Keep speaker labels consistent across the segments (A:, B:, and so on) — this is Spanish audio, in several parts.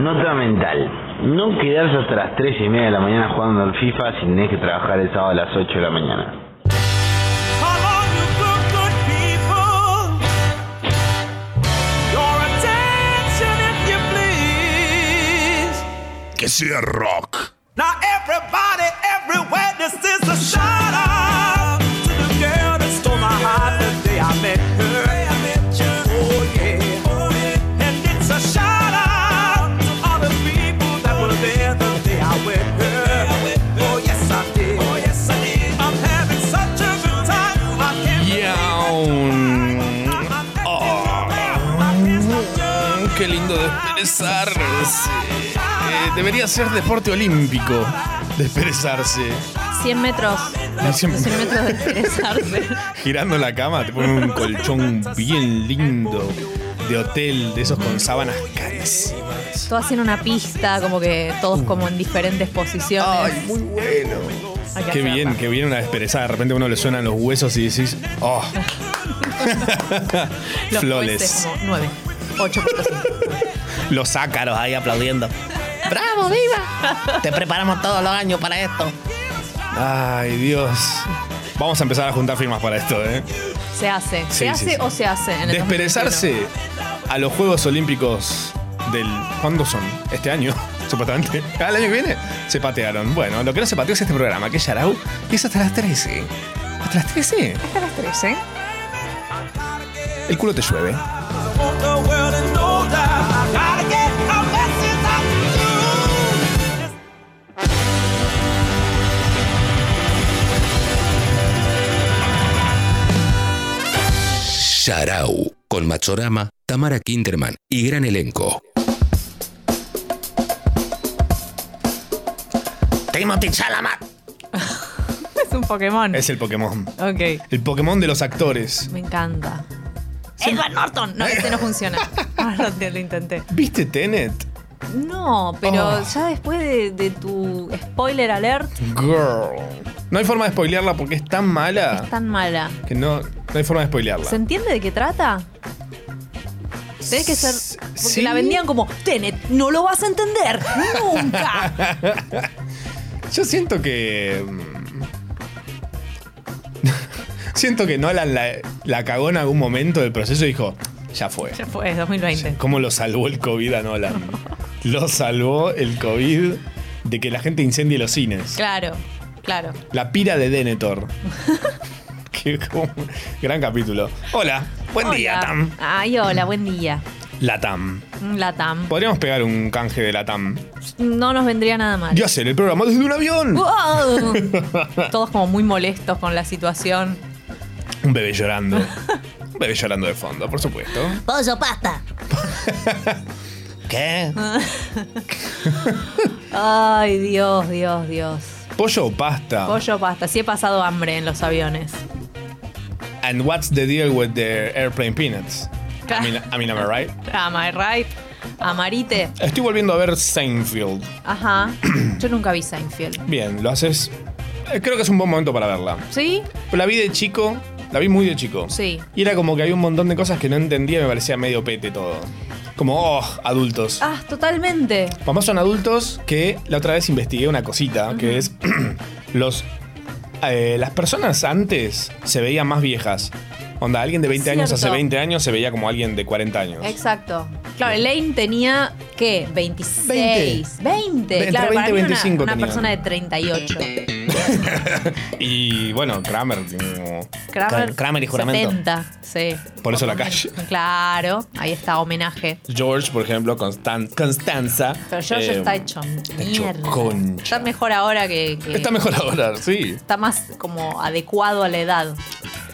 A: Nota mental. No quedarse hasta las 3 y media de la mañana jugando al FIFA si tenés que trabajar el sábado a las 8 de la mañana.
B: Come on, you good, good people. Your attention, if you please.
C: Que sea rock.
B: Now, everybody, everywhere, this is a shout out to the girl that stole my heart the day I met her. Oh, yeah. And it's a shout out to all the people that were there the day I met her. Oh, yes, I did. Oh, yes, I did. I'm having such a good time. I can't believe
C: Yawn.
B: it. I'm acting right.
C: Mm, Oh, Qué lindo desperezarse. Eh, debería ser deporte olímpico. Desperezarse.
D: 100 metros.
C: No, siempre-
D: 100 metros de interesarse.
C: Girando la cama te ponen un colchón bien lindo. De hotel, de esos con sábanas carísimas.
D: Todas en una pista, como que todos como en diferentes posiciones.
C: muy bueno.
D: Hay que
C: Qué
D: hacerla.
C: bien, qué bien una desperezada. De repente a uno le suenan los huesos y decís, oh.
D: Los jueces
C: Flores.
D: como 9, 8.5.
C: Los ácaros ahí aplaudiendo.
D: ¡Bravo, viva!
E: Te preparamos todos los años para esto.
C: Ay, Dios. Vamos a empezar a juntar firmas para esto, ¿eh?
D: Se hace.
C: Sí,
D: ¿Se
C: sí,
D: hace
C: sí.
D: o se hace? En el
C: Desperezarse a los Juegos Olímpicos del. ¿Cuándo son? ¿Este año? Supuestamente. ¿Ah, el año que viene? Se patearon. Bueno, lo que no se pateó es este programa, que es Yarau, y es hasta las 13. ¿Hasta las 13?
D: 2021. Tres, ¿eh?
C: El culo te llueve.
B: want the world to know that I gotta get a message out to you.
F: Sharau, con Machorama, Tamara Kinderman y gran elenco.
E: Timothy Chalamet.
D: Es un Pokémon.
C: Es el Pokémon.
D: Ok.
C: El Pokémon de los actores.
D: Me encanta. Edward Norton. No, este no funciona. Ahora te lo intenté.
C: ¿Viste Tenet?
D: No, pero
C: Oh.
D: ya después de, de tu spoiler alert,
C: Girl. No hay forma de spoilearla porque es tan mala
D: es tan mala.
C: que no, no hay forma de spoilearla.
D: ¿Se entiende de qué trata? Tenés que ser. Porque
C: Sí.
D: la vendían como Tenet, no lo vas a entender nunca.
C: Yo siento que. mm, siento que Nolan la, la cagó en algún momento del proceso y dijo: Ya fue.
D: ya fue, 2020.
C: ¿Cómo lo salvó el COVID a Nolan? lo salvó el COVID de que la gente incendie los cines.
D: Claro, claro.
C: La pira de Denethor. Qué como- gran capítulo. Hola, buen día,
D: Hola.
C: Tam.
D: Ay, hola, buen día.
C: La Tam.
D: La TAM.
C: Podríamos pegar un canje de la Tam.
D: No nos vendría nada mal.
C: Yo hacer el programa desde un avión.
D: ¡Oh! Wow. Todos como muy molestos con la situación.
C: Un bebé llorando. Un bebé llorando de fondo, por supuesto.
E: Pollo pasta. ¿Qué?
D: Ay, Dios, Dios, Dios.
C: Pollo o pasta.
D: Pollo pasta. Sí he pasado hambre en los aviones.
C: And what's the deal with the airplane peanuts? I mean, I mean, am I right?
D: Am I right? Amarite.
C: Estoy volviendo a ver Seinfeld.
D: Ajá. Yo nunca vi Seinfeld.
C: Bien, lo haces. eh, Creo que es un buen momento para verla.
D: ¿Sí?
C: Pero la vi de chico, la vi muy de chico.
D: Sí.
C: Y era como que había un montón de cosas que no entendía, me parecía medio pete todo. Como, oh, adultos.
D: Ah, totalmente.
C: Mamás Pues son adultos que la otra vez investigué una cosita, que es los eh, las personas antes se veían más viejas. Onda, alguien de 20 años hace
D: Cierto. Eh.
C: 20 años se veía como alguien de 40 años.
D: Exacto. Claro, Elaine tenía, ¿qué? 26. 20.
C: Entre 20
D: claro,
C: y
D: para mí era
C: 25
D: una, una
C: tenía.
D: persona de 38.
C: Y bueno, Kramer, como-
D: Kramer,
E: Kramer y juramento.
D: 70, sí.
C: Por eso la calle.
D: Claro, ahí está, homenaje.
C: George, por ejemplo, Constan- Constanza.
D: Pero George
C: eh,
D: está hecho
C: hecho
D: mierda.
C: concha.
D: Está mejor ahora que, que-
C: Está mejor ahora, sí.
D: está más como adecuado a la edad.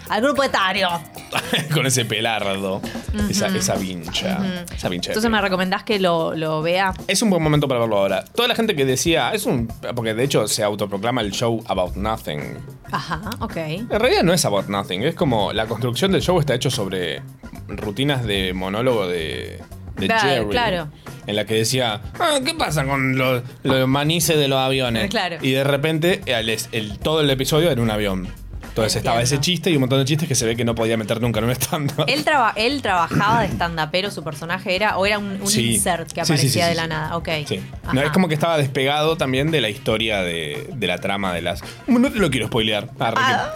D: Al grupo etario.
C: Con ese pelardo. esa, esa vincha. Esa vincha. de
D: Entonces me
C: pelo.
D: recomendás que lo, lo vea.
C: Es un buen momento para verlo ahora. Toda la gente que decía, es un. Porque de hecho se autoproclama el show About Nothing.
D: Ajá, ok.
C: En realidad no es About Nothing, es como la construcción del show está hecho sobre rutinas de monólogo de, de
D: Claro,
C: Jerry.
D: claro.
C: En la que decía, "Ah, ¿qué pasa con los, los manices de los aviones?
D: Claro.
C: Y de repente el, el- todo el episodio era un avión. Entonces estaba ese
D: Entiendo.
C: chiste y un montón de chistes que se ve que no podía meter nunca en un stand-up.
D: Él, traba- él trabajaba de stand-upero, su personaje era, o era un, un
C: Sí.
D: insert que
C: Sí, sí,
D: aparecía
C: sí, sí,
D: de la
C: sí.
D: nada. Ok.
C: Sí. No,
D: Ajá.
C: es como que estaba despegado también de la historia de, de la trama de las. No te lo quiero spoilear. Arre,
D: Ah.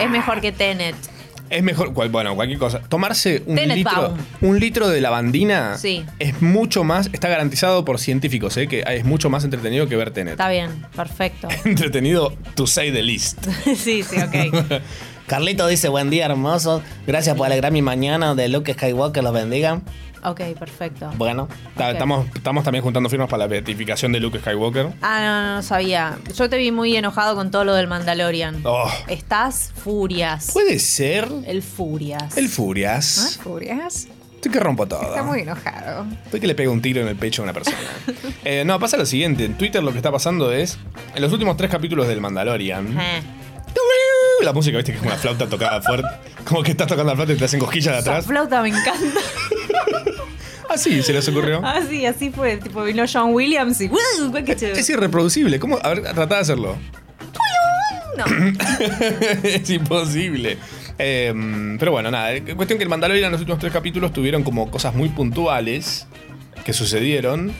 D: es mejor que Tenet.
C: que- Es mejor, cual- bueno, cualquier cosa. Tomarse un
D: Tenet
C: litro,
D: Baum.
C: un litro de lavandina
D: Sí.
C: es mucho más, está garantizado por científicos, ¿eh? que es mucho más entretenido que ver Tenet.
D: Está bien, perfecto.
C: Entretenido to say the least.
D: sí, sí, ok.
E: Carlito dice, buen día, hermosos. Gracias por alegrar mi mañana de Luke Skywalker, los bendiga.
D: Ok, perfecto.
E: Bueno.
C: Ta-
D: Ok.
C: Estamos, estamos también juntando firmas para la beatificación de Luke Skywalker.
D: Ah, no, no, no sabía. Yo te vi muy enojado con todo lo del Mandalorian.
C: Oh.
D: Estás furias.
C: Puede ser
D: El
C: el Ah.
D: furias. ¿No es
C: Furias.
D: furias?
C: Estoy que rompo todo.
D: ¿Ah? Está muy enojado.
C: Estoy que le pega un tiro en el pecho a una persona. Eh, no, pasa lo siguiente. En Twitter lo que está pasando es. En los últimos tres capítulos del Mandalorian.
D: Eh.
C: La música, viste, que es una flauta tocada fuerte. Como que estás tocando la flauta y te hacen cosquillas de
D: Esa
C: atrás.
D: flauta me encanta.
C: Así se les ocurrió.
D: Así, así fue. Tipo, vino John Williams y. ¡Wow! ¡Qué chévere!
C: Es irreproducible. ¿Cómo? A ver, tratá de hacerlo.
D: No.
C: es imposible. Eh, pero bueno, nada. eh, Cuestión que el Mandalorian en los últimos tres capítulos tuvieron como cosas muy puntuales que sucedieron.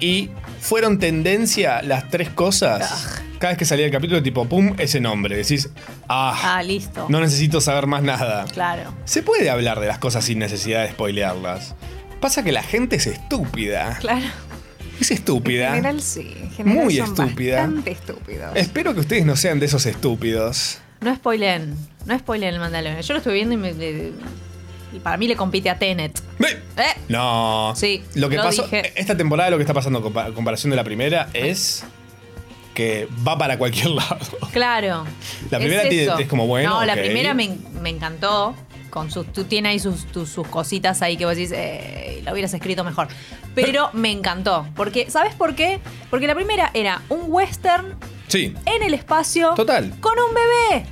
C: Y fueron tendencia las tres cosas. Cada vez que salía el capítulo, tipo, pum, ese nombre. Decís, ah,
D: Ah, listo.
C: no necesito saber más nada.
D: Claro.
C: Se puede hablar de las cosas sin necesidad de spoilearlas. Pasa que la gente es estúpida.
D: Claro.
C: Es estúpida.
D: sí.
C: Muy son estúpida. bastante
D: estúpido.
C: Espero que ustedes no sean de esos estúpidos.
D: No spoilen. No spoilen el Mandalorian. Yo lo estuve viendo y me. le- y para mí le compite a Tenet.
C: ¡Eh!
D: ¿Eh?
C: No.
D: Sí,
C: Lo que
D: lo
C: pasó.
D: dije.
C: Esta temporada lo que está pasando compa- comparación de la primera es que va para cualquier lado.
D: Claro.
C: La primera
D: es
C: tiene-
D: eso.
C: es como, bueno,
D: No, la
C: ok.
D: primera me, en- me encantó. Con sus, tú tienes ahí sus, tus- sus cositas ahí que vos decís, eh, la hubieras escrito mejor. Pero me encantó. Porque, ¿sabes por qué? Porque la primera era un western
C: Sí.
D: en el espacio.
C: Total.
D: Con un bebé.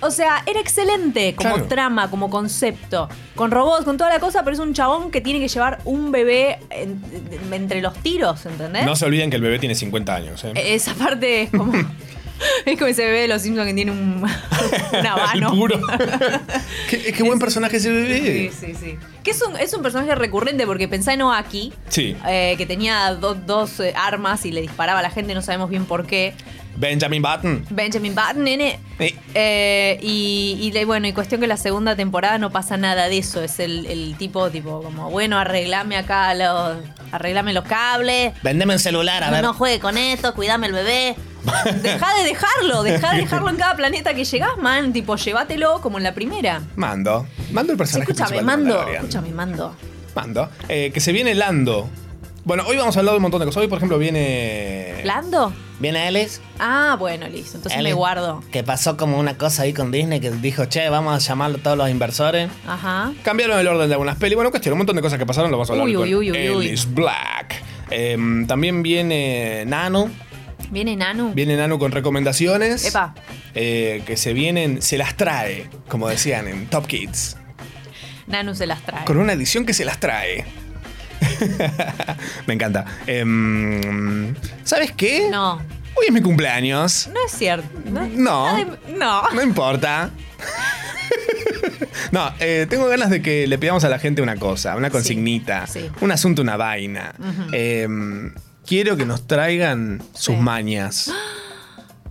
D: O sea, era excelente como
C: Claro.
D: trama, como concepto. Con robots, con toda la cosa, pero es un chabón que tiene que llevar un bebé en- en- entre los tiros, ¿entendés? E,
C: No se olviden que el bebé tiene 50 años. ¿eh?
D: Esa parte es como. es como ese bebé de los Simpsons que tiene un, un
C: El
D: habano.
C: puro. qué, qué buen personaje ese
D: Sí,
C: bebé.
D: sí, sí. Que es un, es un personaje recurrente porque pensá en Oaki,
C: Sí.
D: eh, que tenía do- dos eh, armas y le disparaba a la gente, no sabemos bien por qué.
C: Benjamin Button.
D: Benjamin Button, nene.
C: Sí.
D: Eh, y, y de- bueno, y cuestión que la segunda temporada no pasa nada de eso. Es el, el tipo, tipo, como, bueno, arreglame acá los. arreglame los cables.
E: Vendeme un celular, a
D: No,
E: ver.
D: no juegue con esto, cuidame el bebé. Deja de dejarlo, deja de dejarlo en cada planeta que llegás, man. Tipo, llévatelo como en la primera.
C: Mando. Mando el
D: Sí,
C: personaje.
D: escúchame,
C: principal de
D: mando.
C: Mandalorian.
D: Escúchame, mando.
C: Mando. Eh, que se viene Lando. Bueno, hoy vamos a hablar de un montón de cosas. Hoy, por ejemplo, viene.
D: ¿Blando?
E: Viene Ellis.
D: Ah, bueno, listo. Entonces me
E: Ellis,
D: guardo.
E: Que pasó como una cosa ahí con Disney que dijo, che, vamos a llamar a todos los inversores.
D: Ajá.
C: Cambiaron el orden de algunas pelis. Bueno, cuestión, un montón de cosas que pasaron, lo vamos a hablar
D: Uy,
C: con
D: uy, uy, uy, uy.
C: Ellis Black. Em, también viene Nano.
D: ¿Viene Nanu?
C: Viene Nano con recomendaciones.
D: Epa.
C: Eh, que se vienen, se las trae, como decían en Top Kids.
D: Nanu se las trae.
C: Con una edición que se las trae. Me encanta. Em, ¿Sabes qué?
D: No,
C: Hoy es mi cumpleaños.
D: no es cierto.
C: No.
D: Ay, No.
C: No importa. No, eh, tengo ganas de que le pidamos a la gente una cosa, una consignita,
D: sí.
C: un asunto, una vaina. Eh, quiero que nos traigan sus
D: Sí.
C: mañas.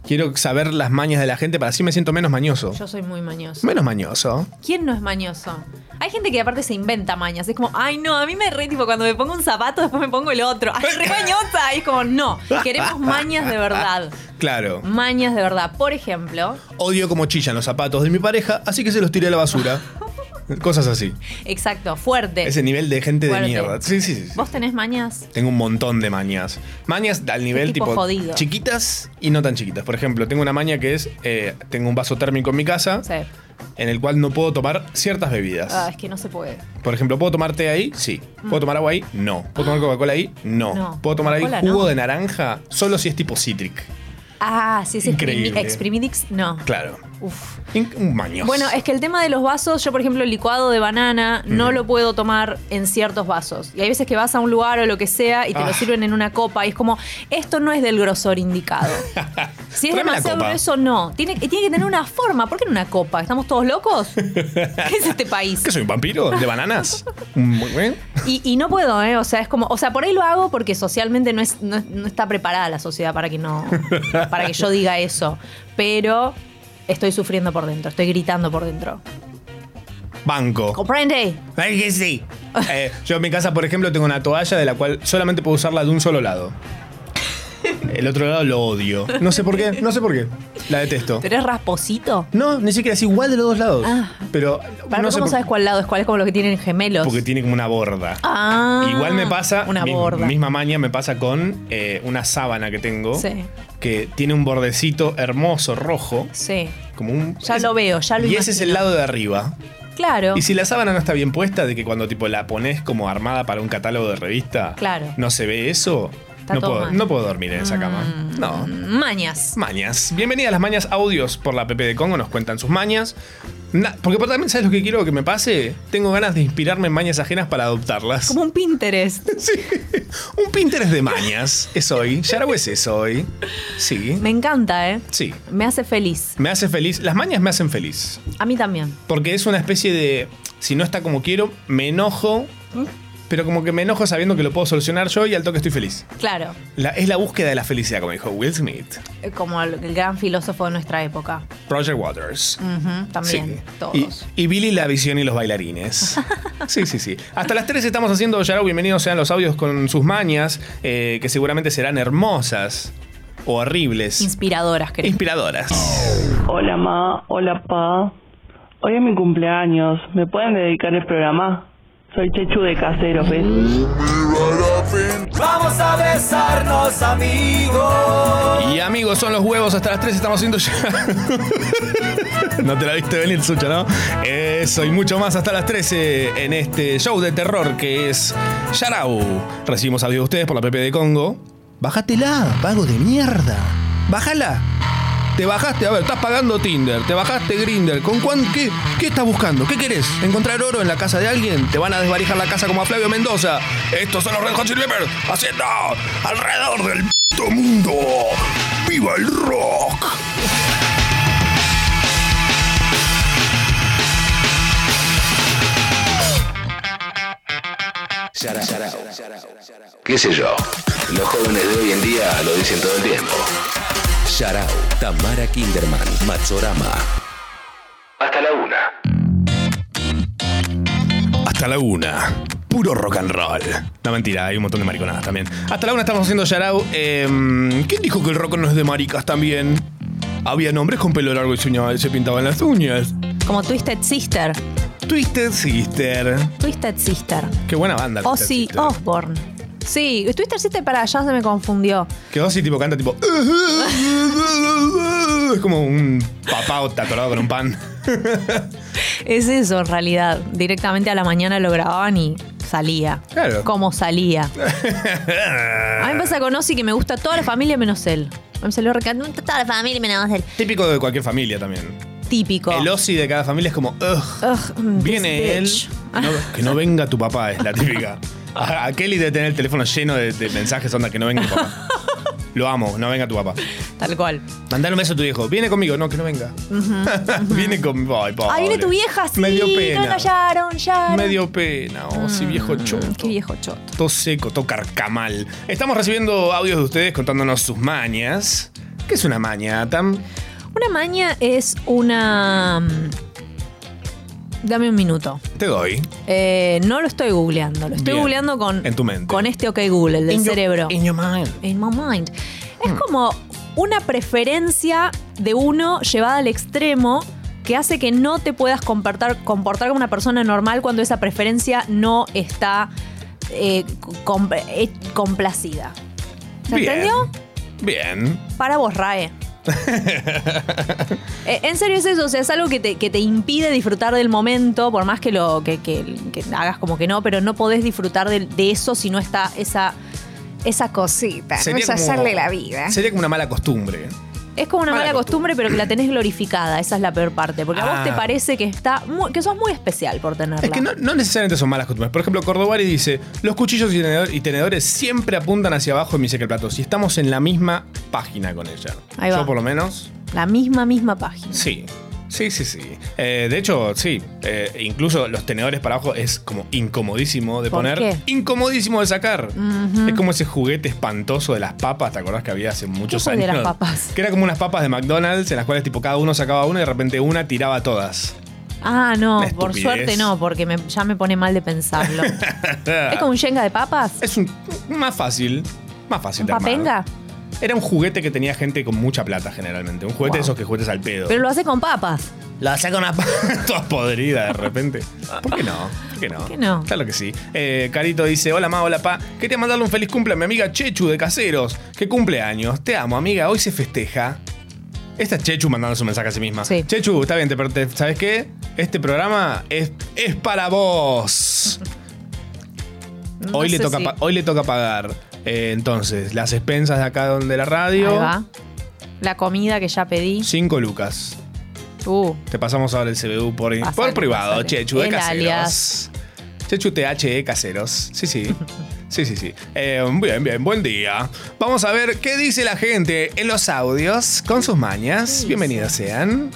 C: Quiero saber las mañas de la gente para así me siento menos mañoso.
D: Yo soy muy mañoso.
C: Menos mañoso.
D: ¿Quién no es mañoso? Hay gente que aparte se inventa mañas. Es como, ay no, a mí me re tipo cuando me pongo un zapato, después me pongo el otro. Ay, re mañosa. Y es como, no, queremos mañas de verdad.
C: Claro.
D: Mañas de verdad. Por ejemplo,
C: Odio como chillan los zapatos de mi pareja, así que se los tiré a la basura. Cosas así.
D: exacto, fuerte.
C: Ese nivel de gente
D: Fuerte.
C: de mierda. Sí, sí, sí. sí.
D: ¿Vos tenés mañas?
C: Tengo un montón de mañas. Mañas al nivel
D: tipo
C: tipo,
D: jodido.
C: chiquitas y no tan chiquitas. Por ejemplo, tengo una maña que es, eh, tengo un vaso térmico en mi casa
D: Sí.
C: en el cual no puedo tomar ciertas bebidas.
D: Ah, es que no se puede.
C: Por ejemplo, ¿puedo tomar té ahí? Sí. ¿Puedo tomar agua ahí? No. ¿Puedo tomar Coca-Cola ahí? No.
D: Mm. No,
C: ¿Puedo tomar ahí
D: Coca-Cola
C: jugo
D: no.
C: de naranja? Solo si es tipo cítric.
D: Ah, sí, sí.
C: Increíble.
D: Exprimidix, no.
C: Claro.
D: Ah. Uf.
C: Inc- Un mañoso.
D: Bueno, es que el tema de los vasos, yo por ejemplo el licuado de banana no lo puedo tomar en ciertos vasos. Y hay veces que vas a un lugar o lo que sea y te
C: Ah.
D: lo sirven en una copa y es como, esto no es del grosor indicado. si es
C: Tráeme la
D: demasiado
C: copa.
D: grueso, no. Tiene, y tiene que tener una forma. ¿Por qué en una copa? ¿Estamos todos locos? ¿Qué es este país?
C: ¿Qué soy un vampiro? ¿De bananas? Muy bien.
D: Y, y no puedo, ¿eh? O sea, es como, o sea, por ahí lo hago porque socialmente no, es, no, es- no está preparada la sociedad para que no, para que yo diga eso. Pero estoy sufriendo por dentro, estoy gritando por dentro.
C: Banco.
D: ¿Comprende?
C: Ay, que sí. Eh, yo en mi casa, por ejemplo, tengo una toalla de la cual solamente puedo usarla de un solo lado. El otro lado lo odio. No sé por qué, no sé por qué. La detesto.
D: ¿Pero es rasposito?
C: No, ni siquiera es igual de los dos lados.
D: Ah.
C: Pero
D: Para
C: no
D: no
C: sé
D: cómo
C: por-
D: sabes cuál lado es cuál, es como lo que tienen gemelos.
C: porque tiene como una borda.
D: Ah,
C: Igual me pasa,
D: Una
C: mi-
D: borda.
C: misma maña me pasa con eh, una sábana que tengo
D: Sí.
C: que tiene un bordecito hermoso rojo,
D: Sí.
C: como un
D: Ya lo veo, ya lo
C: Y ese es el lado de arriba.
D: Claro.
C: Y si la sábana no está bien puesta, de que cuando tipo la pones como armada para un catálogo de revista,
D: Claro.
C: no se ve eso,
D: Está
C: no
D: todo
C: puedo,
D: mal. Mm.
C: no puedo dormir en esa cama. No.
D: Mañas.
C: Mañas. Bienvenidas las mañas audios por la PP de Congo, nos cuentan sus mañas. Na- porque por- también, ¿sabes lo que quiero que me pase? Tengo ganas de inspirarme en mañas ajenas para adoptarlas.
D: Como un Pinterest.
C: Sí. Un Pinterest de mañas. Es hoy. Yarau es eso hoy. Sí.
D: Me encanta, ¿eh?
C: Sí.
D: Me hace feliz.
C: Me hace feliz. Las mañas me hacen feliz.
D: A mí también.
C: Porque es una especie de. Si no está como quiero, me enojo. Pero como que me enojo sabiendo que lo puedo solucionar yo y al toque estoy feliz.
D: Claro.
C: La- es la búsqueda de la felicidad, como dijo Will Smith.
D: Eh, Como el, el gran filósofo de nuestra época.
C: Project Waters.
D: Ujú, también.
C: Sí.
D: Todos.
C: Y, y Billy la visión y los bailarines. Sí, sí, sí. Hasta las 3 estamos haciendo Yarau. Bienvenidos sean los audios con sus mañas, eh, que seguramente serán hermosas o horribles.
D: Inspiradoras, creo.
C: Inspiradoras.
G: Hola ma, hola pa. Hoy es mi cumpleaños. ¿Me pueden dedicar el programa? Soy Chechu de Caseros, ¿ves?
B: Vamos a besarnos, amigos.
C: Y amigos, son los huevos. Hasta las 3 estamos haciendo Yarau. No te la viste venir, Sucho, ¿no? Eso y mucho más hasta las 13 en este show de terror que es Yarau. Recibimos audio de ustedes por la PP de Congo. Bájatela, vago de mierda. Bájala. Te bajaste, a ver, estás pagando Tinder, te bajaste Grinder, ¿con cuán, qué, qué estás buscando? ¿Qué querés? ¿Encontrar oro en la casa de alguien? ¿Te van a desvarijar la casa como a Flavio Mendoza? Estos son los Red Hot Chili Peppers haciendo alrededor del puto mundo. ¡Viva el rock!
H: ¿Qué sé yo? Los jóvenes de hoy en día lo dicen todo el tiempo.
F: Sharau, Tamara Kinderman, Machorama.
H: Hasta la una.
C: Hasta la una. Puro rock and roll. No, mentira, hay un montón de mariconadas también. Hasta la una estamos haciendo Yarau. Em, ¿Quién dijo que el rock no es de maricas también? Había nombres con pelo largo y se uña- se pintaban las uñas.
D: Como Twisted Sister.
C: Twisted Sister.
D: Twisted Sister.
C: Qué buena banda. Twisted
D: Ozzy
C: Sister.
D: Osbourne. Sí, Twisted Sister para ya se me confundió.
C: Que Ozzy tipo canta tipo... Es como un papá atorado con un pan.
D: Es eso en realidad. Directamente a la mañana lo grababan y salía.
C: Claro.
D: Como salía. A mí me pasa con Ozzy que me gusta toda la familia menos él. A mí se lo recanta toda la familia menos él.
C: Típico de cualquier familia también.
D: Típico.
C: El Ozzy de cada familia es como... "Ugh".
D: Ugh, mm, this
C: Viene él.
D: bitch.
C: No, que no venga tu papá, es la típica. A, a Kelly debe tener el teléfono lleno de, de mensajes, onda, que no venga tu papá. Lo amo, no venga tu papá.
D: Tal cual.
C: Mandale un beso a tu viejo. Viene conmigo, no, que no venga. viene conmigo. Ay,
D: Ahí viene
C: pobre.
D: tu vieja, sí.
C: Me dio
D: No
C: pena.
D: la Sharon, Sharon.
C: Me dio pena, oh, sí, viejo choto.
D: Mm, Qué viejo choto.
C: Todo seco, todo carcamal. Estamos recibiendo audios de ustedes contándonos sus mañas. ¿Qué es una maña, Tam?
D: Una maña es una... mm, Dame un minuto.
C: Te doy.
D: Eh, no lo estoy googleando, lo estoy
C: Bien.
D: googleando con,
C: En tu mente.
D: con este OK Google, el del cerebro.
E: In your mind.
D: In my mind. Es como una preferencia de uno llevada al extremo que hace que no te puedas comportar, comportar como una persona normal cuando esa preferencia no está eh, com- eh, complacida. ¿Se
C: Bien.
D: entendió?
C: Bien.
D: Para vos, Rae. Eh, en serio es eso, o sea, es algo que te, que te impide disfrutar del momento, por más que lo que, que- que hagas como que no, pero no podés disfrutar de, de eso si no está esa, esa cosita, no es
C: como-
D: hacerle la vida.
C: Sería como una mala costumbre.
D: Es como una
C: Mala
D: mala costumbre, pero que la tenés glorificada. Esa es la peor parte. Porque a vos
C: Ah.
D: te parece que está muy- que sos muy especial por tenerla.
C: Es que no, no necesariamente son malas costumbres. Por ejemplo, Cordobari dice, los cuchillos y tenedor- y tenedores siempre apuntan hacia abajo en mi el plato. Si estamos en la misma página con ella.
D: Ahí
C: Yo
D: va.
C: por lo menos,
D: La misma, misma página.
C: sí. Sí, sí, sí. Eh, de hecho, sí. Eh, incluso los tenedores para abajo es como incomodísimo de
D: ¿Por
C: poner.
D: qué?
C: Incomodísimo de sacar.
D: Ujú.
C: Es como ese juguete espantoso de las papas, ¿te acordás que había hace muchos
D: fue
C: años?
D: de las papas?
C: Que era como unas papas de McDonald's en las cuales tipo cada uno sacaba una y de repente una tiraba todas.
D: Ah, no,
C: Una
D: por
C: estupidez.
D: suerte no, porque me- ya me pone mal de pensarlo. ¿Es como un yenga de papas?
C: Es un más fácil. Más fácil
D: ¿Un
C: de armar.
D: papenga?
C: Era un juguete que tenía gente con mucha plata generalmente. Un juguete de esos que juguetes al pedo.
D: Pero lo hace con papas.
E: Lo hace con una...
C: Toda podrida de repente. ¿Por qué no? ¿Por qué no?
D: ¿Por qué no?
C: Claro que sí. Eh, Carito dice: Hola, ma, hola, pa. Quería mandarle un feliz cumple a mi amiga Chechu de Caseros, que cumple años. Te amo, amiga. Hoy se festeja. Esta es Chechu mandando su mensaje a sí misma.
D: Sí.
C: Chechu, está bien, te, pero te- ¿sabes qué? Este programa es, es para vos.
D: No
C: Hoy, le
D: sé
C: toca,
D: si-
C: pa- hoy le toca pagar. eh, entonces, las expensas de acá donde la
D: Ahí
C: radio.
D: va. La comida que ya pedí.
C: 5 lucas.
D: Uh,
C: Te pasamos ahora el CBU por,
D: Pásale,
C: por privado,
D: pásale.
C: Chechu de
D: El
C: Caseros.
D: alias.
C: Chechu THE Caseros. Sí, sí. Sí, sí, sí. Eh, bien, bien, buen día. Vamos a ver qué dice la gente en los audios con sus mañas. Bienvenidos sean.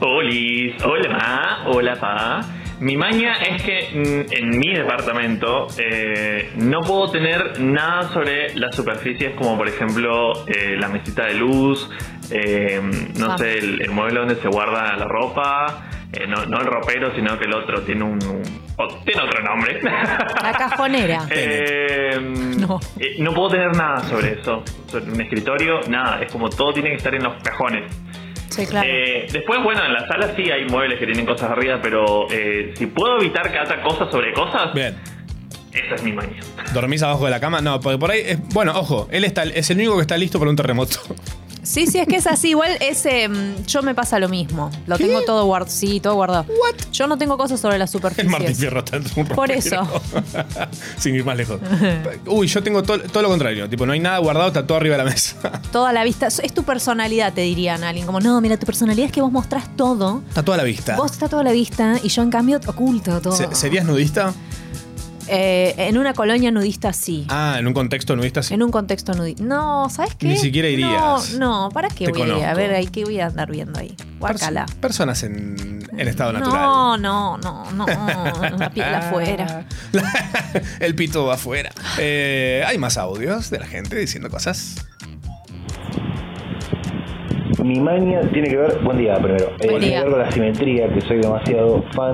I: Olis, hola ma, hola pa. Mi maña es que mm, en mi departamento eh, no puedo tener nada sobre las superficies como por ejemplo eh, la mesita de luz, eh, no
D: Ah.
I: sé, el, el mueble donde se guarda la ropa, eh, no, no el ropero sino que el otro tiene un... un- o- tiene otro nombre.
D: la cajonera.
I: Eh,
D: No.
I: eh, no puedo tener nada sobre eso, sobre un escritorio, nada, es como todo tiene que estar en los cajones.
D: Sí, claro.
I: Eh, después, bueno, en la sala sí hay muebles que tienen cosas arriba, pero eh, si puedo evitar que haya cosas sobre cosas,
C: Bien.
I: esa es mi maña.
C: ¿Dormís abajo de la cama? No, porque por ahí. es- bueno, ojo, él está, es el único que está listo para un terremoto.
D: Sí, sí, es que es así. Igual ese. mm, Yo me pasa lo mismo. Lo tengo todo guardado. Sí, todo guardado. Yo no tengo cosas sobre las
C: El Martín
D: superficies.
C: Fierro está en un
D: Por
C: ropero.
D: eso.
C: Sin ir más lejos. Uy, yo tengo to- todo lo contrario. Tipo, no hay nada guardado, está todo arriba de la mesa.
D: Toda la vista. Es tu personalidad, te dirían alguien. Como, no, mira, tu personalidad es que vos mostrás todo.
C: Está toda la vista.
D: Vos está toda la vista y yo en cambio oculto todo.
C: Se- ¿Serías nudista?
D: Eh, en una colonia nudista sí.
C: Ah, en un contexto nudista sí.
D: En un contexto nudista. No, ¿sabes qué?
C: Ni siquiera irías.
D: No, no, ¿para qué
C: Te
D: voy a ir? A
C: conozco.
D: ver, ahí, ¿qué voy a andar viendo ahí?
C: Pers-
D: Guacala.
C: personas en, en estado natural.
D: No, no, no, no. La piel afuera.
C: El pito va afuera. Eh, hay más audios de la gente diciendo cosas.
J: Mi maña tiene que ver, buen día primero, Eh,
D: Buen
J: tiene
D: día.
J: que ver con la simetría, que soy demasiado fan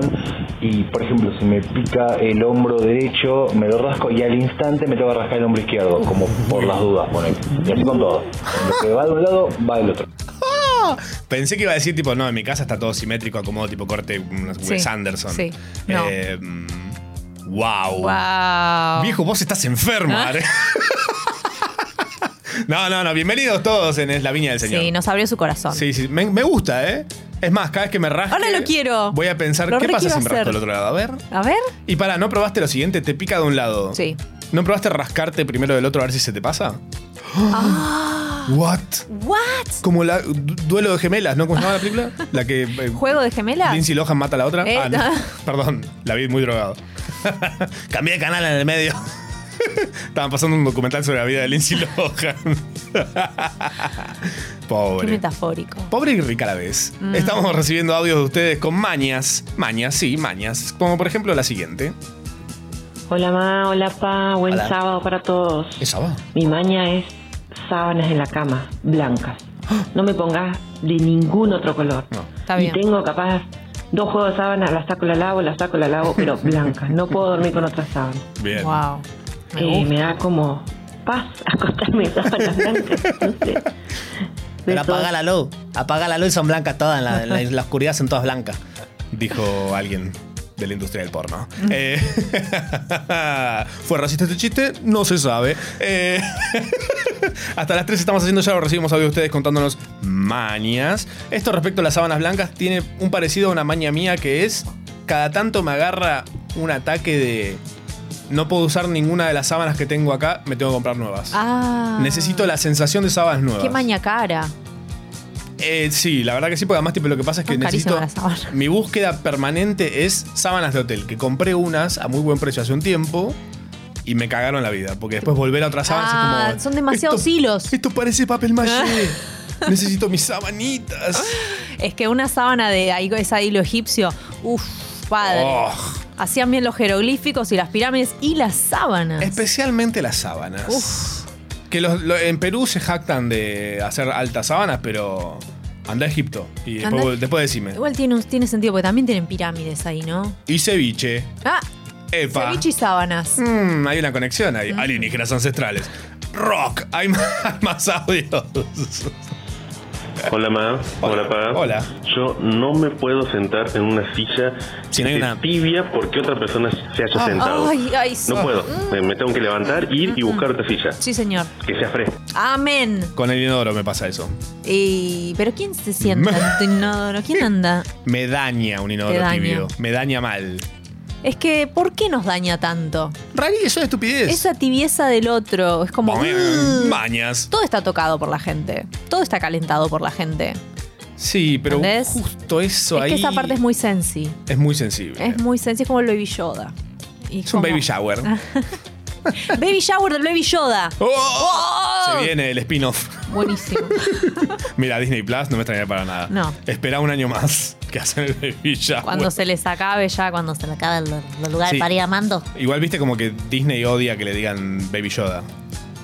J: y por ejemplo si me pica el hombro derecho, me lo rasco y al instante me toca rascar el hombro izquierdo, como por las dudas, ponele. Y así con todo. Lo que va de un lado, va del otro.
C: "Ah". Pensé que iba a decir, tipo, no, en mi casa está todo simétrico, acomodo, tipo corte unos
D: Sí,
C: Wes Anderson.
D: sí. No.
C: Eh, mm, wow.
D: Wow.
C: Viejo, vos estás enfermo.
D: Ah.
C: Are. no, no, no. Bienvenidos todos en Es la Viña del Señor.
D: Sí, nos abrió su corazón.
C: Sí, sí, me, me gusta, ¿eh? Es más, cada vez que me rasco.
D: Ahora lo quiero.
C: Voy a pensar,
D: Lo
C: ¿qué
D: re
C: pasa
D: quiero
C: si me rasco
D: hacer.
C: del otro lado? A ver.
D: A ver.
C: Y para, ¿no probaste lo siguiente? Te pica de un lado.
D: Sí.
C: ¿No probaste rascarte primero del otro a ver si se te pasa? What?
D: Ah, ¿What?
C: Como la du- duelo de gemelas, ¿no? ¿Cómo se llama la película? La que eh,
D: ¿Juego de gemelas?
C: Lindsay Lohan mata a la otra.
D: Eh,
C: Ah, no.
D: ah.
C: Perdón, la vi muy drogado. Cambié de canal en el medio. Estaban pasando un documental sobre la vida de Lindsay Lohan.
D: Qué
C: Pobre.
D: metafórico.
C: Pobre y rica a la vez. Estamos recibiendo audios de ustedes con mañas. Mañas, sí, mañas. Como por ejemplo la siguiente.
K: Hola ma, hola pa, buen
E: Hola.
K: sábado para todos.
E: Esa va.
K: Mi maña es sábanas en la cama, blancas. No me pongas de ningún otro color.
D: Está
K: y
D: bien.
K: tengo capaz dos juegos de sábanas, las saco, la lavo, las saco, la lavo, pero blancas. No puedo dormir con otras sábanas.
C: Bien.
D: Wow. Me
K: Eh,
D: gusta.
K: me da como paz acostarme en sábanas blancas. No sé.
E: Pero
K: Besos.
E: apaga la luz. Apaga la luz y son blancas todas. En la, en la- en la oscuridad son todas blancas.
C: Dijo alguien de la industria del porno. Eh, ¿Fue racista este chiste? No se sabe. Eh, hasta las 3 estamos haciendo ya, lo recibimos audio de ustedes contándonos mañas. Esto respecto a las sábanas blancas tiene un parecido a una maña mía que es, cada tanto me agarra un ataque de... No puedo usar ninguna de las sábanas que tengo acá, me tengo que comprar nuevas.
D: Ah.
C: Necesito la sensación de sábanas nuevas.
D: Qué maña cara.
C: Eh, sí, la verdad que sí, porque además tipo, lo que pasa es que
D: Son
C: necesito.
D: carísimas las sábanas.
C: Mi búsqueda permanente es sábanas de hotel, que compré unas a muy buen precio hace un tiempo y me cagaron la vida, porque después volver a otras sábanas es
D: Ah,
C: como.
D: son demasiados hilos.
C: Esto parece papel maché.
D: Ah.
C: Necesito mis sabanitas.
D: Es que una sábana de ahí- esa hilo egipcio, uff, padre.
C: Oh.
D: Hacían bien los jeroglíficos y las pirámides y las sábanas.
C: Especialmente las sábanas.
D: Uf.
C: Que los, lo- en Perú se jactan de hacer altas sábanas, pero anda a Egipto. Y
D: Andá-
C: después, después decime.
D: Igual tiene, un- tiene sentido, porque también tienen pirámides ahí, ¿no?
C: Y ceviche.
D: Ah,
C: Epa.
D: ceviche y sábanas.
C: Mm, hay una conexión ahí. Alienígenas ancestrales. Rock. Hay más, más audios.
L: Hola, Ma. Hola, Pa.
C: Hola.
L: Yo no me puedo sentar en una silla
C: si
L: tibia porque otra persona se haya
D: Ah.
L: sentado.
D: Ay, ay, sí.
L: no puedo.
D: Mm.
L: Eh, Me tengo que levantar, ir y buscar otra silla.
D: Sí, señor.
L: Que sea fresca.
D: Amén.
C: Con el inodoro me pasa eso.
D: Y, pero ¿quién se sienta en tu inodoro? ¿Quién anda?
C: Me daña un
D: Te
C: inodoro
D: daña.
C: tibio. Me daña mal.
D: Es que, ¿por qué nos daña tanto?
C: Rari, es una estupidez.
D: Esa tibieza del otro, es como...
C: Bueno,
D: "Mm".
C: Oh, Mañas.
D: Todo está tocado por la gente. Todo está calentado por la gente.
C: Sí, pero
D: ¿Entendés?
C: justo eso
D: es
C: ahí
D: que esa parte es muy sensi.
C: es muy sensible.
D: Es muy sensi, es como el Baby Yoda. Y
C: Es un
D: como-
C: baby shower.
D: Baby Shower del Baby Yoda. ¡Oh!
C: Se viene el spin-off.
D: Buenísimo.
C: Mira, Disney Plus no me extraña para nada.
D: No.
C: Espera un año más que hacen el baby shower.
D: Cuando se les acabe ya, cuando se le acabe el, el lugar
C: Sí.
D: para ir amando.
C: Igual viste como que Disney odia que le digan Baby Yoda.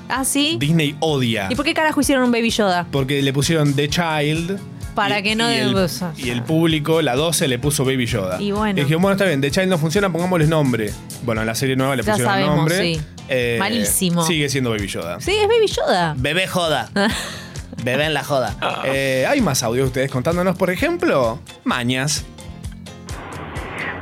D: Ah, sí.
C: Disney odia.
D: ¿Y por qué carajo hicieron un Baby Yoda?
C: Porque le pusieron The Child.
D: Para que no
C: y, el,
D: de-
C: y el público, la 12, le puso Baby Yoda.
D: Y bueno.
C: dijeron, bueno, está bien, The Child no funciona, pongámosle nombre. Bueno, en la serie nueva le
D: Ya
C: pusieron
D: sabemos,
C: nombre.
D: sí.
C: Eh,
D: Malísimo.
C: Sigue siendo Baby Yoda.
D: Sí, es Baby Yoda.
E: Bebé joda. Bebé en la joda.
C: Eh, hay más audio de ustedes contándonos, por ejemplo, mañas.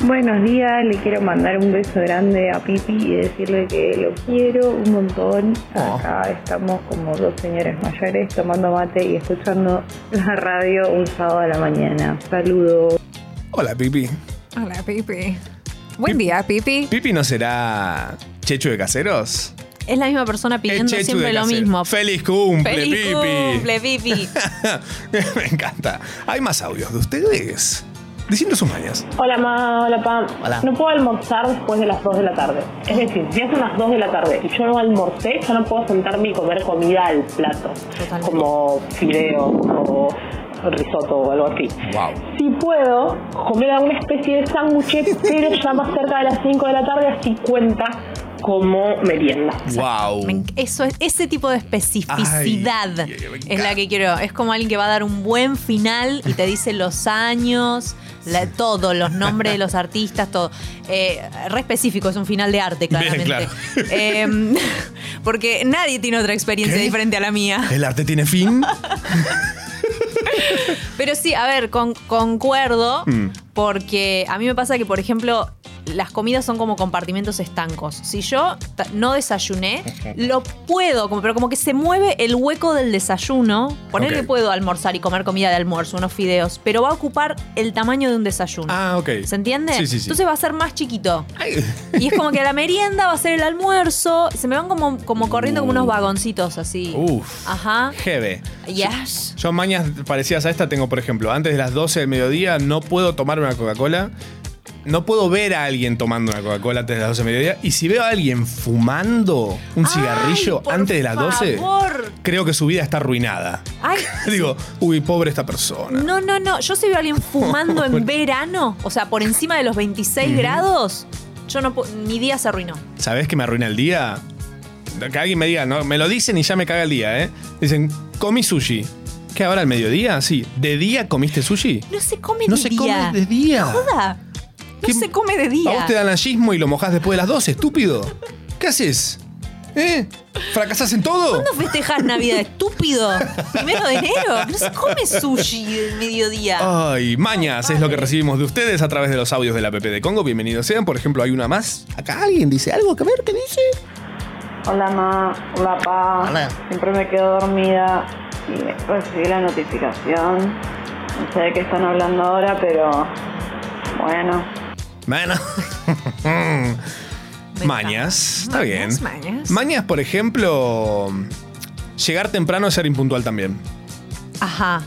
M: Buenos días, le quiero mandar un beso grande a Pipi y decirle que lo quiero un montón. Acá estamos como dos señores mayores tomando mate y escuchando la radio un sábado a la mañana. Saludos.
C: Hola, Pipi.
N: Hola, Pipi. Buen día, Pipi.
C: ¿Pipi no será Chechu de Caseros?
D: Es la misma persona pidiendo
C: Chechu
D: siempre
C: de
D: lo
C: Caseros.
D: mismo.
C: ¡Feliz cumple,
D: ¡Feliz
C: Pipi!
D: cumple, Pipi!
C: Me encanta. Hay más audios de ustedes. Diciendo sus mañas.
O: Hola, ma, hola, Pam.
C: Hola.
O: No puedo almorzar después de las 2 de la tarde. Es decir, si es unas 2 de la tarde y yo no almorcé, yo no puedo sentarme y comer comida al plato. Como fideo o risotto o algo así. Si puedo, comer alguna especie de sándwich, pero ya más cerca de las 5 de la tarde, así cuenta como merienda.
C: Wow.
D: Me enc- Eso es, ese tipo de especificidad es la que quiero. Es como alguien que va a dar un buen final y te dice los años, la- todo, los nombres de los artistas, todo. Eh, re específico, es un final de arte, claramente.
C: claro.
D: Em, porque nadie tiene otra experiencia diferente a la mía.
C: ¿El arte tiene fin?
D: Pero sí, a ver, con- concuerdo,
C: Mm.
D: porque a mí me pasa que, por ejemplo, las comidas son como compartimentos estancos. Si yo ta- no desayuné, lo puedo, como, pero como que se mueve el hueco del desayuno. Poner que
C: Ok.
D: puedo almorzar y comer comida de almuerzo, unos fideos, pero va a ocupar el tamaño de un desayuno.
C: Ah, ok.
D: ¿Se entiende?
C: Sí, sí, sí.
D: Entonces va a ser más chiquito. Y es como que la merienda va a ser el almuerzo. Se me van como, como corriendo como unos vagoncitos así.
C: Uf.
D: Ajá.
C: Jeve.
D: Yes.
C: Uh. Yo mañas parecidas a esta tengo, por ejemplo, antes de las 12 del mediodía no puedo tomar una Coca-Cola. No puedo ver a alguien tomando una Coca-Cola antes de las 12 del mediodía. Y si veo a alguien fumando un cigarrillo antes de las 12,
D: favor.
C: creo que su vida está arruinada.
D: Ay,
C: Digo, uy, pobre esta persona.
D: No, no, no. Yo si veo a alguien fumando en verano, o sea, por encima de los 26
C: Ujú.
D: grados, yo no puedo. Mi día se arruinó.
C: ¿Sabés que me arruina el día? Que alguien me diga, no, me lo dicen y ya me caga el día, ¿eh? Dicen, comí sushi. ¿Qué ahora al mediodía? Sí. ¿De día comiste sushi?
D: No se come
C: No
D: de
C: se
D: día.
C: come de día.
D: Joda. No se come de día.
C: A vos te dan allismo y lo mojás después de las 12, estúpido. ¿Qué haces? ¿Eh? ¿Fracasás en todo?
D: ¿Cuándo festejas Navidad, estúpido? Primero de enero. No se come sushi de mediodía.
C: Ah. Ay, mañas es lo que recibimos de ustedes a través de los audios de la PP de Congo. Bienvenidos sean. Por ejemplo, hay una más. Acá alguien dice algo. que ver, ¿qué dice?
M: Hola, ma. Hola, pa.
C: Hola.
M: Siempre me quedo dormida y me- recibí la notificación. No sé de qué están hablando ahora, pero bueno.
C: Bueno. mañas. Está bien.
M: Mañas, mañas.
C: Mañas, por ejemplo, llegar temprano a ser impuntual también.
D: Ajá.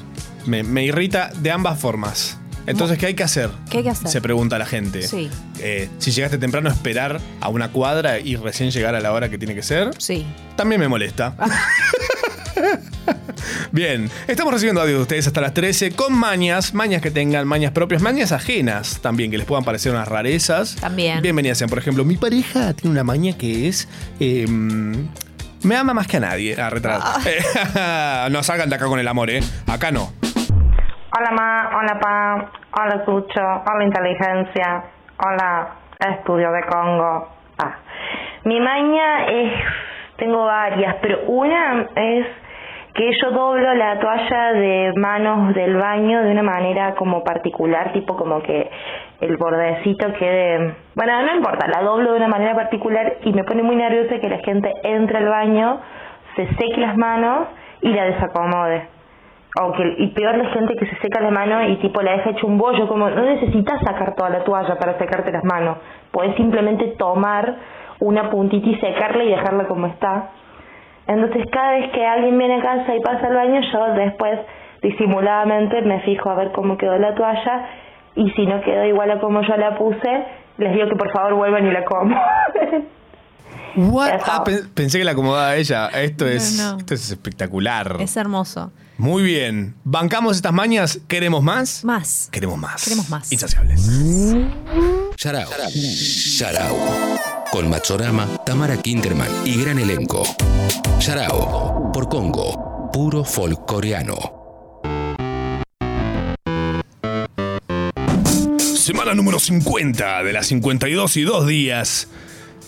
C: Me, me irrita de ambas formas. Entonces, ¿qué hay que hacer?
D: ¿Qué hay que hacer?
C: Se pregunta la gente.
D: Sí.
C: Eh, si llegaste temprano, esperar a una cuadra y recién llegar a la hora que tiene que ser.
D: Sí. Ah.
C: También me molesta. Bien, estamos recibiendo audio de ustedes hasta las 13 con mañas, mañas que tengan, mañas propias, mañas ajenas también, que les puedan parecer unas rarezas.
D: También.
C: Bienvenidas sean, por ejemplo, mi pareja tiene una maña que es... eh, me ama más que a nadie. Ah, retrato.
D: Ah.
C: no salgan de acá con el amor, ¿eh? Acá no.
J: Hola ma, hola pa, hola Sucho, hola inteligencia, hola estudio de Congo. Ah. Mi maña es, tengo varias, pero una es que yo doblo la toalla de manos del baño de una manera como particular, tipo como que el bordecito quede... Bueno, no importa, la doblo de una manera particular y me pone muy nerviosa que la gente entre al baño, se seque las manos y la desacomode o que y peor la gente que se seca la mano y tipo la deja hecho un bollo como no necesitas sacar toda la toalla para secarte las manos puedes simplemente tomar una puntita y secarla y dejarla como está entonces cada vez que alguien viene a casa y pasa al baño yo después disimuladamente me fijo a ver cómo quedó la toalla y si no quedó igual a como yo la puse les digo que por favor vuelvan y la como
C: Ah, pen- pensé que la acomodaba ella. Esto es,
D: no.
C: Esto es espectacular.
D: Es hermoso.
C: Muy bien. ¿Bancamos estas mañas? ¿Queremos más?
D: Más.
C: Queremos más.
D: Queremos más.
C: Insaciables.
F: Yarao. Yarao. Con Machorama, Tamara Kinderman y gran elenco. Yarao. Por Congo. Puro folcloreano.
C: Semana número 50 de las 52 y 2 días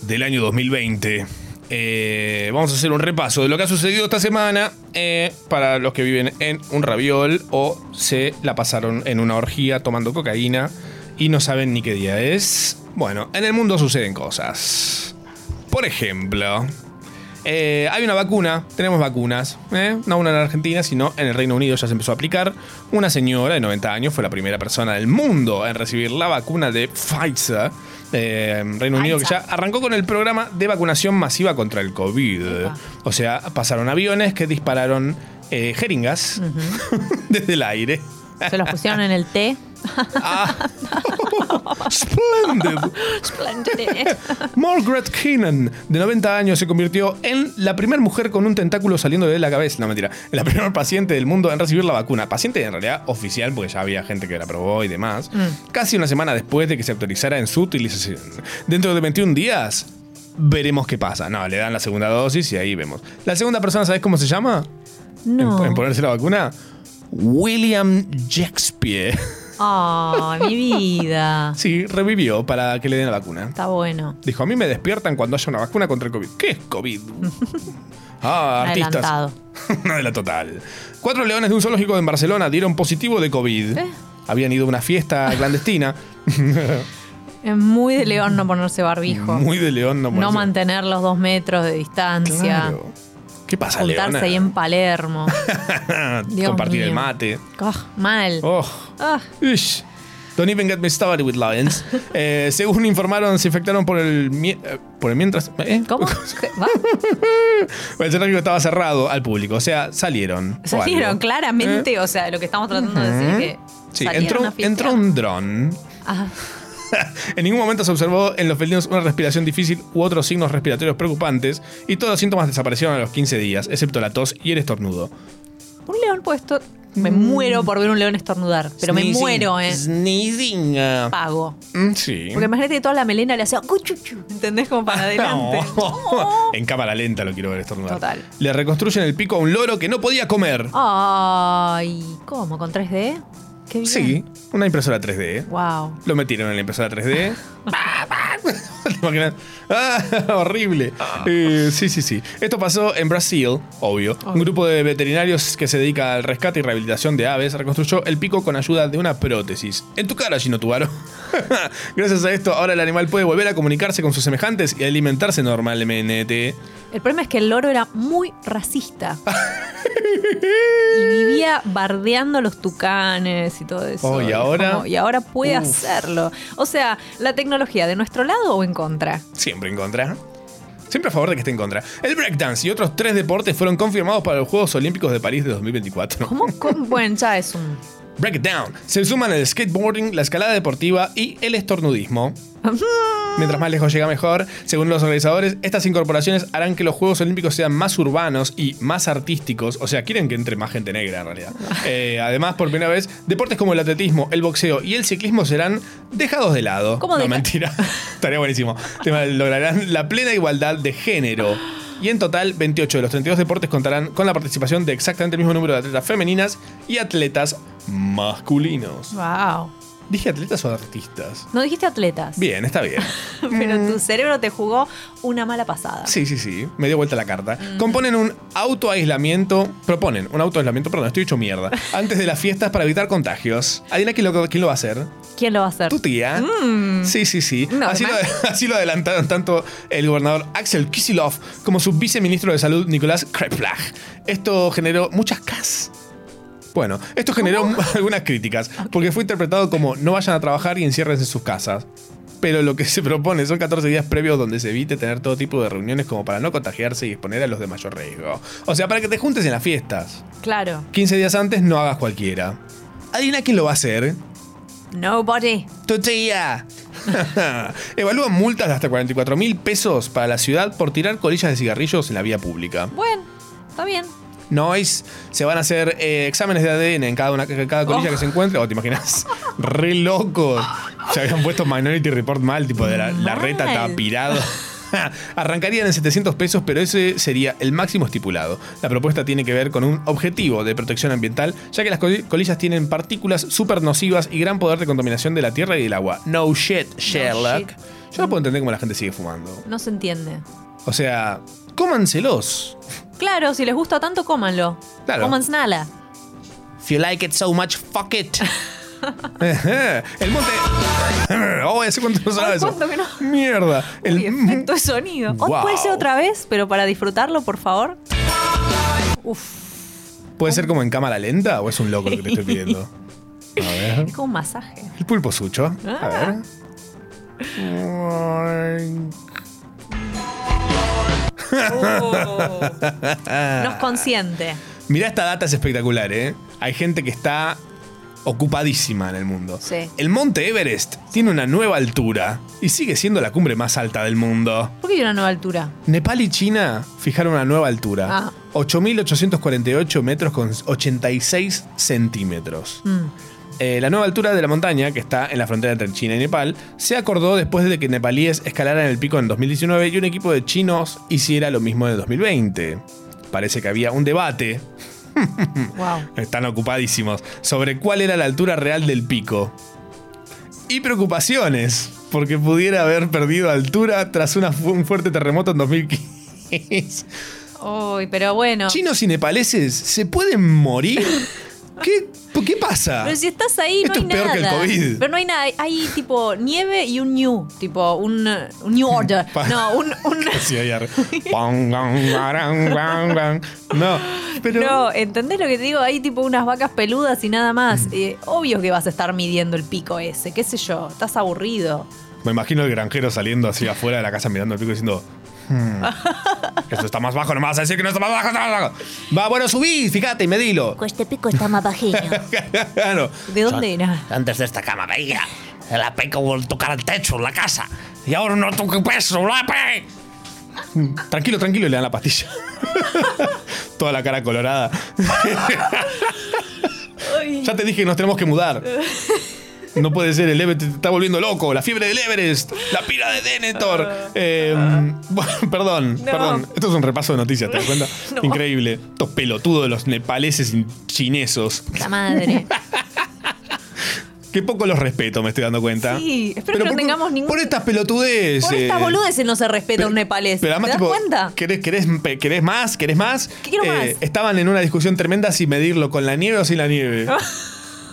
C: del año 2020. Eh, vamos a hacer un repaso de lo que ha sucedido esta semana eh, para los que viven en un raviol o se la pasaron en una orgía tomando cocaína y no saben ni qué día es. Bueno, en el mundo suceden cosas. Por ejemplo, eh, hay una vacuna, tenemos vacunas, ¿eh? no una en Argentina, sino en el Reino Unido ya se empezó a aplicar. Una señora de 90 años fue la primera persona del mundo en recibir la vacuna de Pfizer. eh, Reino Unido que ya arrancó con el programa de vacunación masiva contra el COVID. O sea, pasaron aviones que dispararon eh, jeringas desde el aire. Ah,
D: Se los pusieron en el té.
C: Splendid. Margaret Keenan, de 90 años, se convirtió en la primera mujer con un tentáculo saliendo de la cabeza. No, mentira. En la primera paciente del mundo en recibir la vacuna. Paciente en realidad oficial, porque ya había gente que la probó y demás.
D: Mm.
C: Casi una semana después de que se autorizara en su utilización. Dentro de 21 días, veremos qué pasa. No, le dan la segunda dosis y ahí vemos. La segunda persona, ¿sabes cómo se llama?
D: No.
C: En, en ponerse la vacuna. William Shakespeare.
D: Oh, mi vida.
C: Sí, revivió para que le den la vacuna.
D: Ah. Está bueno.
C: Dijo, a mí me despiertan cuando haya una vacuna contra el COVID. ¿Qué es COVID? ah, artistas.
D: Adelantado.
C: Una de la total. Cuatro leones de un zoológico en Barcelona dieron positivo de COVID.
D: Eh.
C: Habían ido a una fiesta clandestina.
D: Es muy de león no ponerse barbijo.
C: Muy de león no
D: no
C: parece.
D: mantener los dos metros de distancia.
C: Claro. ¿Qué pasa,
D: Juntarse
C: Leona?
D: ahí en Palermo. Dios
C: Compartir el
D: mío.
C: mate.
D: Ah, mal.
C: Oh.
D: Ah.
C: Ish. Don't even get me started with lions. Eh, según informaron, se infectaron por el, mie- eh, por el mientras. ¿eh?
D: ¿Cómo?
C: El zoológico estaba cerrado al público, o sea, salieron. o
D: Salieron
C: algo. ¿Eh?
D: claramente, o sea, lo que estamos tratando de decir
C: Ujú.
D: que.
C: Sí,
D: salieron
C: entró,
D: a fiestear.
C: entró un dron.
D: Ah,
C: En ningún momento se observó en los felinos una respiración difícil u otros signos respiratorios preocupantes y todos los síntomas desaparecieron a los 15 días, excepto la tos y el estornudo.
D: un león puesto. Me muero por ver un león estornudar, pero me
C: Sneezing.
D: muero, ¿eh?
C: Sneezing. ah.
D: Pago.
C: Mm, Sí.
D: Porque imagínate que toda la melena le hacía. cuchuchu, ¿Entendés? Como para adelante.
C: en cámara lenta lo quiero ver estornudar.
D: Total.
C: Le reconstruyen el pico a un loro que no podía comer.
D: Ay, ¿cómo? ¿Con 3D? Qué bien.
C: Sí, una impresora 3D.
D: Wow.
C: Lo metieron en la impresora 3D. ¿Te imaginas? Ah, horrible.
D: Ah.
C: Eh, sí, sí, sí. Esto pasó en Brasil, obvio. Un grupo de veterinarios que se dedica al rescate y rehabilitación de aves reconstruyó el pico con ayuda de una prótesis. En tu cara, Gino Tubaro. Gracias a esto, ahora el animal puede volver a comunicarse con sus semejantes y alimentarse normalmente.
D: El problema es que el loro era muy racista. y vivía bardeando a los tucanes y todo eso.
C: Oh, ¿y ahora?
D: Como, y ahora puede
C: Uf.
D: hacerlo. O sea, ¿la tecnología de nuestro lado o en contra?
C: Siempre en contra. Siempre a favor de que esté en contra. El breakdance y otros tres deportes fueron confirmados para los Juegos Olímpicos de París de 2024.
D: ¿Cómo? Bueno, ya es un.
C: Breakdown. Se suman el skateboarding, la escalada deportiva y el estornudismo. Mientras más lejos llega mejor. Según los organizadores, estas incorporaciones harán que los Juegos Olímpicos sean más urbanos y más artísticos. O sea, quieren que entre más gente negra en realidad. Eh, además, por primera vez, deportes como el atletismo, el boxeo y el ciclismo serán dejados de lado.
D: ¿Cómo
C: no,
D: deja-
C: mentira. Estaría buenísimo. Tema, Lograrán la plena igualdad de género. Y en total, 28 de los 32 deportes contarán con la participación de exactamente el mismo número de atletas femeninas y atletas masculinos.
D: Wow.
C: ¿Dije atletas o artistas?
D: No dijiste atletas,
C: Bien, está bien.
D: pero tu cerebro te jugó una mala pasada.
C: Sí, sí, sí. Me dio vuelta la carta. Componen un autoaislamiento. Proponen un autoaislamiento, perdón, estoy hecho mierda. Antes de las fiestas para evitar contagios. Adivina quién lo, quién lo va a hacer.
D: ¿Quién lo va a hacer?
C: Tu tía.
D: Mm.
C: Sí, sí, sí.
D: No,
C: así, lo,
D: además-
C: así lo adelantaron tanto el gobernador Axel Kisilov como su viceministro de salud Nicolás Kreplach. Esto generó muchas cas. Bueno, esto generó algunas críticas, porque fue interpretado como no vayan a trabajar y enciérrense en sus casas. Pero lo que se propone son 14 días previos donde se evite tener todo tipo de reuniones como para no contagiarse y exponer a los de mayor riesgo. O sea, para que te juntes en las fiestas.
D: Claro.
C: 15 días antes no hagas cualquiera. Adivina quién lo va a hacer.
D: Nobody.
C: Tu tía. Evalúan multas de hasta 44 mil pesos para la ciudad por tirar colillas de cigarrillos en la vía pública.
D: Bueno, está bien.
C: Noise. Se van a hacer eh, exámenes de ADN en cada, una, en cada colilla
D: Oh.
C: que se encuentre. ¿O te imaginas? Re locos. Se habían puesto Minority Report mal, tipo de la, la reta
D: Mal.
C: está pirado. Arrancarían en 700 pesos, pero ese sería el máximo estipulado. La propuesta tiene que ver con un objetivo de protección ambiental, ya que las coli- colillas tienen partículas súper nocivas y gran poder de contaminación de la tierra y del agua. No shit, Sherlock. Yo no puedo entender cómo la gente sigue fumando.
D: No se entiende.
C: O sea, cómanselos.
D: Claro, si les gusta tanto, cómanlo.
C: Claro.
D: Coman nala.
C: If you like it so much, fuck it. el monte. oh, ¿hace cuánto no sonaba eso?
D: ¿Cuánto que no?
C: Mierda. El-
D: Uy, efecto de sonido. O
C: Wow.
D: puede ser otra vez, pero para disfrutarlo, por favor. Uf,
C: ¿Puede ser como en cámara lenta o es un loco lo que te estoy pidiendo? A ver.
D: es como un masaje.
C: El pulpo sucho. A ver.
D: Ah. Oh.
C: Ah.
D: Nos consiente.
C: Mirá, esta data es espectacular, ¿eh? Hay gente que está ocupadísima en el mundo.
D: Sí.
C: El monte Everest tiene una nueva altura y sigue siendo la cumbre más alta del mundo.
D: ¿Por qué hay una nueva altura?
C: Nepal y China fijaron una nueva altura.
D: Ah.
C: 8.848 metros con 86 centímetros.
D: Mm.
C: Eh, la nueva altura de la montaña, que está en la frontera entre China y Nepal, se acordó después de que nepalíes escalaran el pico en 2019 y un equipo de chinos hiciera lo mismo en 2020. Parece que había un debate,
D: Wow.
C: están ocupadísimos, sobre cuál era la altura real del pico. Y preocupaciones, porque pudiera haber perdido altura tras una fu- un fuerte terremoto en 2015.
D: Uy, pero bueno.
C: ¿Chinos y nepaleses se pueden morir? ¿Qué, ¿Por qué pasa?
D: Pero si estás ahí,
C: Esto
D: no hay
C: es peor
D: nada.
C: que el COVID.
D: Pero no hay nada. Hay, hay tipo nieve y un new. Tipo un, eh, un new order.
C: Pa-
D: No, un. un-
C: Así ahí arriba. Pam, pam, parán, pam, pam. No, pero.
D: No, ¿entendés lo que te digo? Hay tipo unas vacas peludas y nada más.
C: Mm.
D: Eh, obvio que vas a estar midiendo el pico ese, qué sé yo, estás aburrido.
C: Me imagino el granjero saliendo así afuera de la casa mirando el pico diciendo. "Hmm, esto está más bajo, no me vas a decir que no está más bajo, está más bajo. Va, bueno, subí, fíjate, medilo.
D: Este pico está más bajito.
C: Claro.
D: ¿De dónde era?
E: Antes de esta cama veía la pica por tocar el techo en la casa. Y ahora no toque peso, la pe-
C: Tranquilo, tranquilo, y le dan la pastilla. Toda la cara colorada. ya te dije que nos tenemos que mudar. No puede ser, el Everest te está volviendo loco. La fiebre del Everest, la pira de Denethor. Eh, bueno, perdón,
D: Ah. No.
C: perdón. Esto es un repaso de noticias, ¿te das cuenta?
D: No.
C: Increíble. Estos pelotudos de los nepaleses y chinesos.
D: La madre.
C: Qué poco los respeto, me estoy dando cuenta.
D: Sí, espero que no
C: por-
D: tengamos ningún.
C: Por estas pelotudeces.
D: Por estas boludeces no se respeta un nepalés.
C: Pero además,
D: ¿Te das
C: tipo,
D: cuenta?
C: ¿querés, querés, pe- querés más? ¿Querés más? Eh,
D: ¿Qué quiero más?
C: Estaban en una discusión tremenda si medirlo con la nieve o sin la nieve.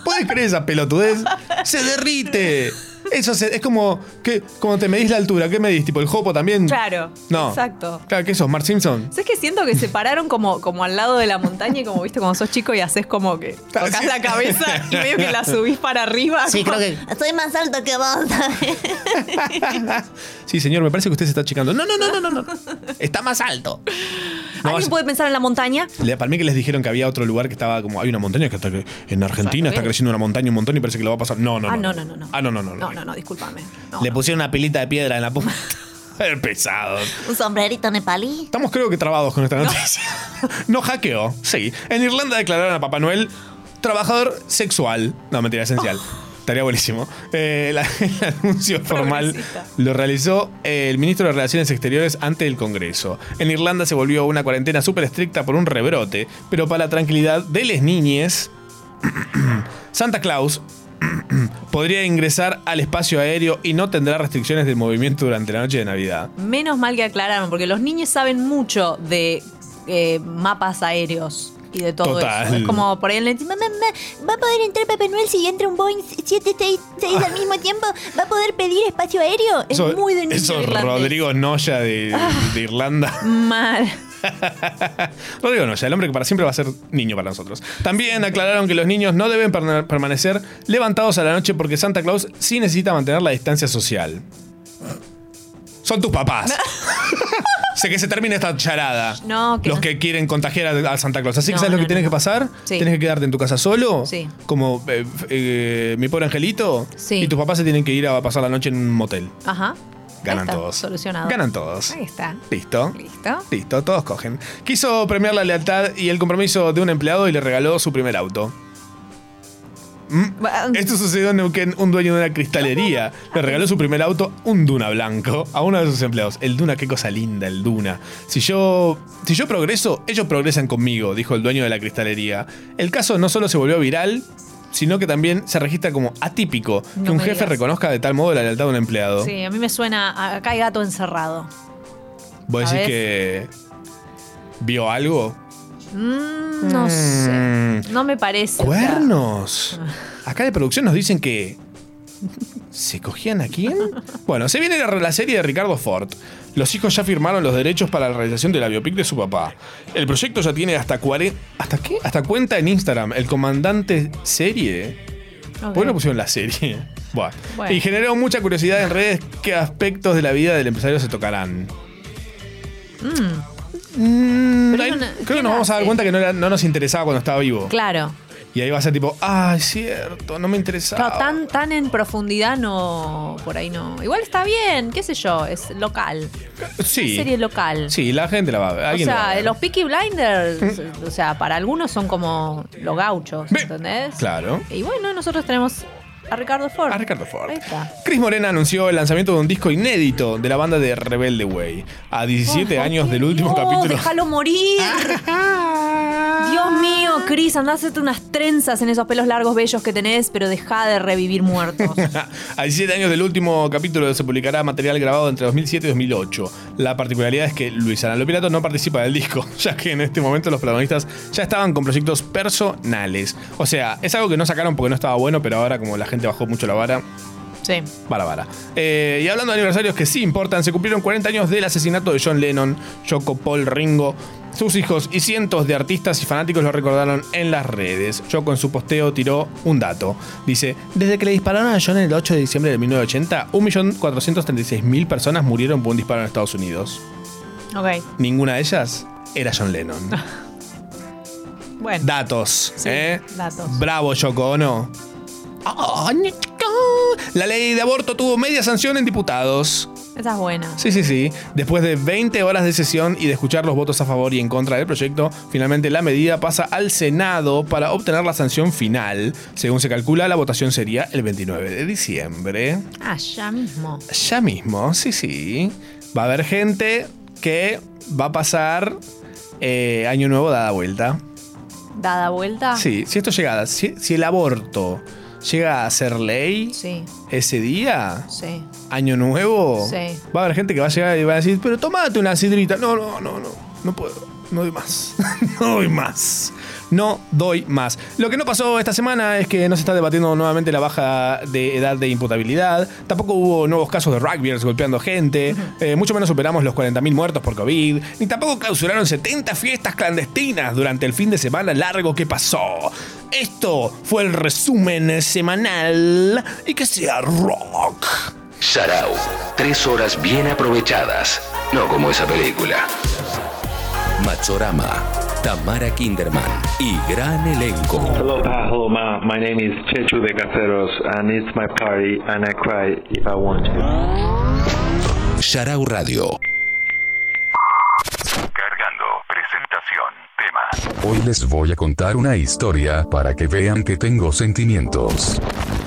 C: ¿Puedes creer esa pelotudez? ¡Se derrite! Eso es, es como que cuando te medís la altura, ¿qué medís? Tipo el jopo también.
D: Claro.
C: No.
D: Exacto.
C: Claro, ¿qué sos? Mark Simpson.
D: ¿Sabes que siento que se pararon como, como al lado de la montaña y como viste cuando sos chico y haces como que tocas la cabeza y medio que la subís para arriba?
E: Sí,
D: como,
E: creo
D: Estoy más alto que vos.
C: Sí, señor, me parece que usted se está chicando. No, no, no, no, no. no. Está más alto. No,
D: ¿Alguien puede pensar en la montaña?
C: Le- Para mí que les dijeron que había otro lugar que estaba como. Hay una montaña que está que- en Argentina,
D: Exacto,
C: está
D: bien.
C: creciendo una montaña un montón y parece que lo va a pasar. No, no,
D: ah,
C: no.
D: no, no, no.
C: Ah, no, no, no. no.
D: No, no, no, discúlpame.
C: Le pusieron una pilita de piedra en la punta. Pesado.
D: ¿Un sombrerito nepalí?
C: Estamos creo que trabados con esta noticia. No, hackeo. Sí. En Irlanda declararon a Papá Noel trabajador sexual. No, mentira, esencial.
D: Oh.
C: Estaría buenísimo. Eh, la- el anuncio formal lo realizó eh, el ministro de Relaciones Exteriores ante el Congreso. En Irlanda se volvió una cuarentena súper estricta por un rebrote, pero para la tranquilidad de les niñes, Santa Claus podría ingresar al espacio aéreo y no tendrá restricciones de movimiento durante la noche de Navidad.
D: Menos mal que aclararon, porque los niños saben mucho de eh, mapas aéreos y de todo
C: Total.
D: eso. Es como por ahí le dicen, mamá, mamá, ¿va a poder entrar Pepe Noel si entra un Boeing 766 al mismo tiempo? ¿Va a poder pedir espacio aéreo? Es
C: Eso-
D: muy de niño
C: Eso es
D: irlandés. Ah.
C: Rodrigo Noya de, de Irlanda.
D: Mal.
C: Rodrigo Noya, el hombre que para siempre va a ser niño para nosotros. También aclararon que los niños no deben perna- permanecer levantados a la noche porque Santa Claus sí necesita mantener la distancia social. Son tus papás. sé que se termina esta charada.
D: No, que
C: los
D: no.
C: que quieren contagiar a, a Santa Claus. Así que
D: No,
C: ¿sabes lo
D: no,
C: que tienes
D: no.
C: que pasar?
D: Sí.
C: Tienes que quedarte en tu casa solo.
D: Sí.
C: Como eh, f- eh, mi pobre angelito.
D: Sí.
C: Y tus papás se tienen que ir a pasar la noche en un motel.
D: Ajá.
C: Ganan
D: Ahí está,
C: todos.
D: Solucionado.
C: Ganan todos.
D: Ahí está.
C: Listo.
D: ¿Listo?
C: Listo, todos cogen. Quiso premiar la lealtad y el compromiso de un empleado y le regaló su primer auto. Mm. Esto sucedió en Neuquén. Un dueño de una cristalería le regaló su primer auto, un Duna blanco, a uno de sus empleados. El Duna, qué cosa linda, el Duna. Si yo, si yo progreso, ellos progresan conmigo, dijo el dueño de la cristalería. El caso no solo se volvió viral, sino que también se registra como atípico
D: No
C: que un
D: me
C: jefe
D: digas.
C: reconozca de tal modo la lealtad de un empleado.
D: Sí, a mí me suena, acá hay gato encerrado.
C: ¿Vos decís
D: ¿Sabes?
C: que vio algo?
D: Mm, no sé.
C: Mm.
D: No me parece. o sea,
C: ¿Cuernos? Acá de producción nos dicen que. ¿Se cogían a quién? Bueno, se viene la, la serie de Ricardo Ford. Los hijos ya firmaron los derechos para la realización de la biopic de su papá. El proyecto ya tiene hasta 40. ¿Hasta qué? Hasta cuenta en Instagram. El comandante serie.
D: Ok.
C: ¿Por qué no pusieron la serie? Buah.
D: Bueno.
C: Y generó mucha curiosidad en redes qué aspectos de la vida del empresario se tocarán.
D: mm. Pero es una-
C: Creo que nos vamos a dar cuenta que no, era- no nos interesaba cuando estaba vivo.
D: Claro.
C: Y ahí va a ser tipo, ah, es cierto, no me interesaba.
D: Claro, tan, tan en profundidad no. Por ahí no. Igual está bien, qué sé yo, es local.
C: sí.
D: Serie local.
C: Sí, la gente la va a ver.
D: O
C: alguien la va a
D: sea,
C: ver.
D: los Peaky Blinders, o sea, para algunos son como los gauchos, ¿entendés?
C: Claro.
D: Y bueno, nosotros tenemos a Ricardo Ford. A Ricardo
C: Ford.
D: Ahí está.
C: Chris Morena anunció el lanzamiento de un disco inédito de la banda de Rebelde Way. A 17 años del último
D: ¡Oh,
C: capítulo. Ah,
D: déjalo morir! Dios mío, Chris, andá a hacerte unas trenzas en esos pelos largos bellos que tenés, pero dejá de revivir muertos.
C: A 17 años del último capítulo se publicará material grabado entre 2007 y 2008. La particularidad es que Luis Ana Lopilato no participa del disco, ya que en este momento los protagonistas ya estaban con proyectos personales. O sea, es algo que no sacaron porque no estaba bueno, pero ahora como la gente bajó mucho la vara,
D: Sí.
C: Vara, vara. Eh, y hablando de aniversarios que sí importan, se cumplieron 40 años del asesinato de John Lennon, Yoko Paul Ringo. Sus hijos y cientos de artistas y fanáticos lo recordaron en las redes. Yoko en su posteo tiró un dato. Dice, desde que le dispararon a John el 8 de diciembre de 1980, 1.436.000 personas murieron por un disparo en Estados Unidos.
D: Ok,
C: Ninguna de ellas era John Lennon.
D: bueno,
C: Datos, ¿eh?
D: datos.
C: Bravo, Yoko, ¿o no? Ah, chica. La ley de aborto tuvo media sanción en diputados.
D: Esa es buena.
C: Sí, sí, sí. Después de 20 horas de sesión y de escuchar los votos a favor y en contra del proyecto, finalmente la medida pasa al Senado para obtener la sanción final. Según se calcula, la votación sería el 29 de diciembre.
D: Ah, ya mismo.
C: Ya mismo, sí, sí. Va a haber gente que va a pasar eh, Año Nuevo dada vuelta.
D: Dada vuelta.
C: Sí, si esto llega, si, si el aborto llega a ser ley
D: Sí,
C: ese día,
D: sí.
C: Año Nuevo,
D: Sí.
C: va a haber gente que va a llegar y va a decir, pero tomate una sidrita. No, no, no, no, no puedo, no doy más, no doy más. no doy más. Lo que no pasó esta semana es que no se está debatiendo nuevamente la baja de edad de imputabilidad. Tampoco hubo nuevos casos de rugbyers golpeando gente. Eh, mucho menos superamos los 40.000 muertos por COVID. Ni tampoco clausuraron 70 fiestas clandestinas durante el fin de semana largo que pasó. Esto fue el resumen semanal y que sea rock.
H: Sarau, tres horas bien aprovechadas, no como esa película.
F: Machorama, Tamara Kinderman y gran elenco.
L: Hello, pa. Hello, ma. My name is Chechu de Caseros, and it's my party, and I cry if I want to.
F: Sharau Radio.
P: Cargando. Presentación. Tema.
Q: Hoy les voy a contar una historia para que vean que tengo sentimientos.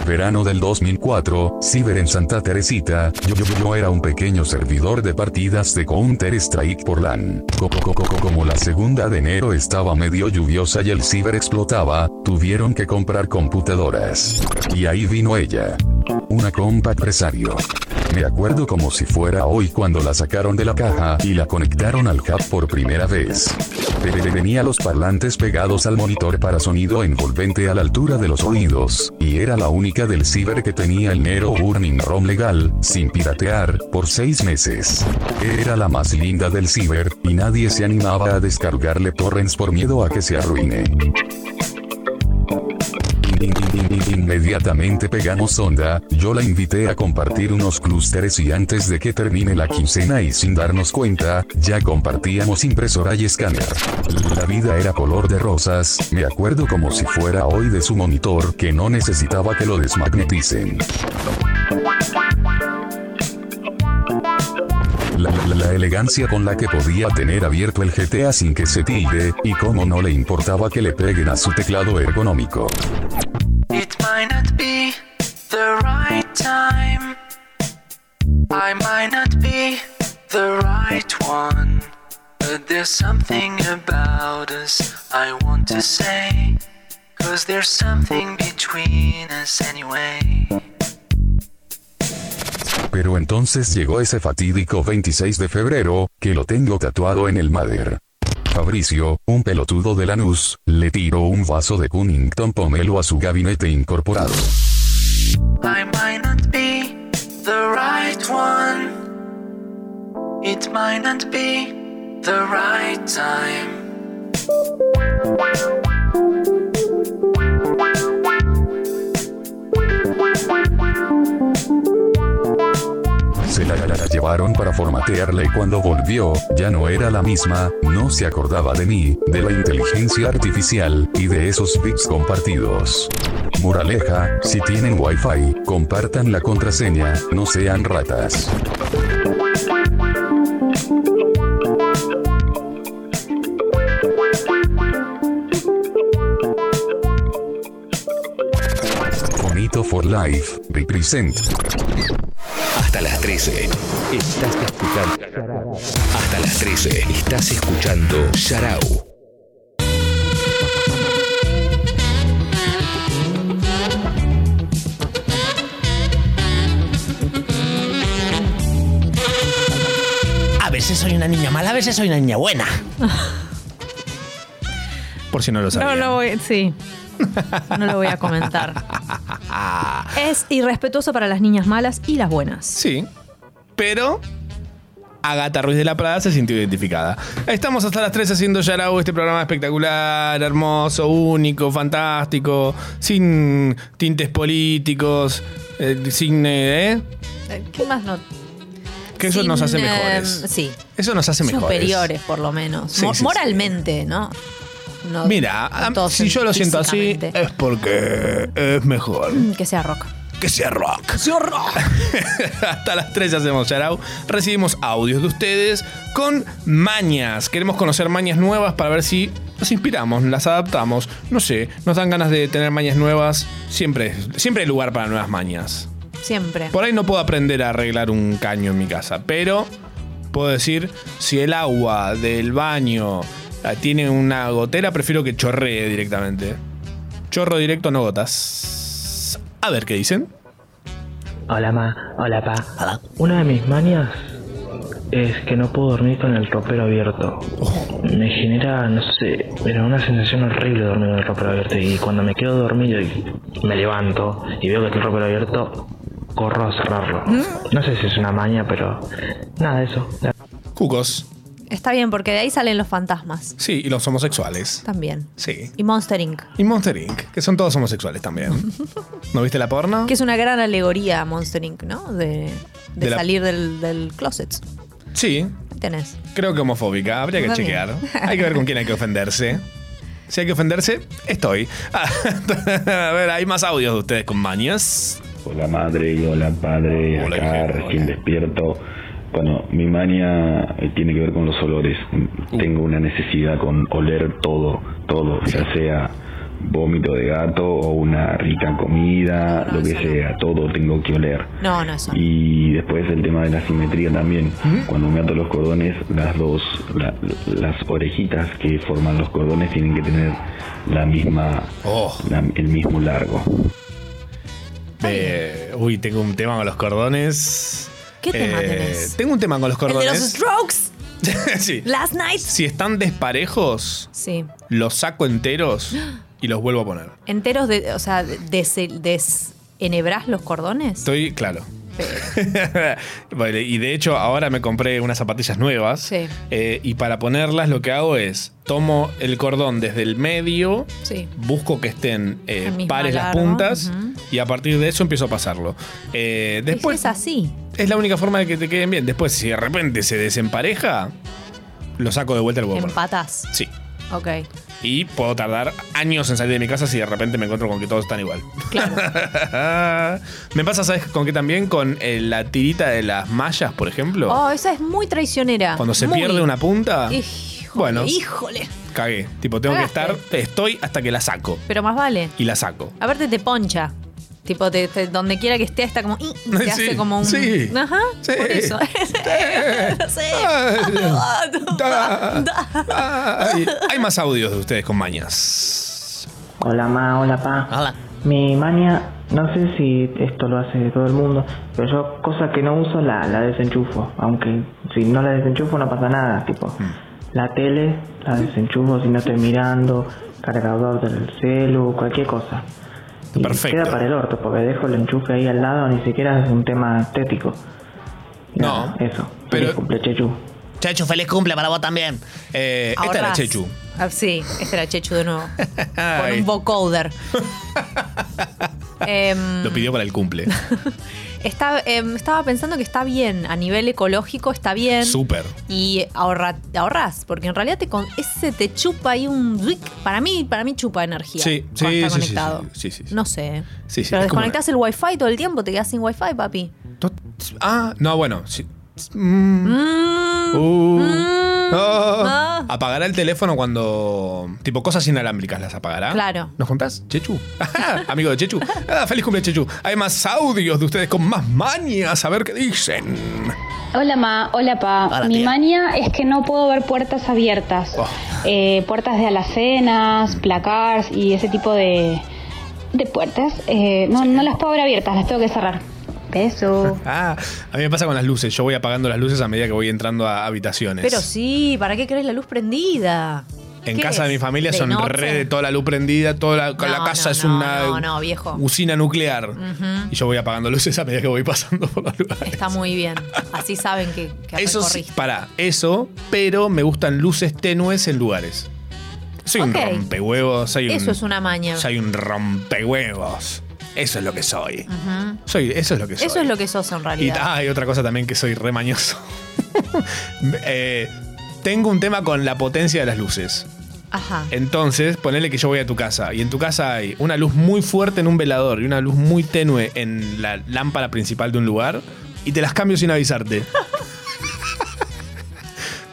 Q: Verano del 2004, Ciber en Santa Teresita, yo, yo- yo era un pequeño servidor de partidas de Counter Strike por LAN. Co- co- co- co- como la segunda de enero estaba medio lluviosa y el Ciber explotaba, tuvieron que comprar computadoras. Y ahí vino ella. Una compact presario. Me acuerdo como si fuera hoy cuando la sacaron de la caja y la conectaron al hub por primera vez. Pero le tenía los parlantes pegados al monitor para sonido envolvente a la altura de los oídos, y era la única del ciber que tenía el Nero Burning ROM legal, sin piratear, por seis meses. Era la más linda del ciber, y nadie se animaba a descargarle torrents por miedo a que se arruine. In- in- in- Inmediatamente pegamos onda, yo la invité a compartir unos clústeres y antes de que termine la quincena y sin darnos cuenta, ya compartíamos impresora y escáner. La vida era color de rosas, me acuerdo como si fuera hoy de su monitor que no necesitaba que lo desmagneticen. La, la- la elegancia con la que podía tener abierto el GTA sin que se tilde, y cómo no le importaba que le peguen a su teclado ergonómico.
P: It might not be the right time. I might not be the right one. But there's something about us I want to say. Cause there's something between us anyway.
Q: Pero entonces llegó ese fatídico 26 de febrero, que lo tengo tatuado en el mader. Fabricio, un pelotudo de Lanús, le tiró un vaso de Cunnington Pomelo a su gabinete incorporado.
P: I might not be the right one. It might not be the right time.
Q: Se la, la- la llevaron para formatearla y cuando volvió, ya no era la misma, no se acordaba de mí, de la inteligencia artificial, y de esos bits compartidos. Moraleja, si tienen wifi, compartan la contraseña, no sean ratas. Bonito for life, represent.
F: Hasta las 13. Estás escuchando. Hasta las 13. Estás escuchando Sharau.
E: A veces soy una niña mala, a veces soy una niña buena.
C: Por si no lo
D: No
C: sabían.
D: lo voy, sí. No lo voy a comentar.
C: Ah.
D: Es irrespetuoso para las niñas malas y las buenas.
C: Sí. Pero Agata Ruiz de la Prada se sintió identificada. Estamos hasta las 3 haciendo Yarao, este programa espectacular, hermoso, único, fantástico, sin tintes políticos, eh, sin... eh, ¿eh?
D: Eh, ¿Qué más no?
C: Que eso
D: Sin,
C: nos hace
D: eh,
C: mejores.
D: sí.
C: Eso nos hace mejores.
D: Superiores, por lo menos.
C: Sí,
D: Mo-
C: sí, sí.
D: moralmente, ¿no? No
C: Mira, a-
D: tanto
C: si yo lo siento así,
D: físicamente.
C: es porque es mejor.
D: Que sea rock.
C: Que sea rock. Hasta las 3 hacemos Yarau. Recibimos audios de ustedes con mañas. Queremos conocer mañas nuevas para ver si nos inspiramos, las adaptamos. No sé, nos dan ganas de tener mañas nuevas. Siempre, siempre hay lugar para nuevas mañas.
D: Siempre.
C: Por ahí no puedo aprender a arreglar un caño en mi casa, pero puedo decir, si el agua del baño eh, tiene una gotera, prefiero que chorree directamente. Chorro directo, no gotas. A ver qué dicen.
R: Hola ma, hola pa. Una de mis manias es que no puedo dormir con el ropero abierto. Me genera, no sé, era una sensación horrible dormir con el ropero abierto. Y cuando me quedo dormido y me levanto y veo que está el ropero abierto, corro a cerrarlo. No sé si es una maña, pero nada de eso.
C: Cucos.
D: Está bien, porque de ahí salen los fantasmas
C: Sí, y los homosexuales.
D: también.
C: Sí.
D: Y Monster Inc.
C: Y Monster Inc., que son todos homosexuales también. ¿No viste la porno?
D: Que es una gran alegoría a Monster Inc., ¿no? De, de
C: De la-
D: salir del, del closet.
C: Sí,
D: Ahí Tenés.
C: creo que homofóbica. Habría que
D: También.
C: chequear. Hay que ver con quién hay que ofenderse. Si hay que ofenderse, estoy. Ah, a ver, hay más audios de ustedes con mañas.
S: Hola madre, hola padre, acá recién despierto. Bueno, mi mania eh, tiene que ver con los olores. Tengo una necesidad con oler todo, todo, ya sea vómito de gato o una rica comida, lo que sea, todo tengo que oler.
D: No, no, eso.
S: Y después el tema de la simetría también. Cuando me ato los cordones, las dos, la- las orejitas que forman los cordones tienen que tener la misma, la- el mismo largo.
C: Eh, uy, tengo un tema con los cordones. Eh,
D: ¿Qué tema tenés?
C: Tengo un tema con los
D: El de los
C: cordones.
D: Strokes.
C: Sí.
D: Last night.
C: Si están desparejos,
D: Sí.
C: los saco enteros y los vuelvo a poner.
D: Enteros de. O sea, des, desenebrás los cordones.
C: Estoy claro. Vale, y de hecho ahora me compré unas zapatillas nuevas
D: Sí.
C: eh, y para ponerlas lo que hago es tomo el cordón desde el medio,
D: Sí.
C: busco que estén eh,
D: El mismo
C: pares las
D: largo,
C: puntas
D: ujú.
C: y a partir de eso empiezo a pasarlo. Eh, después
D: Es así.
C: es la única forma de que te queden bien. Después si de repente se desempareja, lo saco de vuelta al
D: Em.
C: huevo.
D: Empatás.
C: Sí.
D: Ok.
C: Y puedo tardar años en salir de mi casa si de repente me encuentro con que todos están igual. me pasa, ¿sabes con qué también? Con eh, la tirita de las mallas, por ejemplo.
D: Oh, esa es muy traicionera.
C: Cuando se
D: Muy.
C: pierde una punta,
D: Híjole,
C: Bueno.
D: Híjole.
C: cagué. Tipo, tengo que estar,
D: Cagaste.
C: estoy hasta que la saco.
D: Pero más vale.
C: Y la saco.
D: A verte te poncha. Tipo, te- te- donde quiera que esté, está como. "Ih", y Te
C: Sí,
D: hace como un.
C: sí.
D: Ajá.
C: Sí.
D: Por eso. sí.
C: Ay, Ah, hay más audios de ustedes con mañas.
T: Hola ma, hola pa. Mi mania, no sé si esto lo hace todo el mundo, pero yo cosa que no uso la, la desenchufo, aunque si no la desenchufo no pasa nada, tipo
C: Mm.
T: la tele la desenchufo si no estoy mirando, cargador del celu, cualquier cosa. Y
C: Perfecto.
T: Queda para el orto porque dejo el enchufe ahí al lado, ni siquiera es un tema estético.
C: No.
T: Eso.
C: Pero-
T: Cumple Chechu.
E: Chechu, feliz cumple para vos también.
C: Eh, esta era
D: Ahorrás.
C: Chechu.
D: Ah, sí, este era Chechu de nuevo. Con
C: Ay.
D: un vocoder. Em,
C: Lo pidió para el cumple.
D: está, em, estaba pensando que está bien, a nivel ecológico está bien.
C: Súper.
D: Y ahorra, ahorras, porque en realidad te con, ese te chupa ahí un... zwick. Para mí, para mí chupa energía.
C: Sí, sí,
D: cuando
C: sí,
D: está
C: sí, sí,
D: conectado.
C: sí, sí, sí.
D: No sé. ¿eh?
C: Sí, sí,
D: Pero
C: es como
D: desconectás el wifi todo el tiempo, te quedas sin wifi, papi.
C: Ah, no, bueno. sí.
D: Mm.
C: Uh. Oh.
D: Ah.
C: Apagará el teléfono cuando. Tipo, cosas inalámbricas las apagará.
D: Claro.
C: ¿Nos contás? Chechu. Ajá, Amigo de Chechu. Ah, feliz cumple, Chechu. Hay más audios de ustedes con más mañas. A ver qué dicen.
U: Hola ma, hola pa.
C: Hola,
U: Mi
C: tía. Oh.
U: manía es que no puedo ver puertas abiertas. Eh, puertas de alacenas, placars y ese tipo de, de puertas. Eh, no, no las puedo ver abiertas, las tengo que cerrar. Beso.
C: Ah, a mí me pasa con las luces. Yo voy apagando las luces a medida que voy entrando a habitaciones.
D: Pero sí, ¿para qué querés la luz prendida?
C: en
D: ¿Qué
C: casa de
D: es?
C: mi familia son
D: noche?
C: re de toda la luz prendida, toda la, con
D: No,
C: la casa
D: no,
C: es
D: no,
C: una
D: No, no, viejo. Mm.
C: usina nuclear.
D: Ujú.
C: Y yo voy apagando luces a medida que voy pasando por los lugares.
D: Está muy bien. Así saben que, que
C: Eso sí,
D: recorriste.
C: para eso, pero me gustan luces tenues en lugares. Soy
D: Ok.
C: un rompehuevos, soy un,
D: Eso es una maña.
C: soy un rompehuevos. Eso es lo que soy.
D: Ujú.
C: Soy eso es lo que soy.
D: Ah. Eso es lo que sos en
C: y
D: realidad.
C: ah, hay otra cosa también que soy remañoso. tengo un tema con la potencia de las luces.
D: Ajá.
C: Entonces, ponele que yo voy a tu casa y en tu casa hay una luz muy fuerte en un velador y una luz muy tenue en la lámpara principal de un lugar y te las cambio sin avisarte.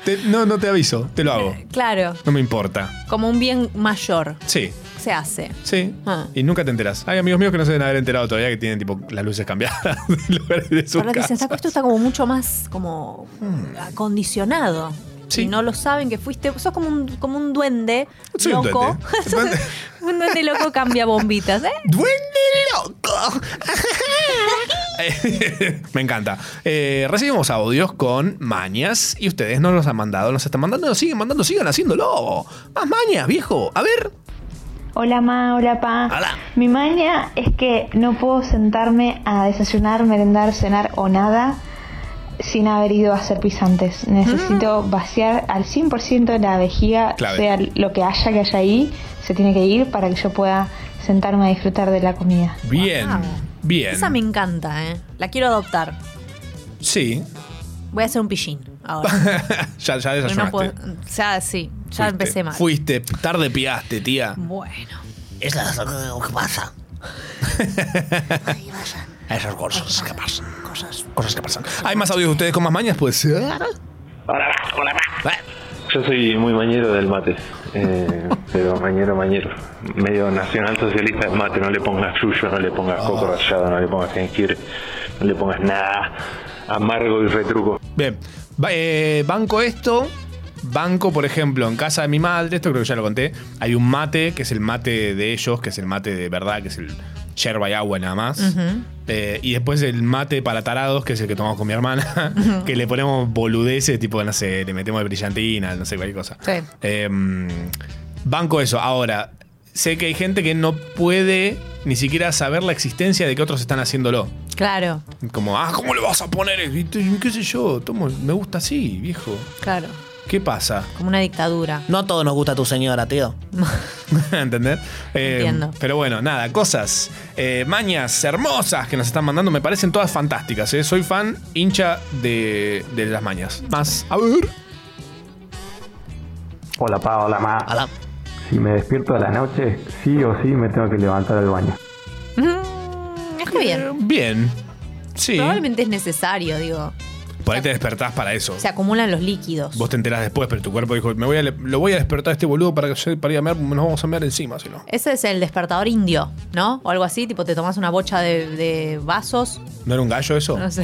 C: Te- no, no te aviso, te lo hago.
D: Claro.
C: No me importa.
D: Como un bien mayor.
C: Sí,
D: Se hace.
C: sí.
D: Ah.
C: Y nunca te enterás. Hay amigos míos que no se deben haber enterado todavía que tienen tipo las luces cambiadas de lugares de su
D: Ahora dicen,
C: casa.
D: "Saco, esto está como mucho más como
C: Hmm.
D: acondicionado. Si no lo saben que fuiste. Sos como un, como un duende
C: Soy un
D: loco.
C: duende.
D: Sos un duende loco cambia bombitas, ¿eh?
C: ¡Duende loco! Me encanta. Eh, recibimos audios con mañas y ustedes nos los han mandado, nos están mandando, nos siguen mandando, sigan haciéndolo. Más mañas, viejo. A ver.
J: Hola ma, hola pa. Mi maña es que no puedo sentarme a desayunar, merendar, cenar o nada sin haber ido a hacer pisantes. Necesito vaciar al 100% la vejiga,
P: Clave.
J: sea lo que haya que haya ahí, se tiene que ir para que yo pueda sentarme a disfrutar de la comida.
C: Bien.
D: Wow.
C: Bien.
D: Esa me encanta, ¿eh? La quiero adoptar.
C: Sí.
D: Voy a hacer un pillín ahora.
C: Ya, ya
D: Pero no
C: desayunaste.
D: puedo- o sea, sí, ya
C: Fuiste-
D: empecé mal.
C: Fuiste, tarde piaste, tía.
D: Bueno.
E: Es la que pasa.
C: Esas cosas que pasan. Cosas. que pasan. ¿Hay más audios de ustedes con más mañas? Pues.
S: Yo soy muy mañero del mate, eh, pero mañero, mañero. Medio nacional socialista del mate, no le pongas yuyo, no le pongas coco rallado, no le pongas jengibre, no le pongas nada. Amargo y retruco.
C: Bien. Ba- eh, banco esto. Banco, por ejemplo, en casa de mi madre, esto creo que ya lo conté, hay un mate, que es el mate de ellos, que es el mate de verdad, que es el yerba y agua nada más. Eh, y después el mate para tarados, que es el que tomamos con mi hermana,
D: Ujú.
C: que le ponemos boludeces, tipo, no sé, le metemos de brillantina, no sé, cualquier cosa.
D: Sí.
C: Eh, banco eso. Ahora, sé que hay gente que no puede ni siquiera saber la existencia de que otros están haciéndolo.
D: Claro,
C: Como, ah, ¿cómo le vas a poner? Y tú, ¿Qué sé yo? Tomo, me gusta así, viejo.
D: claro.
C: ¿Qué pasa?
D: Como una dictadura.
E: No todo nos gusta tu señora, tío.
C: ¿Entendés? Eh,
D: Entiendo.
C: Pero bueno, nada, cosas, eh, mañas hermosas que nos están mandando, me parecen todas fantásticas. ¿eh? Soy fan, hincha de, de las mañas. Más, a ver.
V: Hola Pa, hola Ma. Si me despierto a la noche, sí o sí me tengo que levantar al baño.
D: Está Mm, bien.
C: Bien. Sí.
D: Probablemente es necesario, digo.
C: Por ahí te despertás para eso.
D: Se acumulan los líquidos.
C: Vos te enterás después, pero tu cuerpo dijo, me voy a, le- lo voy a despertar a este boludo para que se- para ir a mear, nos vamos a mear encima, si no.
D: Ese es el despertador indio, ¿no? O algo así, tipo te tomas una bocha de, de vasos.
C: ¿No era un gallo eso?
D: No sé.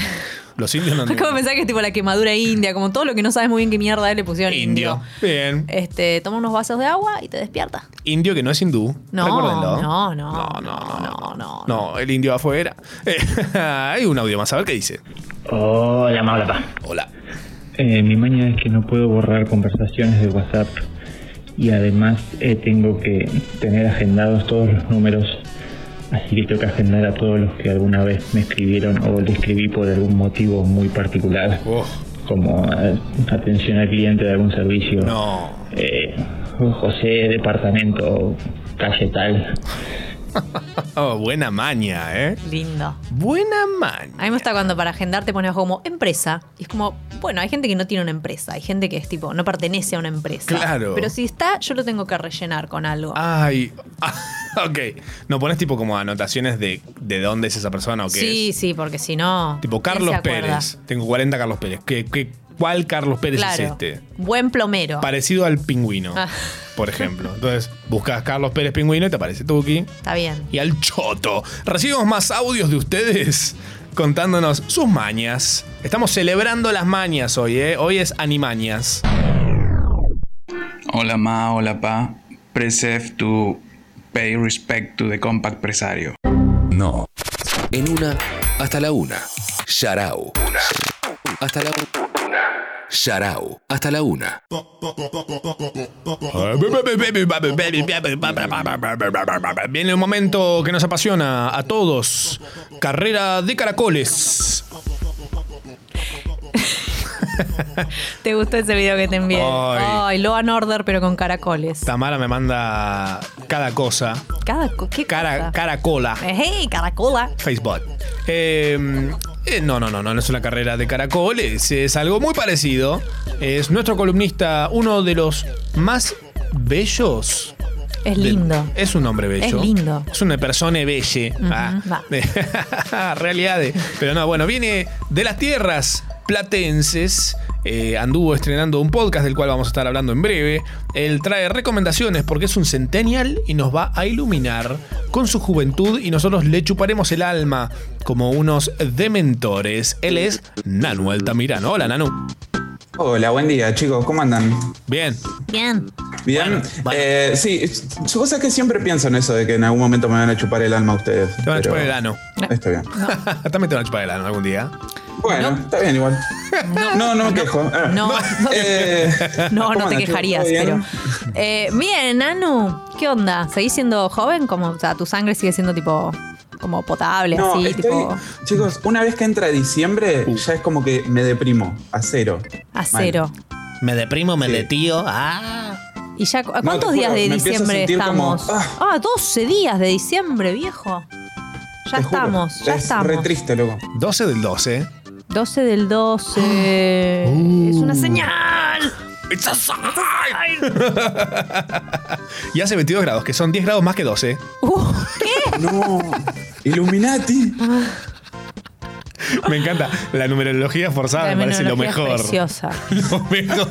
C: Los indios no
D: Acabo de pensar que es tipo la quemadura india, como todo lo que no sabes muy bien qué mierda es, le pusieron indio.
C: Bien.
D: Este, toma unos vasos de agua y te despierta.
C: Indio que no es hindú.
D: No,
C: Recuérdenlo.
D: no, no.
C: No, no, no, no. No, el indio afuera. Eh, hay un audio más, a ver qué dice.
A: Hola, ma, hola, pa.
C: Hola.
A: Eh, mi maña es que no puedo borrar conversaciones de WhatsApp y además eh, tengo que tener agendados todos los números, así que tengo que agendar a todos los que alguna vez me escribieron o le escribí por algún motivo muy particular, como eh, atención al cliente de algún servicio, eh, José, departamento, calle tal.
C: Oh, buena maña, ¿eh?
D: Lindo.
C: Buena man.
D: A mí me gusta cuando para agendar te pones como empresa. Y es como, bueno, hay gente que no tiene una empresa. Hay gente que es tipo, no pertenece a una empresa.
C: Claro. Ah,
D: Pero si está, yo lo tengo que rellenar con algo.
C: Ay. ok. ¿No pones tipo como anotaciones de, de dónde es esa persona o qué
D: sí, sí, porque si no.
C: es? Tipo
D: ¿quién
C: Carlos
D: se acuerda?
C: Pérez. Tengo 40 Carlos Pérez. ¿Qué, qué, cuál Carlos Pérez
D: Claro.
C: es este?
D: Buen plomero.
C: Parecido al pingüino,
D: Ah,
C: por ejemplo. Entonces, buscas Carlos Pérez Pingüino y te aparece Tuki.
D: está bien.
C: y al choto. Recibimos más audios de ustedes contándonos sus mañas. Estamos celebrando las mañas hoy, ¿eh? Hoy es animañas.
B: Hola ma, hola pa. Preserve to pay respect to the compact presario.
F: No. En una hasta la una. Sharau. Hasta la una. Sharau. Hasta la una.
C: Viene un momento que nos apasiona a todos. Carrera de caracoles.
D: ¿Te gustó ese video que te envié?
C: Ay.
D: Ay, Law and Order, pero con caracoles.
C: Tamara me manda cada cosa.
D: Cada, co- ¿Qué
C: Cara,
D: cosa?
C: caracola.
D: Eh, ¡Hey, caracola!
C: Facebook. Eh, eh, no, no, no, no, no es una carrera de caracoles, es algo muy parecido. Es nuestro columnista, uno de los más bellos.
D: Es
C: de-
D: lindo.
C: es un hombre bello.
D: Es lindo.
C: Es una persona belle. Ah.
D: Ujú, va.
C: Realidades. Pero no, bueno, viene de las tierras platenses. eh, anduvo estrenando un podcast del cual vamos a estar hablando en breve. Él trae recomendaciones porque es un centennial y nos va a iluminar con su juventud y nosotros le chuparemos el alma como unos dementores. Él es Nanu Altamirano. Hola, Nanu.
W: Hola, buen día chicos, ¿cómo andan?
C: Bien.
D: Bien.
B: Bien. Eh, sí, vos sabés que siempre pienso en eso de que en algún momento me van a chupar el alma a ustedes. Te
C: van a chupar el ano.
B: Está bien.
C: También te van a chupar el ano algún día.
B: Bueno, está bien igual. No, no, me quejo. Ah,
D: No, no te-
B: eh,
D: no,
B: ¿cómo
D: no te
B: andan,
D: quejarías,
B: chicos? ¿Todo
D: pero.
B: bien?
D: Eh, bien, Anu, ¿qué onda? ¿Seguís siendo joven? Como, o sea, tu sangre sigue siendo tipo. como potable,
B: No,
D: así,
B: estoy-
D: tipo.
B: Chicos, una vez que entra diciembre,
C: Uh.
B: ya es como que me deprimo. A cero.
D: A cero.
B: Me deprimo, me detío.
E: ah.
D: ¿Y ya cu- a
B: No,
D: cuántos
B: te juro,
D: días de
B: me empiezo a
D: diciembre
B: sentir como,
D: estamos? ah, 12 días de diciembre, viejo. Ya estamos, ya estamos.
B: triste, loco.
C: 12 del 12.
D: 12 del 12. Es una
B: Uh.
D: señal.
C: It's a Y hace 22 grados, que son 10 grados más que 12.
D: Uh,
B: ¿Qué? No. Illuminati.
C: Me encanta. La numerología forzada
D: La
C: me parece lo
D: menología
C: mejor.
D: es Preciosa.
C: Lo mejor.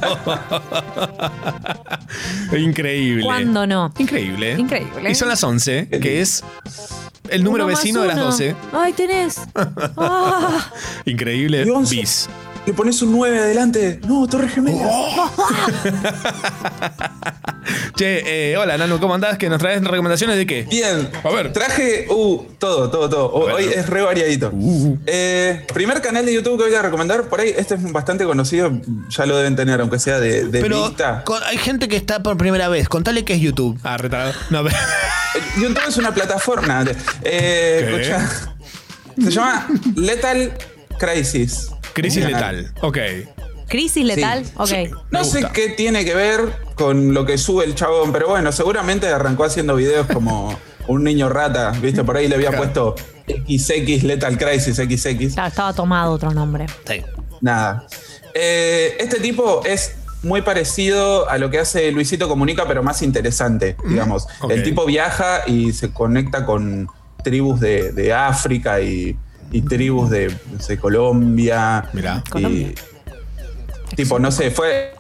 C: Increíble.
D: ¿Cuándo no?
C: Increíble.
D: Increíble.
C: Y son las 11, que es el número
D: Uno más
C: vecino de las
D: uno.
C: 12.
D: Ay, tenés. Ah.
C: Increíble. Bis.
B: Le pones un 9 adelante. No, Torre Gemela.
C: Che, eh, hola Nano, ¿cómo andás? ¿Que nos traes recomendaciones de qué?
B: Bien.
C: A ver.
B: Traje, uh, todo, todo, todo. O- Hoy es re variadito.
C: Uh,
B: Eh, primer canal de YouTube que voy a recomendar, por ahí, este es bastante conocido, ya lo deben tener, aunque sea de, de
E: Pero
B: vista.
E: con- hay gente que está por primera vez. Contale qué es YouTube.
C: Ah, retardado. No,
B: Eh, YouTube es una plataforma. Eh,
C: ¿Qué?
B: escucha. se llama Lethal Crisis.
C: Crisis
B: Un canal.
C: letal. Ok.
D: Crisis letal. Ok.
B: No sé qué tiene que ver con lo que sube el chabón, pero bueno, seguramente arrancó haciendo videos como un niño rata, ¿viste? Por ahí le había puesto XX Lethal Crisis XX.
D: Claro, estaba tomado otro nombre.
B: Nada. Eh, este tipo es muy parecido a lo que hace Luisito Comunica, pero más interesante, digamos.
C: ok.
B: El tipo viaja y se conecta con tribus de, de África y, y tribus de, no sé, Colombia.
C: Mirá.
B: Y, Tipo, no sé, fue...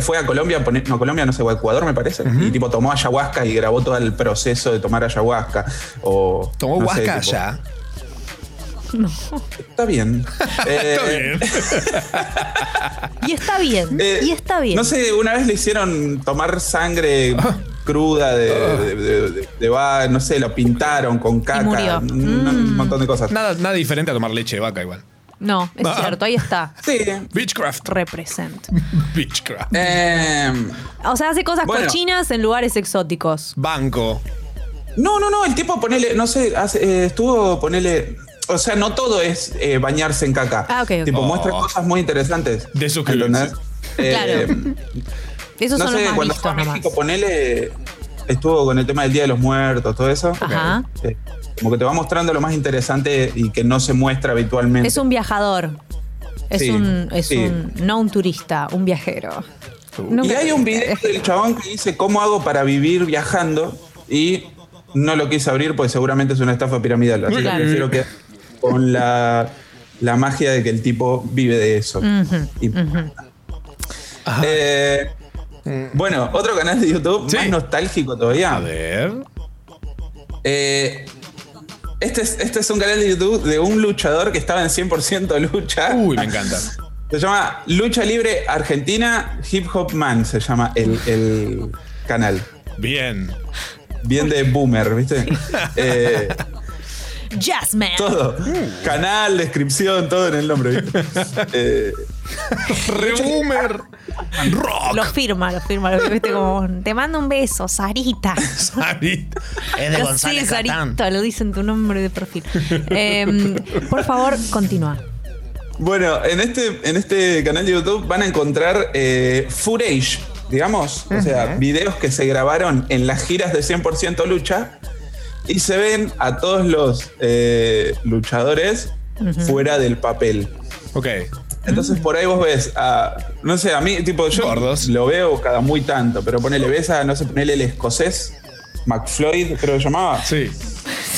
B: Fue a Colombia, pone- no Colombia, no sé, o Ecuador me parece. Y tipo tomó ayahuasca y grabó todo el proceso de tomar ayahuasca. O,
C: ¿Tomó
B: no sé,
C: huasca
B: tipo,
C: ya?
B: Está bien. Eh,
C: Está
B: bien.
D: Y está bien. y está bien.
B: Eh, No sé, una vez le hicieron tomar sangre cruda de,
C: Ah.
B: de, de- de- de va- no sé, lo pintaron con caca,
D: murió. Mm.
B: un, un montón de cosas.
C: Nada, nada diferente a tomar leche de vaca igual.
D: No, es
C: Ah.
D: cierto, ahí está.
B: Sí.
C: Beechcraft.
D: Represent.
C: Beechcraft.
B: Em.
D: O sea, hace cosas
B: Eh. Bueno.
D: cochinas en lugares exóticos.
C: Banco.
B: No, no, no, el tipo ponele, no sé, hace- eh, estuvo ponele, o sea, no todo es eh, bañarse en caca.
D: Ah, ok, ok.
B: Tipo,
D: Oh.
B: muestra cosas muy interesantes. Eh,
C: De
B: sus
D: Claro. Esos
B: no
D: son
B: sé,
D: los más
B: cuando
D: vistos
B: fue a
D: nomás.
B: México, ponele, estuvo con el tema del Día de los Muertos, todo eso.
D: Ajá.
B: Eh, Como que te va mostrando lo más interesante y que no se muestra habitualmente.
D: Es un viajador. Es
B: Sí,
D: un. Es
B: sí.
D: un. No un turista, un viajero. No
B: y
D: me-
B: hay un video del chabón que dice cómo hago para vivir viajando y no lo quise abrir porque seguramente es una estafa piramidal. Así
D: Claro.
B: que prefiero que con la, la magia de que el tipo vive de eso.
D: Ujú,
B: Y-
D: ujú.
B: Eh, bueno, otro canal de YouTube más nostálgico todavía. A
C: ver.
B: este, es, este es un canal de YouTube de un luchador que estaba en 100% lucha.
C: Uy, me encanta.
B: Se llama Lucha Libre Argentina Hip Hop Man, se llama el, el canal.
C: Bien.
B: Bien de boomer, ¿viste? Eh,
D: Jazz Man.
B: todo. Canal, descripción, todo en el nombre, ¿viste? Eh,
C: Reboomer.
D: Lo firma, lo firma. Lo viste como. Te mando un beso, Sarita.
C: Sarita.
E: Es de González
D: sí,
E: Catán.
D: Sarita, lo dicen tu nombre de perfil. Eh, por favor, continúa.
B: Bueno, en este, en este canal de YouTube van a encontrar eh, footage, digamos, o sea, videos que se grabaron en las giras de 100% lucha y se ven a todos los eh, luchadores
C: Ujú.
B: fuera del papel.
C: Ok.
B: Entonces por ahí vos ves a, no sé, a mí, tipo, yo lo veo cada muy tanto, pero ponele, ves a, no sé, ponele el escocés, McFloyd, creo que llamaba.
C: Sí.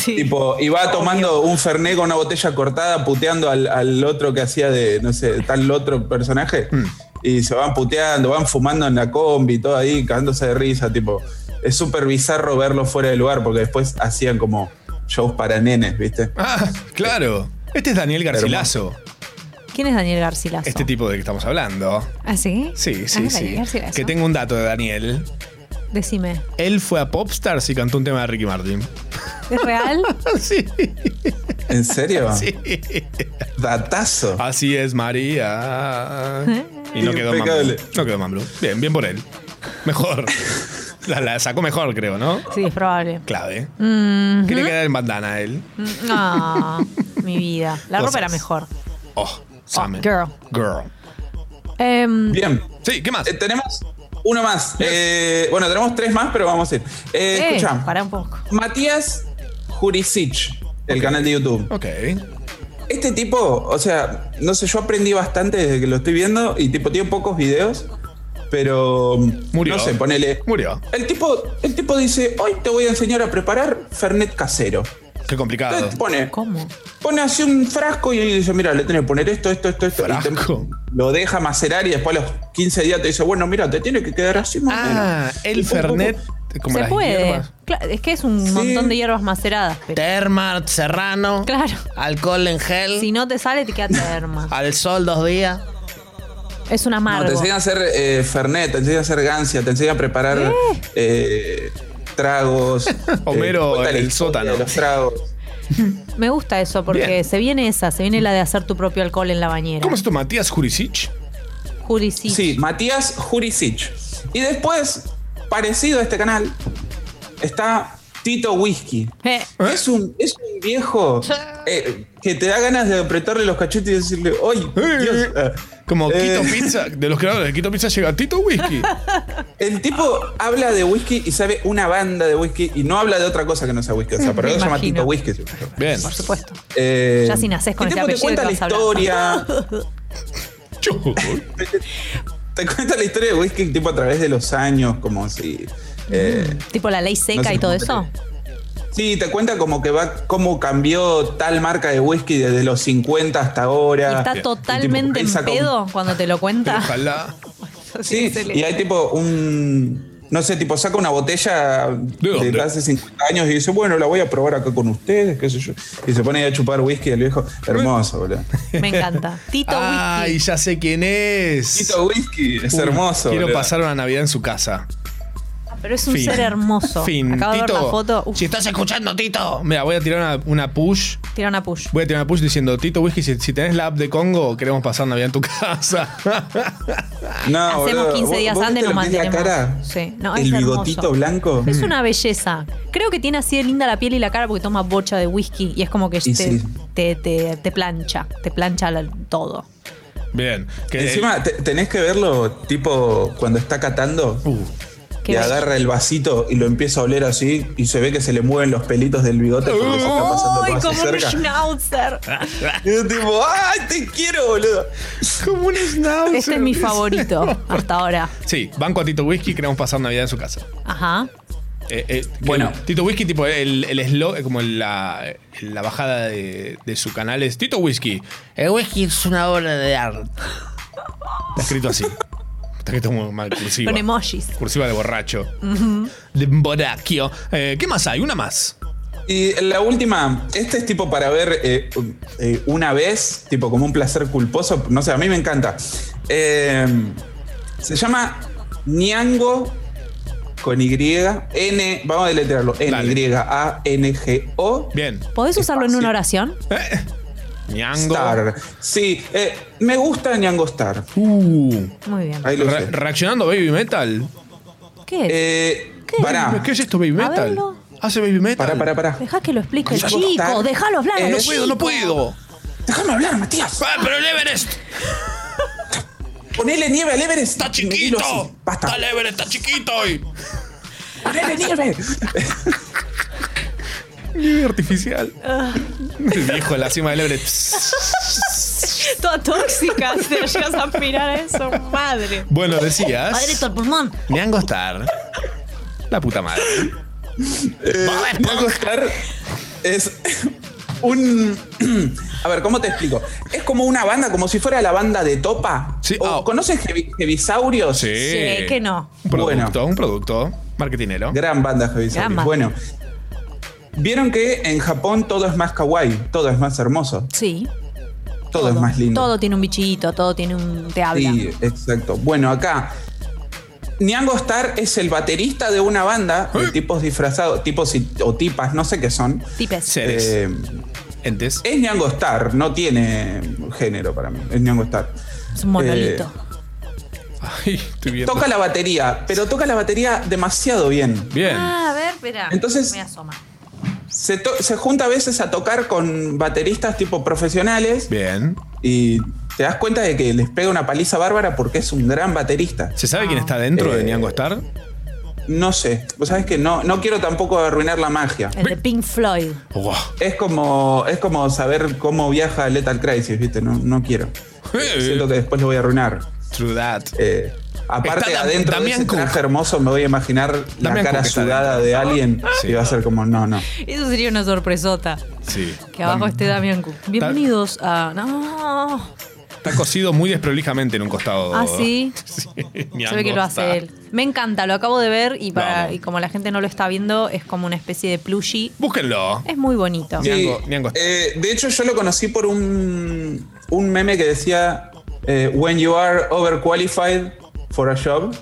B: Tipo, y va tomando un fernet con una botella cortada, puteando al, al otro que hacía de, no sé, tal otro personaje.
C: Mm.
B: Y se van puteando, van fumando en la combi, todo ahí, cagándose de risa, tipo. Es súper bizarro verlos fuera de lugar, porque después hacían como shows para nenes, ¿viste?
C: Ah, claro. Este es Daniel Garcilaso.
D: ¿Quién es Daniel Garcilaso?
C: Este tipo de que estamos hablando.
D: ¿Ah, sí?
C: Sí,
D: Ah,
C: sí,
D: Daniel
C: sí.
D: Garcilaso.
C: Que tengo un dato de Daniel.
D: Decime,
C: Él fue a Popstars y cantó un tema de Ricky Martin.
D: ¿es real?
C: sí.
B: ¿En serio?
C: Sí.
B: Datazo.
C: Así es, María. Y no quedó Mamblú.
B: Impecable.
C: No quedó Mamblú. Bien, bien por él. Mejor. La, la sacó mejor, creo, ¿no?
D: Sí, es probable.
C: Clave.
D: Mm,
C: Quiere quedar en bandana él.
D: mm, ah, mi vida. La ropa
C: Cosas.
D: era mejor.
C: Oh, Summer.
D: girl.
C: Girl.
D: Em,
B: Bien. Eh,
C: Sí, ¿qué más?
B: tenemos uno más. Eh, bueno, tenemos tres más, pero vamos a ir. Eh,
D: eh,
B: escuchá.
D: pará un poco.
B: Matías Jurisic, el canal de YouTube.
C: Ok.
B: Este tipo, o sea, no sé, yo aprendí bastante desde que lo estoy viendo y tipo tiene pocos videos, pero
C: Murió.
B: no sé, ponele.
C: Murió.
B: El tipo, el tipo dice, hoy te voy a enseñar a preparar Fernet casero.
C: Qué complicado.
B: Entonces pone,
D: ¿Cómo?
B: pone así un frasco y dice, mira, le tenés que poner esto, esto, esto, esto. y te- lo deja macerar y después a los 15 días te dice, bueno, mira, te tiene que quedar así más o
C: Ah,
B: menos".
C: el
B: Y pum, pum, pum.
C: Fernet. Como
D: Se
C: las
D: puede.
C: hierbas.
D: Cla- es que es un montón de hierbas maceradas. pero-
E: Terma, serrano.
D: Claro.
E: Alcohol en gel.
D: Si no te sale, te queda terma.
E: Al sol dos días.
D: Es una
B: No, te
D: amargo.
B: enseñan a hacer eh, Fernet, te enseñan a hacer Gancia, te enseñan a preparar eh, tragos. eh,
C: Homero,
B: cuenta la
C: el
B: historia de
C: sótano.
B: Los tragos.
D: Me gusta eso porque
C: Bien.
D: se viene esa, se viene la de hacer tu propio alcohol en la bañera.
C: ¿Cómo es esto, Matías Jurisic?
D: Juli, sí.
B: Sí, Matías Jurisic. Y después, parecido a este canal, está Tito Whisky.
D: Eh,
B: Ah, Es un, es un viejo eh, que te da ganas de apretarle los cachetes y decirle, ¡ay, Dios! ah".
C: Como
B: Eh.
C: Quito Pizza, de los creadores de Quito Pizza llega Tito Whisky.
B: El tipo habla de whisky y sabe una banda de whisky y no habla de otra cosa que no sea whisky. O sea,
D: Mm,
B: pero
D: me
B: eso se llama
D: imagino.
B: Tito Whisky.
C: Bien.
D: Por supuesto.
B: Eh,
D: Ya si nacés con
B: el
D: ese
B: tipo
D: apellido.
B: te cuenta la
D: vas a hablar.
B: historia. Te cuenta la historia de whisky tipo a través de los años, como si. eh,
D: Tipo la ley seca
B: No sé
D: y todo
B: cómo te-
D: eso.
B: Sí, te cuenta como que va, cómo cambió tal marca de whisky desde los 50 hasta ahora.
D: Está
B: Ah, Y tipo,
D: totalmente en
B: piensa con-
D: pedo cuando te lo cuenta.
C: Ojalá.
B: Sí, y hay tipo un. No sé, tipo saca una botella de,
C: dónde?
B: hace 50 años y dice, bueno, la voy a probar acá con ustedes, qué sé yo. Y se pone ahí a chupar whisky el viejo. Hermoso, boludo.
D: Me encanta. Tito
C: Ay,
D: Whisky.
C: ya sé quién es.
B: Tito Whisky, es
C: Uy,
B: hermoso.
C: Quiero
B: boludo.
C: pasar una Navidad en su casa.
D: Ah, Pero es un
C: Fin.
D: ser hermoso.
C: Fin.
D: Acabo de ver
C: Tito,
D: la foto. Uf,
E: Si estás escuchando, Tito.
C: Mira, voy a tirar una, una push.
D: tira una push.
C: Voy a tirar una push diciendo, Tito Whisky, si, si tenés la app de Congo, queremos pasar Navidad en tu casa.
B: No,
D: Hacemos
B: boludo,
D: 15
B: ¿vos-
D: días
B: vos
D: antes
B: viste
D: nos
B: lo que es la
D: mantenemos.
B: cara?
D: Sí, no, es
B: el
D: hermoso.
B: bigotito blanco. Mm.
D: Es una belleza. Creo que tiene así de linda la piel y la cara porque toma bocha de whisky y es como que
B: Y
D: te,
B: sí.
D: te, te- te plancha, te plancha la- todo.
C: Bien. Que
B: Encima te- tenés que verlo, tipo, cuando está catando.
C: Uh.
D: Qué
B: Y
D: bello.
B: agarra el vasito y lo empieza a oler así y se ve que se le mueven los pelitos del bigote porque se está pasando el
D: ¡Ay,
B: vaso
D: como un
B: cerca.
D: schnauzer!
B: Y yo tipo, ¡ay, te quiero, boludo!
C: Como un schnauzer.
D: Este es mi favorito hasta ahora.
C: Sí, banco a Tito Whisky, queremos pasar Navidad en su casa.
D: Ajá.
C: Eh, eh, que
B: Bueno.
C: Tito Whisky, tipo, el, el eslo- como la, la bajada de, de su canal es Tito Whisky.
E: El whisky es una obra de arte.
C: Está escrito así. Está escrito muy mal, cursiva.
D: Con emojis.
C: Cursiva de borracho.
D: Ujú.
C: De borracho. Eh, ¿Qué más hay? Una más.
B: Y la última, este es tipo para ver eh, eh, una vez, tipo como un placer culposo, no sé, a mí me encanta. Eh, se llama Niango con Y, N, vamos a deletrearlo, N, Y, A, N, G, O.
C: Bien.
D: ¿Podés usarlo en una
B: Espacio.
D: oración?
B: ¿Eh?
C: Ñango.
B: Star. Sí, eh, me gusta Niango Star.
C: Uh.
D: Muy bien.
B: Ahí lo
C: Re-
B: sé.
C: reaccionando Baby Metal.
D: ¿Qué es?
B: Eh,
D: ¿Qué?
B: Pará,
C: ¿Qué es esto, Baby
D: A
C: Metal?
D: verlo.
C: Hace Baby Metal.
B: pará, pará, pará. Eh,
D: Dejá que lo explique el
B: Niango
D: chico.
B: Star
D: Dejalo hablar.
B: es-
D: a los
C: Eh, No puedo, no
D: chicos.
C: puedo.
B: Déjame hablar, Matías.
C: Ah, pero el Everest
B: Ponele nieve al Everest.
E: ¡Está
B: Medilo así.
E: chiquito!
B: Basta.
E: ¡Está el Everest, está chiquito! hoy!
B: Ponele nieve.
C: Nieve artificial.
D: Ah.
C: El viejo en la cima del Everest.
D: Toda tóxica. Te llegas a aspirar a eso. Madre.
C: Bueno,
D: Madre,
C: decías.
D: todo el pulmón.
C: Ñango Star. La puta madre.
B: Eh, Niango Star es un. A ver, ¿cómo te explico? Es como una banda, como si fuera la banda de Topa.
C: Sí,
B: O-
C: ah.
B: ¿Conoces Heavy- Heavisaurios?
C: Sí.
D: Sí, que no.
C: Un producto,
B: Bueno.
C: un producto. Marketinero.
B: Gran banda
D: Gran
B: Heavisaurios.
D: banda.
B: Bueno, vieron que en Japón todo es más kawaii, todo es más hermoso,
D: Sí.
B: todo, es más lindo.
D: Todo tiene un bichito, todo tiene un. Te habla.
B: Sí, exacto. Bueno, acá Niango Star es el baterista de una banda de tipos disfrazados, tipos y- o tipas, no sé qué son.
D: Tipes.
B: Eh, Es Niango Star, no tiene género para mí. Es Niango Star.
D: Es un
C: Eh,
D: monolito.
B: Eh, Toca la batería, pero toca la batería demasiado bien.
C: Bien.
D: Ah, a ver, espera.
B: Entonces-
D: Me asoma.
B: Se, to- se junta a veces a tocar con bateristas tipo profesionales.
C: Bien.
B: Y te das cuenta de que les pega una paliza bárbara porque es un gran baterista. Eh,
C: ¿Se sabe quién está dentro de Niango Star?
B: No sé. Vos sabés que no, no quiero tampoco arruinar la magia.
D: El de Pink Floyd.
B: Es como, es como saber cómo viaja Lethal Crisis, ¿viste? No, no quiero. Siento que después lo voy a arruinar. Eh,
C: True that.
B: aparte,
C: Está Dam-
B: adentro
C: Damián
B: de ese traje hermoso me voy a imaginar la
C: Damián
B: cara
C: Cook está
B: sudada de alguien y va a ser como, no, no.
D: Eso sería una sorpresota.
C: Sí.
D: Que abajo
C: Dam-
D: esté Damián Cook. Bienvenidos a. No.
C: Está cosido muy desprolijamente en un costado.
D: Ah, sí.
C: Sí,
D: Se ve que lo hace él. Me encanta, lo acabo de ver y, para, y como la gente no lo está viendo, es como una especie de plushie.
C: Búsquenlo.
D: Es muy bonito.
B: Sí, eh, de hecho, yo lo conocí por un, un meme que decía eh, When you are overqualified for a job.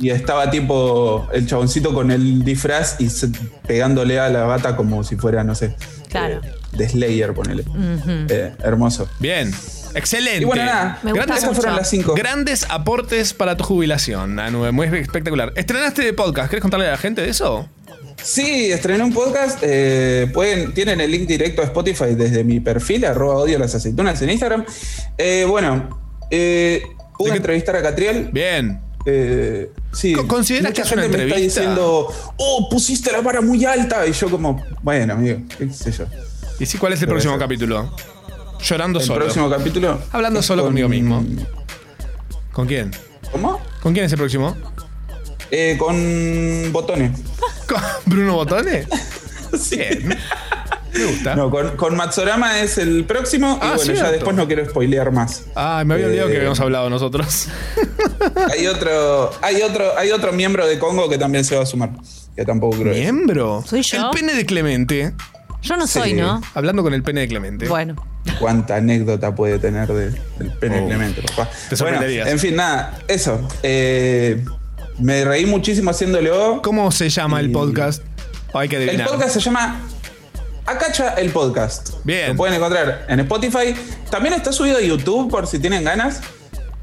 B: Y estaba tipo el chaboncito con el disfraz y se- pegándole a la bata como si fuera, no sé,
D: Claro.
B: de Slayer, ponele.
D: Ujú.
B: Eh, hermoso.
C: Bien. Excelente.
B: Y bueno, nada. Me gusta
C: grandes,
B: mucho. fueron las cinco.
C: Grandes aportes para tu jubilación, Anue. Muy espectacular. Estrenaste podcast. ¿Querés contarle a la gente de eso?
B: Sí, estrené un podcast. eh, pueden, tienen el link directo a Spotify desde mi perfil, arroba odio las aceitunas en Instagram. Eh, bueno, eh, pude entrevistar a Catriel. Eh,
C: Bien.
B: sí.
C: ¿Consideras
B: Mucha
C: que es una
B: gente me está
C: entrevista?
B: diciendo, oh, pusiste la vara muy alta. Y yo como, bueno, amigo, qué sé yo.
C: ¿Y si cuál es el
B: Pero
C: próximo
B: eso.
C: capítulo? Llorando
B: El
C: solo.
B: próximo capítulo.
C: Hablando
B: es
C: solo
B: con-
C: conmigo mismo. ¿Con quién?
B: ¿Cómo?
C: ¿Con quién es el próximo?
B: Eh, con Botones.
C: ¿Con Bruno Botones? Bien. Me gusta.
B: No, con, con Matsorama es el próximo.
C: Ah,
B: y bueno,
C: cierto.
B: ya después no quiero spoilear más.
C: Ay, me había olvidado
B: Eh,
C: que habíamos hablado nosotros.
B: Hay otro, hay otro, hay otro miembro de Congo que también se va a sumar. Que tampoco creo.
C: ¿Miembro?
D: ¿Soy yo?
C: El pene de Clemente.
D: Yo no soy,
B: Sí.
D: ¿no?
C: Hablando con el pene de Clemente.
D: Bueno.
B: Cuánta anécdota puede tener de- del pene
C: Oh.
B: Clemente, papá.
C: Te
B: Bueno,
C: sorprenderías.
B: en fin, nada, eso. Eh, me reí muchísimo haciéndolo.
C: ¿Cómo se llama el podcast? Hay que
B: El
C: adivinar.
B: podcast se llama Acacha el podcast.
C: Bien.
B: Lo pueden encontrar en Spotify. También está subido a YouTube por si tienen ganas.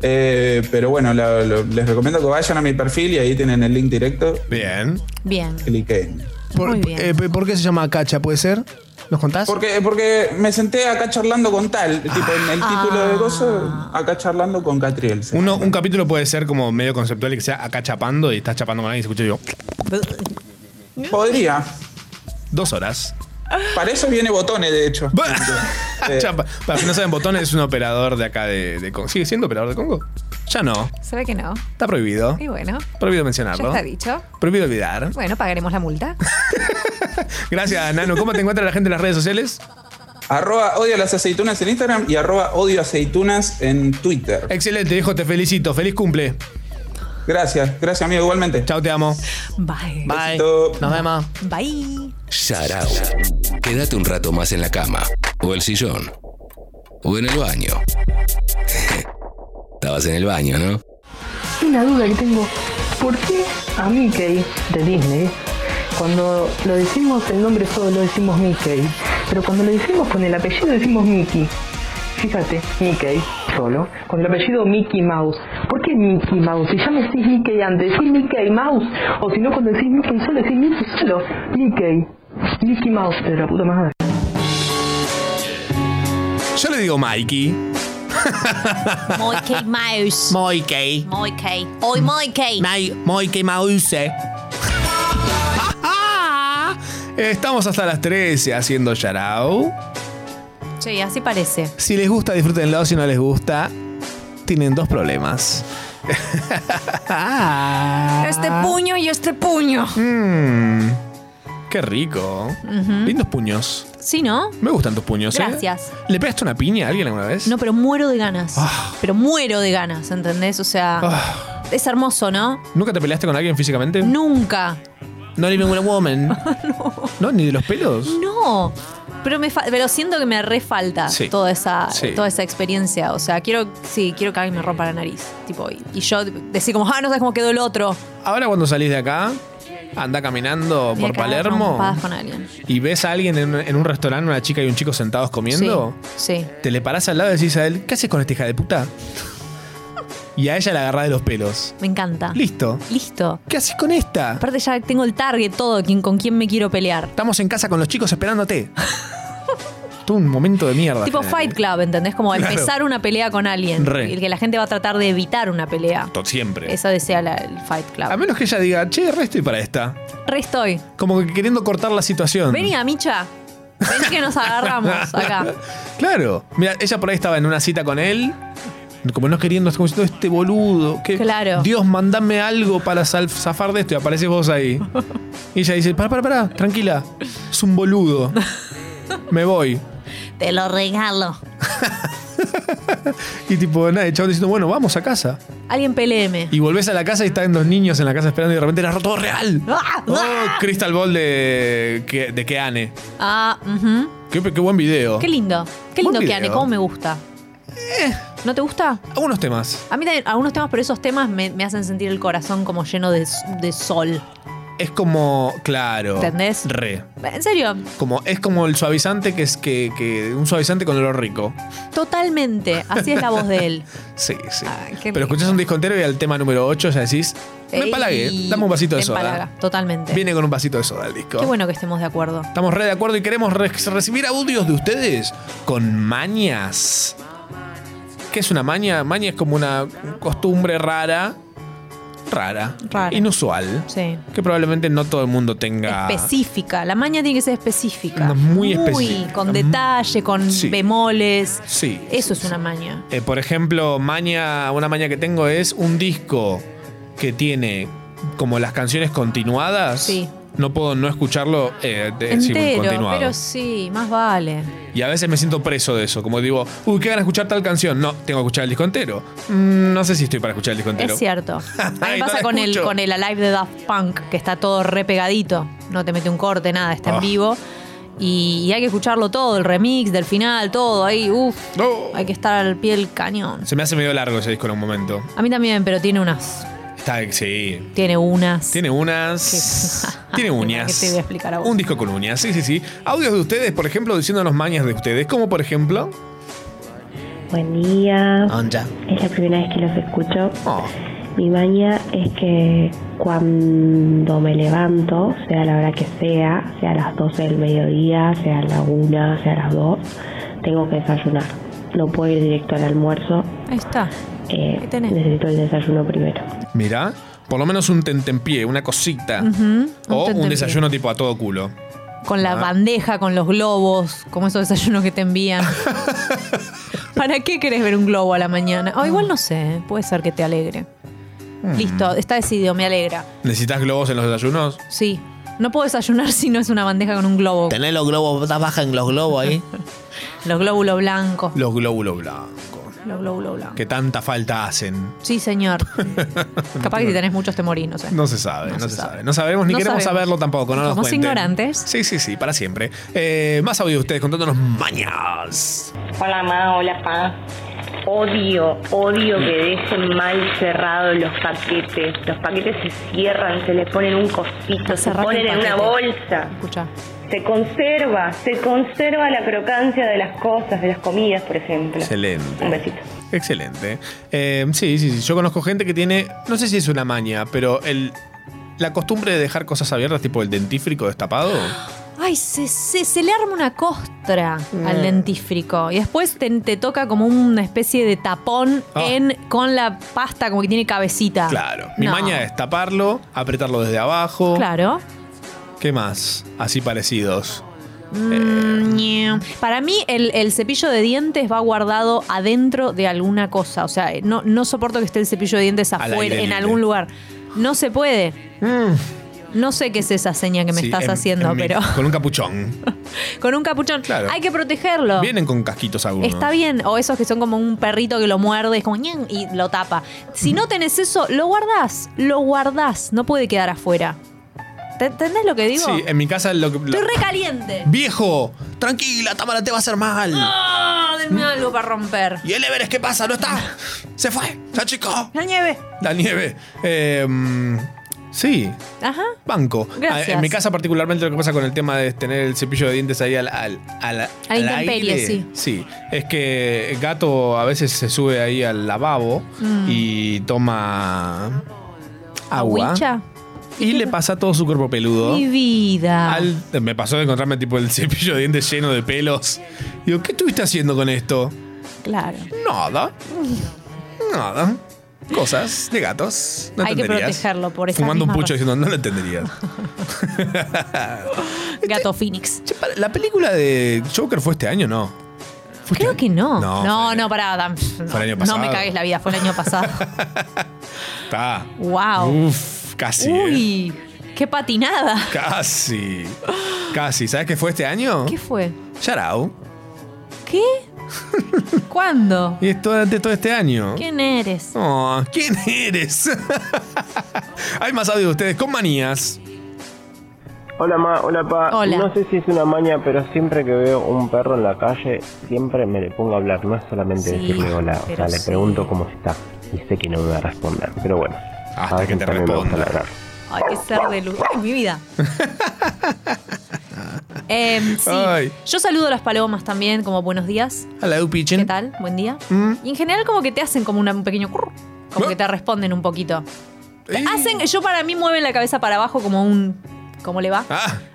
B: Eh, pero bueno, la- lo- les recomiendo que vayan a mi perfil y ahí tienen el link directo.
C: Bien.
D: Bien.
B: Cliquen.
C: Por, eh, ¿por qué se llama Cacha? ¿Puede ser? ¿Nos contás?
B: Porque, porque me senté acá charlando con tal, tipo en el título de gozo, acá charlando con Catriel. se
C: Uno, un capítulo puede ser como medio conceptual y que sea acá chapando y estás chapando con alguien y se escucha yo.
B: Podría.
C: Dos horas.
B: Para eso viene botones, de hecho. Eh.
C: Chapa. Para los que no saben, Botones es un operador de acá de, de Congo. ¿Sigue siendo operador de Congo? Ya no.
D: ¿Será que no?
C: Está prohibido.
D: Y bueno,
C: Prohibido
D: ya
C: mencionarlo.
D: está dicho.
C: Prohibido olvidar.
D: Bueno, pagaremos la multa.
C: Gracias, Nano. ¿Cómo te encuentra la gente en las redes sociales?
B: Arroba odio las aceitunas en Instagram y arroba odio aceitunas en Twitter.
C: Excelente, hijo, te felicito. Feliz cumple.
B: Gracias, gracias amigo, igualmente.
C: Chao, te amo.
D: Bye.
E: Bye. Nos vemos.
D: Bye.
F: Sharau. Quédate un rato más en la cama, o el sillón, o en el baño. Estabas en el baño, ¿no?
G: Una duda que tengo, ¿por qué a Mickey de Disney, cuando lo decimos el nombre solo decimos Mickey, pero cuando lo decimos con el apellido decimos Mickey? Fíjate, Mickey solo, con el apellido Mickey Mouse. ¿Por qué Mickey Mouse? Si ya me decís Mickey antes, decís Mickey Mouse, o si no cuando decís Mickey solo, decís Mickey solo, Mickey, Mickey Mouse, de la puta madre.
C: Yo le digo Mikey.
D: Moikey Mouse.
E: Moikey.
D: Moikey. Hoy Moikey.
E: Moikey Mouse.
C: Estamos hasta las 13 haciendo Yarao.
D: Sí, así parece.
C: Si les gusta, disfrútenlo. Si no les gusta, tienen dos problemas.
D: Este puño y este puño.
C: Mm, qué rico.
D: Ujú.
C: Lindos puños.
D: Sí, ¿no?
C: Me gustan tus puños, ¿eh?
D: Gracias.
C: ¿Le pegaste una piña a alguien alguna vez?
D: No, pero muero de ganas.
C: Ah.
D: Pero muero de ganas, ¿entendés? O sea, es hermoso, ¿no?
C: ¿Nunca te peleaste con alguien físicamente?
D: Nunca.
C: Not even with a woman. no. ni de los pelos.
D: No. Pero, me fa- pero siento que me refalta
C: Sí.
D: toda, esa,
C: Sí.
D: toda esa experiencia. O sea, quiero, sí, quiero que alguien me rompa la nariz. Tipo, y, y yo decir como, ah, no sabes cómo quedó el otro.
C: Ahora cuando salís de acá, anda caminando
D: Y
C: por
D: acá
C: Palermo
D: trompadas con alguien.
C: y ves a alguien en, en un restaurante, una chica y un chico sentados comiendo,
D: Sí.
C: te le parás al lado y decís a él, ¿qué haces con esta hija de puta? Y a ella la agarrás de los pelos.
D: Me encanta.
C: Listo.
D: Listo.
C: ¿Qué haces con esta?
D: Aparte ya tengo el target todo, quién- con quién me quiero pelear.
C: Estamos en casa con los chicos esperándote. Todo un momento de mierda.
D: Tipo Fight
C: generalmente.
D: Club, ¿entendés? Como
C: Claro.
D: empezar una pelea con alguien.
C: Re.
D: Y que la gente va a tratar de evitar una pelea.
C: To- Siempre.
D: Eso desea la- el Fight Club.
C: A menos que ella diga, che, resto y para esta.
D: Re estoy.
C: Como que queriendo cortar la situación.
D: Vení a Micha. Vení que nos agarramos acá.
C: Claro. Mira, ella por ahí estaba en una cita con él. Como no queriendo, como diciendo, este boludo. Que,
D: Claro.
C: Dios, mandame algo para sal- zafar de esto. Y apareces vos ahí. Y ella dice, para, para, para, tranquila. Es un boludo. Me voy.
D: Te lo regalo.
C: Y tipo, nada, el chabón diciendo, bueno, vamos a casa.
D: Alguien peleeme.
C: Y volvés a la casa y están dos niños en la casa esperando y de repente era todo real.
D: ¡Ah!
C: Oh, Crystal Ball de, que- de Keane.
D: Ah, ujú.
C: Qué, qué buen video.
D: Qué lindo. Qué lindo
C: Buen
D: que Ane,
C: video.
D: cómo me gusta.
C: Eh.
D: ¿No te gusta?
C: Algunos temas.
D: A mí también, algunos temas, pero esos temas me, me hacen sentir el corazón como lleno de, de sol.
C: Es como, claro.
D: ¿Entendés?
C: Re.
D: En serio,
C: Como, es como el suavizante que es que, que- un suavizante con olor rico.
D: totalmente. Así es la voz de él.
C: Sí, sí.
D: Ah, qué
C: Pero escuchás un disco entero y al tema número 8 ya decís, me
D: Ey,
C: empalagué, dame un vasito de ¿eh?
D: te
C: soda.
D: empalaga, Totalmente.
C: Viene con un vasito de soda el disco.
D: Qué bueno que estemos de acuerdo.
C: Estamos re de acuerdo y queremos re- recibir audios de ustedes con mañas. ¿Qué es una maña? Maña es como una costumbre rara. Rara.
D: Rara.
C: Inusual.
D: Sí.
C: Que probablemente no todo el mundo tenga.
D: Específica. La maña tiene que ser específica.
C: No, Ah. muy específica.
D: Con detalle, con
C: Sí.
D: bemoles.
C: Sí.
D: Eso es una maña.
C: Eh, por ejemplo, maña, una maña que tengo es un disco que tiene como las canciones continuadas.
D: Sí.
C: No puedo no escucharlo eh, de- sin
D: Entero,
C: continuado.
D: pero sí, más vale.
C: Y a veces me siento preso de eso. Como digo, uy, ¿qué van a escuchar tal canción? No, tengo que escuchar el disco entero. Mm, no sé si estoy para escuchar el disco entero.
D: Es cierto. A mí me
C: Ay, no
D: pasa
C: la
D: con el,
C: escucho.
D: con el Alive de Daft Punk, que está todo re pegadito. No te mete un corte, nada,
C: Ah.
D: está en vivo. Y, y hay que escucharlo todo, el remix del final, todo. Ahí, uff. Hay que estar al pie del cañón.
C: Se me hace medio largo ese disco en un momento.
D: A mí también, pero tiene unas.
C: Está, sí.
D: Tiene unas.
C: Tiene unas. Tiene
D: ¿Qué te voy a
C: uñas.
D: explicar a vos?
C: Un disco con uñas, sí, sí, sí. Audios de ustedes, por ejemplo, diciéndonos mañas de ustedes. Como por ejemplo.
I: Buen día.
C: Anja.
I: Es la primera vez que los escucho. Mi maña es que cuando me levanto, sea la hora que sea, sea a las 12 del mediodía, sea a la 1, sea a las 2, tengo que desayunar. No puedo ir directo al almuerzo.
D: Ahí está.
I: Eh, necesito el desayuno primero.
C: Mirá, por lo menos un tentempié, una cosita.
D: Ujú, un
C: o un
D: tentempié.
C: desayuno tipo a todo culo.
D: Con la
C: Ah.
D: bandeja, con los globos, como esos desayunos que te envían. ¿Para qué querés ver un globo a la mañana? O igual no sé, ¿eh? puede ser que te alegre.
C: Mm.
D: Listo, está decidido, me alegra.
C: ¿Necesitas globos en los desayunos?
D: Sí. No puedo desayunar si no es una bandeja con un globo.
E: Tenés los globos, estás baja en los globos ahí.
D: Los glóbulos blancos.
C: Los glóbulos blancos.
D: Los glóbulos blancos.
C: Que tanta falta hacen.
D: Sí, señor. Capaz que si tenés muchos te morís, no sé.
C: No se sabe, no, se, sabe. No sabemos ni
D: No
C: queremos
D: sabemos.
C: saberlo tampoco. No nos
D: Somos
C: cuenten.
D: ignorantes.
C: Sí, sí, sí, para siempre. Eh, más audio de ustedes contándonos mañas.
J: Hola ma, hola pa. Odio, odio que dejen mal cerrados los paquetes. Los paquetes se cierran, se les ponen un cosito, se
D: Cerrate
J: ponen
D: el
J: en una
D: paquete.
J: bolsa.
D: Escucha.
J: Se conserva, se conserva la crocancia de las cosas, de las comidas, por ejemplo.
C: Excelente.
J: Un besito.
C: Excelente. Eh, sí, sí, sí. Yo conozco gente que tiene, no sé si es una maña, pero el, la costumbre de dejar cosas abiertas, tipo el dentífrico destapado.
D: Ay, se, se, se le arma una costra
C: Eh.
D: al dentífrico. Y después te, te toca como una especie de tapón en, con la pasta, como que tiene cabecita.
C: Ah. Claro. Mi
D: Ah. No.
C: maña es taparlo, apretarlo desde abajo.
D: Claro.
C: ¿Qué más? Así parecidos. Eh,
D: Mm, ñeu. Para mí, el, el cepillo de dientes va guardado adentro de alguna cosa. O sea, no, no soporto que esté el cepillo de dientes
C: Al
D: afuera,
C: aire
D: en
C: libre. Mm.
D: algún lugar. No se puede. No sé qué es esa seña que me
C: Sí,
D: estás
C: en-
D: haciendo,
C: en mi-
D: pero
C: Con un capuchón.
D: con un capuchón
C: Claro.
D: hay que protegerlo.
C: Vienen con casquitos algunos.
D: Está bien, o esos que son como un perrito que lo muerde es como ñan, y lo tapa. Si no tenés eso, lo guardás, lo guardás, no puede quedar afuera. ¿Te- ¿Entendés lo que digo?
C: Sí, en mi casa lo que. lo-
D: Estoy recaliente.
C: ¡Viejo!
K: Tranquila, Tamara, te va a hacer mal.
D: ¡Ah! denme algo para romper.
K: ¿Y el Everest qué pasa? ¿No está? Se fue. Se chico.
D: La nieve.
C: La nieve. Eh, mm, sí,
D: Ajá.
C: banco.
D: Gracias.
C: Ah, En mi casa particularmente lo que pasa con el tema de tener el cepillo de dientes ahí al, al, al,
D: la
C: al
D: intemperie,
C: aire,
D: sí.
C: es que el gato a veces se sube ahí al lavabo
D: Mm.
C: y toma agua.
D: Huicha.
C: Y le pasa todo su cuerpo peludo.
D: Mi vida.
C: Al- me pasó de encontrarme tipo el cepillo de dientes lleno de pelos. Digo, ¿qué estuviste haciendo con esto?
D: Claro.
C: Nada. Nada. Cosas de gatos. No
D: Hay que
C: entenderías.
D: protegerlo por esa
C: Fumando un
D: misma
C: pucho
D: razón.
C: diciendo, no lo entenderías.
D: Gato Phoenix.
C: La película de Joker fue este año, ¿no?
D: Creo que no.
C: No,
D: No, no, pará, Dan.
C: Fue el año
D: No,
C: pasado.
D: me cagues la vida, fue el año pasado.
C: Está.
D: wow.
C: Uf, casi. eh.
D: Uy, qué patinada.
C: Casi. Casi. ¿Sabes qué fue este año?
D: ¿Qué fue?
C: Yarao.
D: ¿Qué? ¿Cuándo?
C: Y es todo, de todo este año.
D: ¿Quién eres?
C: Oh, ¿Quién eres? Hay más audio de ustedes con manías.
M: Hola ma, hola pa.
D: Hola.
M: Ah, No sé si es una maña, pero siempre que veo un perro en la calle, siempre me le pongo a hablar. No es solamente
D: Sí,
M: decirle hola, o
D: pero
M: sea, le
D: sí.
M: pregunto cómo está. Y sé que no me va a responder, pero bueno.
C: Hasta
M: que te responda.
D: Ay, qué ser de luz. Ay, mi vida. Em, sí.
C: Ay.
D: Yo saludo a las palomas también, como buenos días.
C: Hello,
D: ¿Qué
C: Pigeon.
D: tal? Buen día.
C: Mm.
D: Y en general, como que te hacen como una- un pequeño. curr, Como que te responden un poquito. Te Hacen, yo para mí mueven la cabeza para abajo como un. ¿Cómo le va?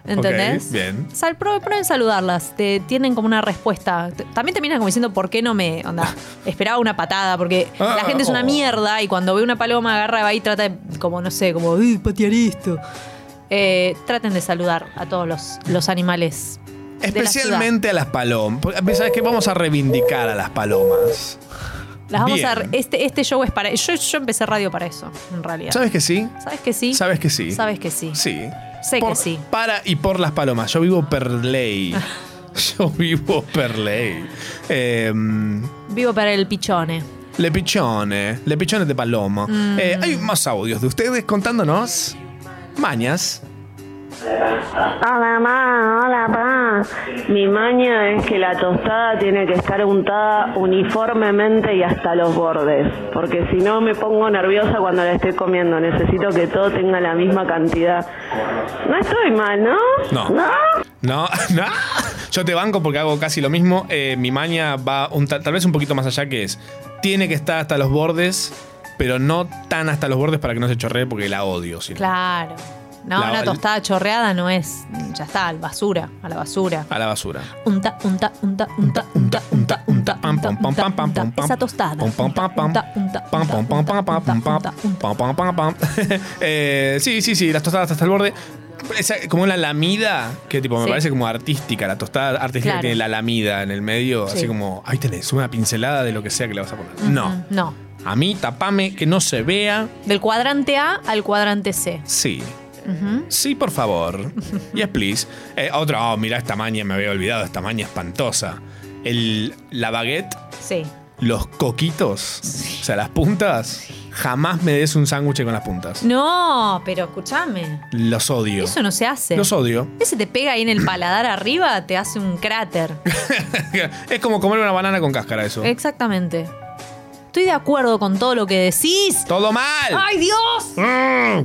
D: ¿Entendés?
C: Ah, Ok, bien.
D: Sal, pro- prueben saludarlas, te tienen como una respuesta. T- También terminan como diciendo, ¿por qué no me onda? Esperaba una patada, porque
C: Ah,
D: la gente es una
C: oh.
D: mierda y cuando ve una paloma agarra, va y trata de, como, no sé, como, "Uy, patear esto. Eh, traten de saludar a todos los, los animales. de la ciudad.
C: Especialmente a las palomas. Porque, ¿Sabes qué? Vamos a reivindicar a las palomas.
D: Las vamos a-
C: Bien.
D: este, este show es para. Yo, yo empecé radio para eso, en realidad.
C: ¿Sabes que sí?
D: ¿Sabes que sí?
C: ¿Sabes que sí?
D: Sabes que sí.
C: Sí.
D: Sé
C: Por-
D: que sí.
C: Para y por las palomas. Yo vivo Perley. Yo vivo Perley. Em,
D: Vivo para el pichone.
C: le pichone. Le pichone de paloma.
D: Mm.
C: Eh, hay más audios de ustedes contándonos mañas.
N: Ah, Hola, ma, hola, pa. Mi maña es que la tostada tiene que estar untada uniformemente y hasta los bordes, porque si no me pongo nerviosa cuando la estoy comiendo. Necesito que todo tenga la misma cantidad. No estoy mal, ¿no?
C: No. No, no. Yo te banco porque hago casi lo mismo. Eh, mi maña va un ta- tal vez un poquito más allá que es. Tiene que estar hasta los bordes, pero no tan hasta los bordes para que no se chorree porque la odio. si no.
D: Claro. No,
C: La-
D: una tostada chorreada no es. Ya está, al basura, a la basura.
C: A la basura.
D: Unta, unta, unta, unta, unta, unta, unta, unta, unta, unta. Esa tostada. Unta, unta, unta,
C: Pam, pam, pam, pam, pam, pam, pam, pam, pam, pam, pam. Eh, sí, sí, sí, las tostadas hasta el borde. Esa- como la lamida, que tipo, me
D: Sí.
C: parece como artística, la tostada artística
D: Claro.
C: que tiene la lamida en el medio,
D: Sí.
C: así como, ahí tenés una pincelada de lo que sea que le vas a poner.
D: Ujú,
C: No,
D: No.
C: a mí tapame, que no se vea.
D: Del cuadrante A al cuadrante C.
C: Sí,
D: Ujú.
C: sí, por favor. Yes, please. Eh, otra, oh, mirá esta maña, me había olvidado, esta maña espantosa. El, la baguette
D: Sí.
C: los coquitos, o sea, las puntas, jamás me des un sándwich con las puntas.
D: No, pero escúchame.
C: Los odio.
D: Eso no se hace.
C: Los odio.
D: Ese te pega ahí en el paladar arriba, te hace un cráter.
C: es como comer una banana con cáscara eso.
D: Exactamente. Estoy de acuerdo con todo lo que decís.
C: Todo mal.
D: ¡Ay, Dios!
C: ¡Ah!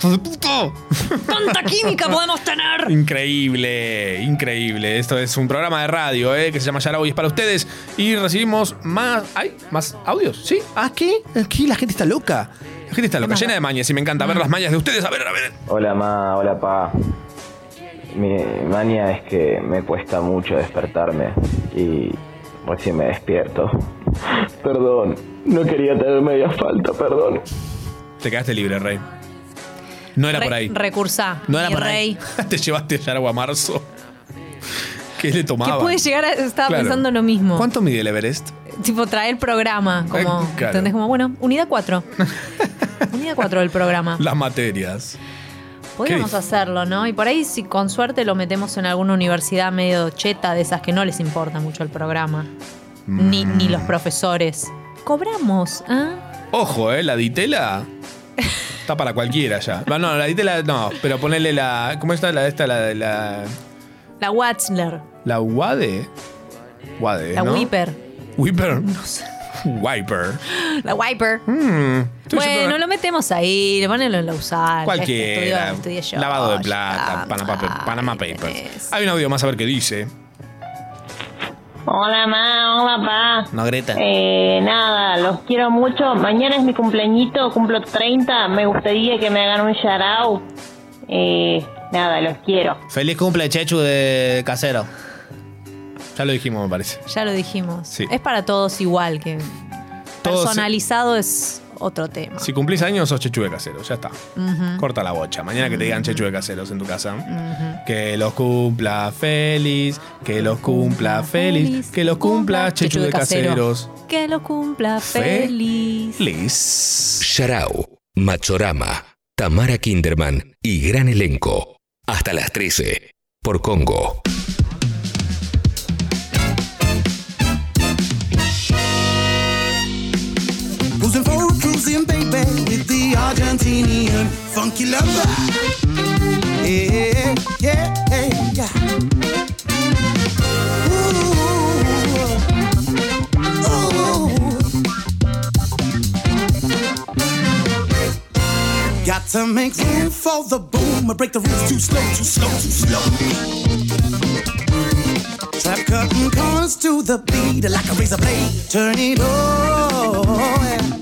D: ¡Tanta química podemos tener!
C: Increíble, increíble. Esto es un programa de radio eh, que se llama Yarao y es para ustedes. Y recibimos más. ¿Hay más audios? ¿Sí? ¿Ah, qué? Aquí la gente está loca. La gente está loca, llena de mañas y me encanta ver las mañas de ustedes. A ver, a ver.
M: Hola ma, hola pa. Mi maña es que me cuesta mucho despertarme y recién me despierto. Perdón, no quería tener media falta, perdón.
C: Te quedaste libre, Rey. No era
D: Re-
C: por ahí.
D: Recursá.
C: No era
D: mi
C: por ahí.
D: rey.
C: Te llevaste Yarao a marzo. ¿Qué le
D: Que
C: tomaba?
D: puede llegar a. Estaba
C: Claro.
D: pensando lo mismo.
C: ¿Cuánto mide el Everest?
D: Tipo, traer programa. Como,
C: Eh, claro.
D: ¿Entendés? Como, bueno, unidad 4. unidad 4 del programa.
C: Las materias.
D: Podríamos
C: ¿Qué?
D: hacerlo, ¿no? Y por ahí, si con suerte lo metemos en alguna universidad medio cheta de esas que no les importa mucho el programa. Ni, ni
C: Mm.
D: los profesores. Cobramos, ¿ah?
C: Ojo, ¿eh? La ditela está para cualquiera ya. No, no, la ditela no, pero ponele la. ¿Cómo está la esta? La de la.
D: La Watzler.
C: La Wade. Wade.
D: La
C: ¿Eh, ¿no?
D: Whipper.
C: Whipper. No sé. Wiper.
D: La Wiper.
C: Mm, estoy
D: Bueno,
C: yendo-
D: lo metemos ahí, lo ponelo en la usar.
C: Cualquiera.
D: Estudió, estudié yo.
C: Lavado de plata, Panama, Paper- Panama Papers. Hay un audio más a ver qué dice.
H: Hola, ma, hola, pa.
E: No grita.
H: Eh, nada, los quiero mucho. Mañana es mi cumpleañito, cumplo 30. Me gustaría que me hagan un shout out. Eh, nada, los quiero.
E: Feliz cumple, Chechu de Casero.
C: Ya lo dijimos, me parece.
D: Ya lo dijimos.
C: Sí.
D: Es para todos igual que
C: Todos-
D: personalizado es otro tema.
C: Si cumplís años, sos chechu de casero. Ya está.
D: Ujú.
C: Corta la bocha. Mañana que te digan chechu de caseros en tu casa.
D: Ujú.
C: Que los cumpla feliz, que los cumpla feliz, que los cumpla chechu de caseros.
D: Que lo cumpla
C: Fe-
D: feliz.
C: Liz.
F: Sharau, Machorama, Tamara Kinderman y gran elenco. Hasta las 13 por Congo.
O: Cruising forward, cruising, baby, with the Argentinian funky lover. Yeah, yeah, yeah. Ooh, ooh. Got to make room for the boom. I break the rules too slow, too slow, too slow. Trap cutting corners to the beat like a razor blade. Turn it on.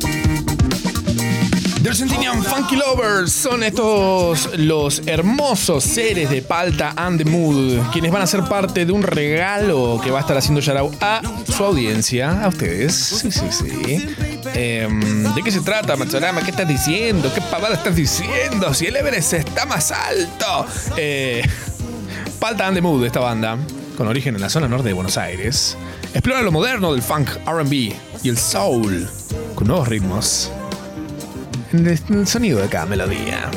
C: The Argentinian Funky Lovers son estos los hermosos seres de Palta and the Mood, quienes van a ser parte de un regalo que va a estar haciendo Yarao a su audiencia, a ustedes. Sí, sí, sí. Em, ¿De qué se trata, Machorama? ¿Qué estás diciendo? ¿Qué pavada estás diciendo? Si el Everest está más alto. Eh, Palta and the Mood, esta banda, con origen en la zona norte de Buenos Aires, explora lo moderno del funk, RB y el soul, con nuevos ritmos en el en el sonido de cada melodía.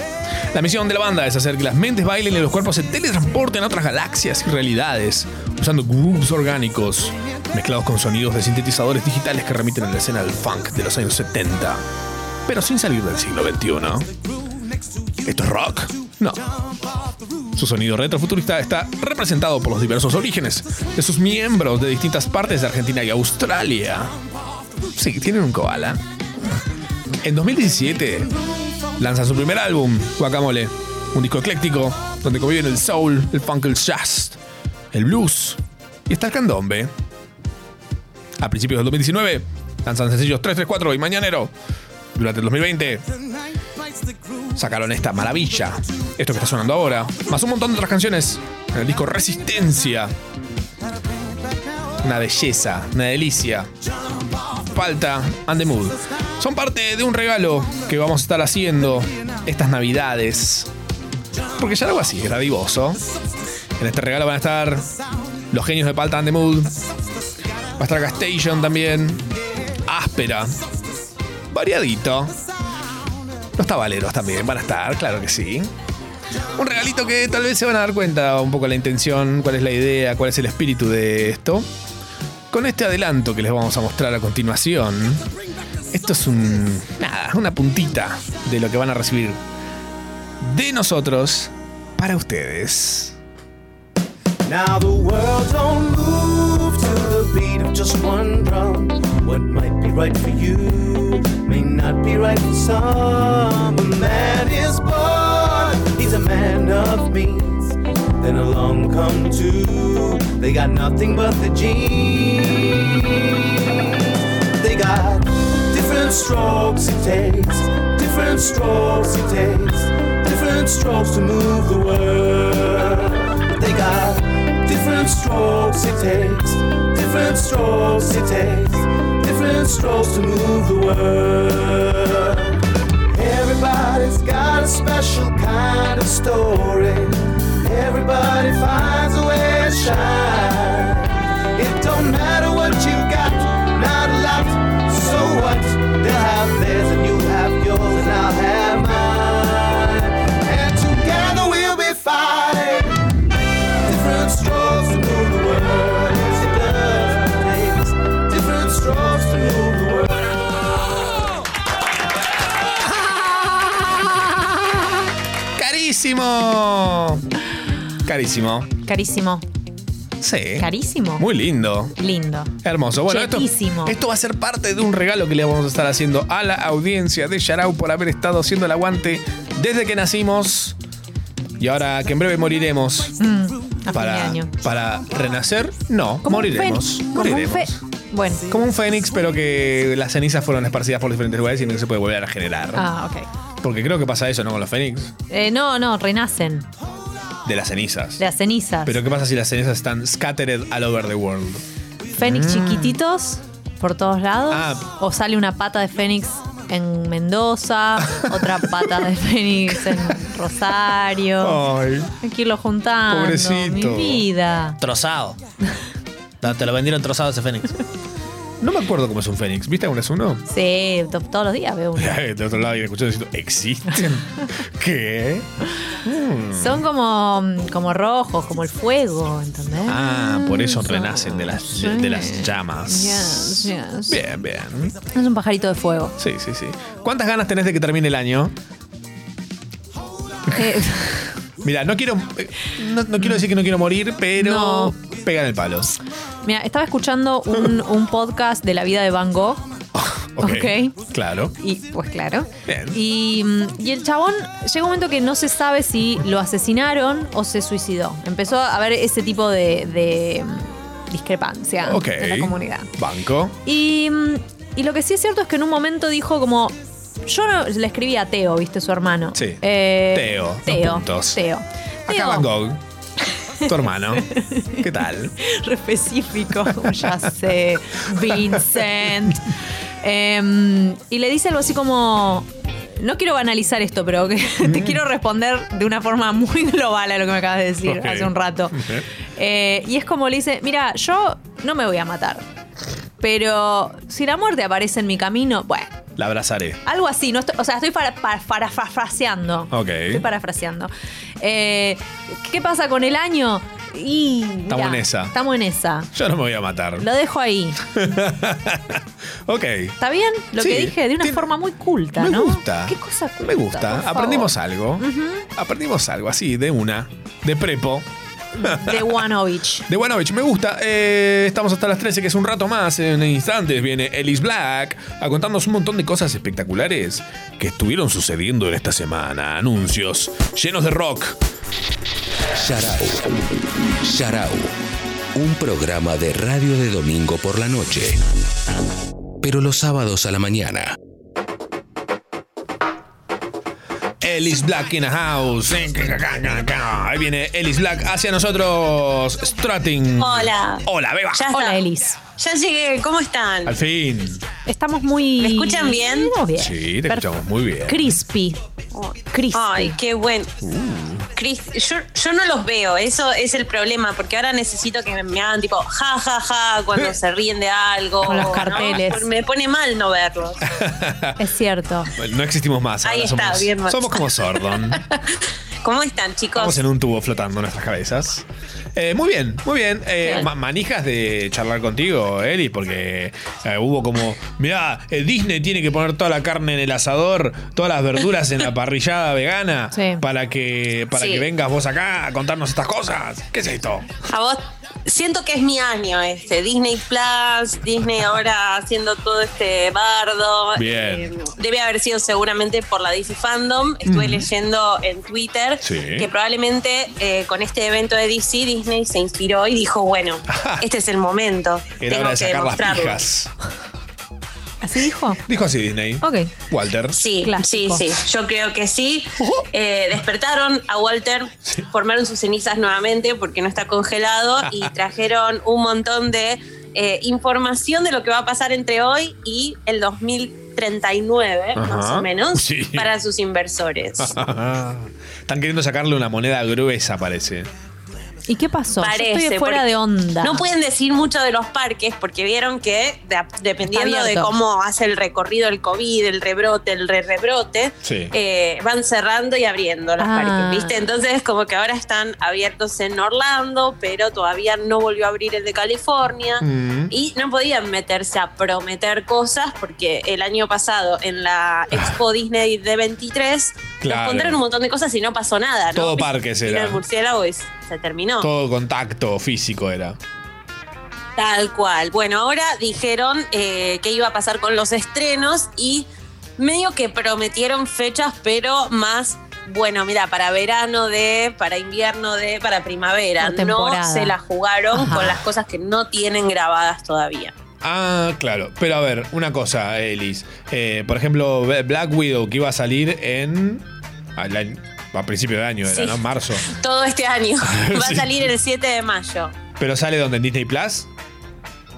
C: La misión de la banda es hacer que las mentes bailen y los cuerpos se teletransporten a otras galaxias y realidades, usando grooves orgánicos mezclados con sonidos de sintetizadores digitales que remiten a la escena del funk de los años 70, pero sin salir del siglo XXI. ¿Esto es rock? No. Su sonido retrofuturista está representado por los diversos orígenes de sus miembros de distintas partes de Argentina y Australia. Sí, tienen un koala. En 2017 lanzan su primer álbum, Guacamole, un disco ecléctico donde conviven el soul, el funk, el jazz, el blues y hasta el candombe. A principios del 2019 lanzan sencillos 334 y Mañanero. Durante el 2020 sacaron esta maravilla, esto que está sonando ahora, más un montón de otras canciones en el disco Resistencia. Una belleza, una delicia. Falta and the Mood. Son parte de un regalo que vamos a estar haciendo estas navidades. Porque ya algo así, es dadivoso. En este regalo van a estar los genios de Palta and the Mood. Va a estar Gastation también. Áspera. Variadito. Los tabaleros también van a estar, claro que sí. Un regalito que tal vez se van a dar cuenta un poco la intención, cuál es la idea, cuál es el espíritu de esto. Con este adelanto que les vamos a mostrar a continuación, esto es un. nada, una puntita de lo que van a recibir de nosotros para ustedes.
O: Now the world don't move to the beat of just one drum. What might be right for you may not be right for some. A man is born, he's a man of means. Then along come two, they got nothing but the genes. They got different strokes it takes, different strokes it takes, different strokes to move the world. They got different strokes it takes, different strokes it takes, different strokes to move the world. Everybody's got a special kind of story. Everybody finds a way to shine. It don't matter what you got, not a lot. So what? They'll have theirs and you'll have yours and I'll have mine. And together we'll be fine. Different strokes to move the world. Yes, it does. It takes different strokes to move the world.
C: ¡Carísimo! Oh, Carísimo.
D: Carísimo.
C: Sí.
D: Carísimo.
C: Muy lindo.
D: Lindo.
C: Hermoso. Bueno, esto,
D: Chetísimo.
C: esto va a ser parte de un regalo que le vamos a estar haciendo a la audiencia de Yarau por haber estado haciendo el aguante desde que nacimos. Y ahora que en breve moriremos.
D: Mm, a
C: Para,
D: fin de año.
C: para renacer, no,
D: Como un
C: moriremos.
D: fen- como un
C: moriremos.
D: fe- Bueno.
C: Como un fénix, pero que las cenizas fueron esparcidas por diferentes lugares y no se puede volver a generar.
D: Ah, ok.
C: Porque creo que pasa eso, ¿no? Con los fénix.
D: Eh, no, no, renacen.
C: De las cenizas.
D: De las cenizas.
C: Pero ¿qué pasa si las cenizas están scattered all over the world?
D: Fénix
C: Mm.
D: chiquititos por todos lados.
C: Ah.
D: O sale una pata de Fénix en Mendoza, otra pata de Fénix en Rosario.
C: Ay.
D: Hay que irlo juntando.
E: Pobrecito.
D: Mi vida.
E: Trozado. No, te lo vendieron trozado ese Fénix.
C: No me acuerdo cómo es un fénix. ¿Viste aún es uno?
D: Sí, to- todos los días veo uno.
C: Del otro lado y escuchando diciendo, ¿existen? ¿Qué? Mm.
D: Son como, como rojos, como el fuego, ¿entendés?
C: Ah, por eso renacen de las, de, de las llamas.
D: Yes, yes.
C: Bien, bien.
D: Es un pajarito de fuego.
C: Sí, sí, sí. ¿Cuántas ganas tenés de que termine el año?
D: Eh,
C: Mira, no quiero, eh, no, no quiero decir que no quiero morir, pero pegan el palo.
D: mira, estaba escuchando un, un podcast de la vida de Van Gogh. Ok.
C: Claro.
D: Y pues claro.
C: Bien.
D: Y, mm, y el chabón llega un momento que no se sabe si lo asesinaron o se suicidó. Empezó a haber ese tipo de, de, mm, discrepancia
C: Ok.
D: en la comunidad.
C: Banco.
D: Y, mm, y lo que sí es cierto es que en un momento dijo como. Yo no- le escribí a Teo, viste, su hermano.
C: Sí.
D: Eh,
C: Teo, dos
D: Teo.
C: puntos.
D: Teo.
C: Acá
D: Teo.
C: Van Gogh. Tu hermano. ¿Qué tal?
D: Re específico, ya sé. Vincent. Em, y le dice algo así como. No quiero banalizar esto, pero que
C: Mm.
D: te quiero responder de una forma muy global a lo que me acabas de decir
X: Ok.
D: hace un rato. Eh, y es como le dice, mira, yo no me voy a matar. Pero si la muerte aparece en mi camino, bueno,
C: La abrazaré.
D: algo así. No estoy- o sea, estoy para- para- parafraseando.
C: Ok.
D: Estoy parafraseando. Eh, ¿Qué pasa con el año? Y,
C: Estamos
D: mirá,
C: en esa.
D: Estamos en esa.
C: Yo no me voy a matar.
D: Lo dejo ahí.
C: Ok.
D: ¿Está bien? Lo
C: Sí,
D: que dije de una forma muy culta,
C: Me
D: ¿no?
C: gusta.
D: ¿Qué cosa culta?
C: Me
D: por
C: gusta.
D: favor?
C: Aprendimos algo. Aprendimos algo así, de una. De prepo.
D: De Wanovich.
C: De Wanovich, me gusta. Eh, estamos hasta las 13, que es un rato más. En instantes viene Ellis Black a contarnos un montón de cosas espectaculares que estuvieron sucediendo en esta semana. Anuncios llenos de rock.
F: Yarao. Yarao. Un programa de radio de domingo por la noche. Pero los sábados a la mañana.
C: Ellis Black in a house. Ahí viene Ellis Black hacia nosotros. Strutting.
P: Hola.
C: Hola, Beba.
P: Ya Hola, Elis. Ya llegué, ¿cómo están?
C: Al fin.
D: Estamos muy. ¿Me
P: escuchan bien?
C: Sí, te escuchamos muy bien.
D: Crispy. Crispy.
P: Ay, qué buen.
D: Mm.
P: Cris- yo, yo no los veo, eso es el problema, porque ahora necesito que me hagan tipo ja, ja, ja, cuando se ríen de algo.
D: Con los
P: ¿no?
D: carteles.
P: Me pone mal no verlos.
D: Es cierto.
C: Bueno, No existimos más.
P: Ahí
C: ahora
P: está,
C: somos,
P: bien, Max.
C: somos como Sordon.
P: ¿Cómo están, chicos?
C: Estamos en un tubo flotando en nuestras cabezas. Eh, muy bien, muy bien. Eh,
P: Bien.
C: ma- manijas de charlar contigo, Eli, porque eh, hubo como, mirá, eh, Disney tiene que poner toda la carne en el asador, todas las verduras en la parrillada vegana,
P: Sí.
C: para, que, para
P: Sí.
C: que vengas vos acá a contarnos estas cosas. ¿Qué es esto?
P: A vos, siento que es mi año este, Disney Plus, Disney ahora haciendo todo este bardo.
C: Bien.
P: Debe haber sido seguramente por la DC Fandom. Estuve
C: Ujú.
P: leyendo en Twitter
C: Sí.
P: que probablemente eh, con este evento de DC Disney se inspiró y dijo, bueno, este es el momento.
C: Era
P: tengo
C: hora de
P: que
C: sacar las
P: demostrarlo.
C: pijas.
D: ¿Así dijo?
C: Dijo así Disney.
D: Ok.
C: Walter.
P: Sí,
D: Clásico.
P: sí, sí. Yo creo que sí.
C: Uh-huh.
P: Eh, despertaron a Walter, formaron sus cenizas nuevamente porque no está congelado y trajeron un montón de eh, información de lo que va a pasar entre hoy y el 2039, más
C: Ajá.
P: o menos,
C: Sí.
P: para sus inversores.
C: Están queriendo sacarle una moneda gruesa, parece.
D: ¿Y qué pasó? Yo
P: Parece,
D: estoy fuera
P: porque
D: de onda.
P: No pueden decir mucho de los parques porque vieron que de- dependiendo de
D: abierto.
P: cómo hace el recorrido el COVID, el rebrote, el re-rebrote,
D: Sí.
P: eh, van cerrando y abriendo los
D: Ah.
P: parques, ¿viste? Entonces como que ahora están abiertos en Orlando, pero todavía no volvió a abrir el de California
X: Mm.
P: y no podían meterse a prometer cosas porque el año pasado en la Expo Disney de 23
C: Claro.
P: nos contaron un montón de cosas y no pasó nada, ¿no?
C: Todo parques
P: Vino
C: era.
P: el murciélago y se terminó.
C: Todo contacto físico era.
P: Tal cual. Bueno, ahora dijeron eh, que iba a pasar con los estrenos y medio que prometieron fechas, pero más, bueno, mira, para verano de, para invierno de, para primavera.
D: Por temporada.
P: No se la jugaron
D: Ajá.
P: con las cosas que no tienen grabadas todavía.
C: Ah, claro. Pero a ver, una cosa, Elis. Eh, por ejemplo, Be- Black Widow que iba a salir en. al año- a principio de año, era,
P: Sí.
C: ¿no? Marzo.
P: Todo este año. Va
C: Sí.
P: a salir el 7 de mayo.
C: ¿Pero sale donde? ¿En Disney Plus?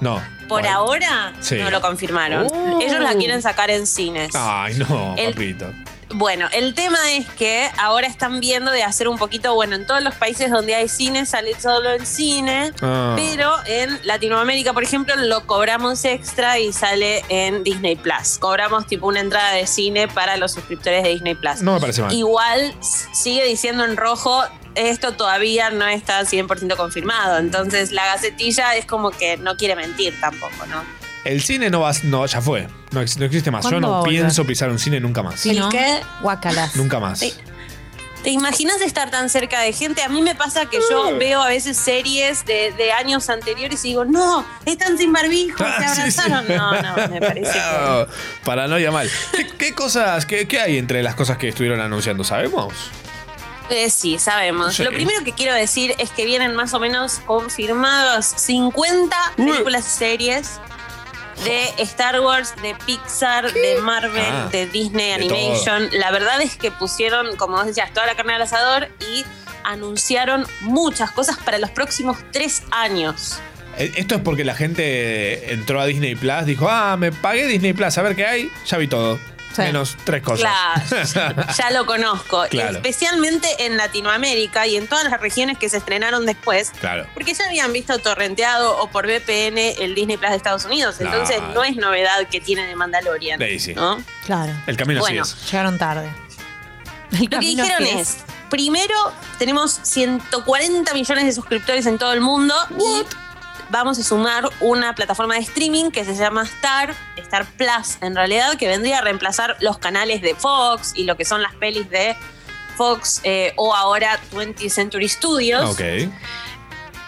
C: No.
P: Por ahora
C: Sí.
P: no lo confirmaron.
C: Uh.
P: Ellos la quieren sacar en cines.
C: Ay, no,
P: El-
C: papito.
P: Bueno, el tema es que ahora están viendo de hacer un poquito, bueno, en todos los países donde hay cine sale solo en cine,
C: Ah.
P: pero en Latinoamérica, por ejemplo, lo cobramos extra y sale en Disney Plus. Cobramos tipo una entrada de cine para los suscriptores de Disney Plus.
C: No me parece mal.
P: Igual s- sigue diciendo en rojo, esto todavía no está 100% confirmado, entonces la gacetilla es como que no quiere mentir tampoco, ¿no?
C: El cine no va. No, ya fue. No, ex- no existe más. Yo
P: ¿Cuándo va a
C: no
P: volver?
C: pienso pisar un cine nunca más.
P: ¿El qué? Guacalas.
C: Nunca más.
P: Sí. ¿Te imaginas estar tan cerca de gente? A mí me pasa que yo veo a veces series de, de años anteriores y digo, no, están sin barbijo, se abrazaron. No, no, me parece.
C: Ah, Paranoia mal. ¿Qué, qué cosas, qué, qué hay entre las cosas que estuvieron anunciando? ¿Sabemos?
P: Eh, sí, sabemos.
C: Sí.
P: Lo primero que quiero decir es que vienen más o menos confirmadas 50 películas y series de Star Wars, de Pixar, de Marvel,
X: Ah,
P: de Disney
X: de
P: Animation. La verdad es que pusieron, como vos decías, toda la carne al asador y anunciaron muchas cosas para los próximos tres años.
C: Eh, Esto es porque la gente entró a Disney Plus, dijo, ah, me pagué Disney Plus, a ver qué hay. Ya vi todo. Menos tres cosas.
P: Claro, ya lo conozco.
C: Claro.
P: Especialmente en Latinoamérica y en todas las regiones que se estrenaron después.
C: Claro.
P: Porque ya habían visto torrenteado o por VPN el Disney Plus de Estados Unidos. Entonces
C: Claro.
P: no es novedad que tiene de Mandalorian.
C: Daisy.
P: ¿no?
D: Claro.
C: El camino
P: Bueno.
C: así es.
D: Llegaron tarde.
P: Lo que
D: camino
P: dijeron
D: que
P: es,
D: es.
P: primero, tenemos 140 millones de suscriptores en todo el mundo y vamos a sumar una plataforma de streaming que se llama Star, Star Plus en realidad, que vendría a reemplazar los canales de Fox y lo que son las pelis de Fox eh, o ahora 20th Century Studios.
C: Ok.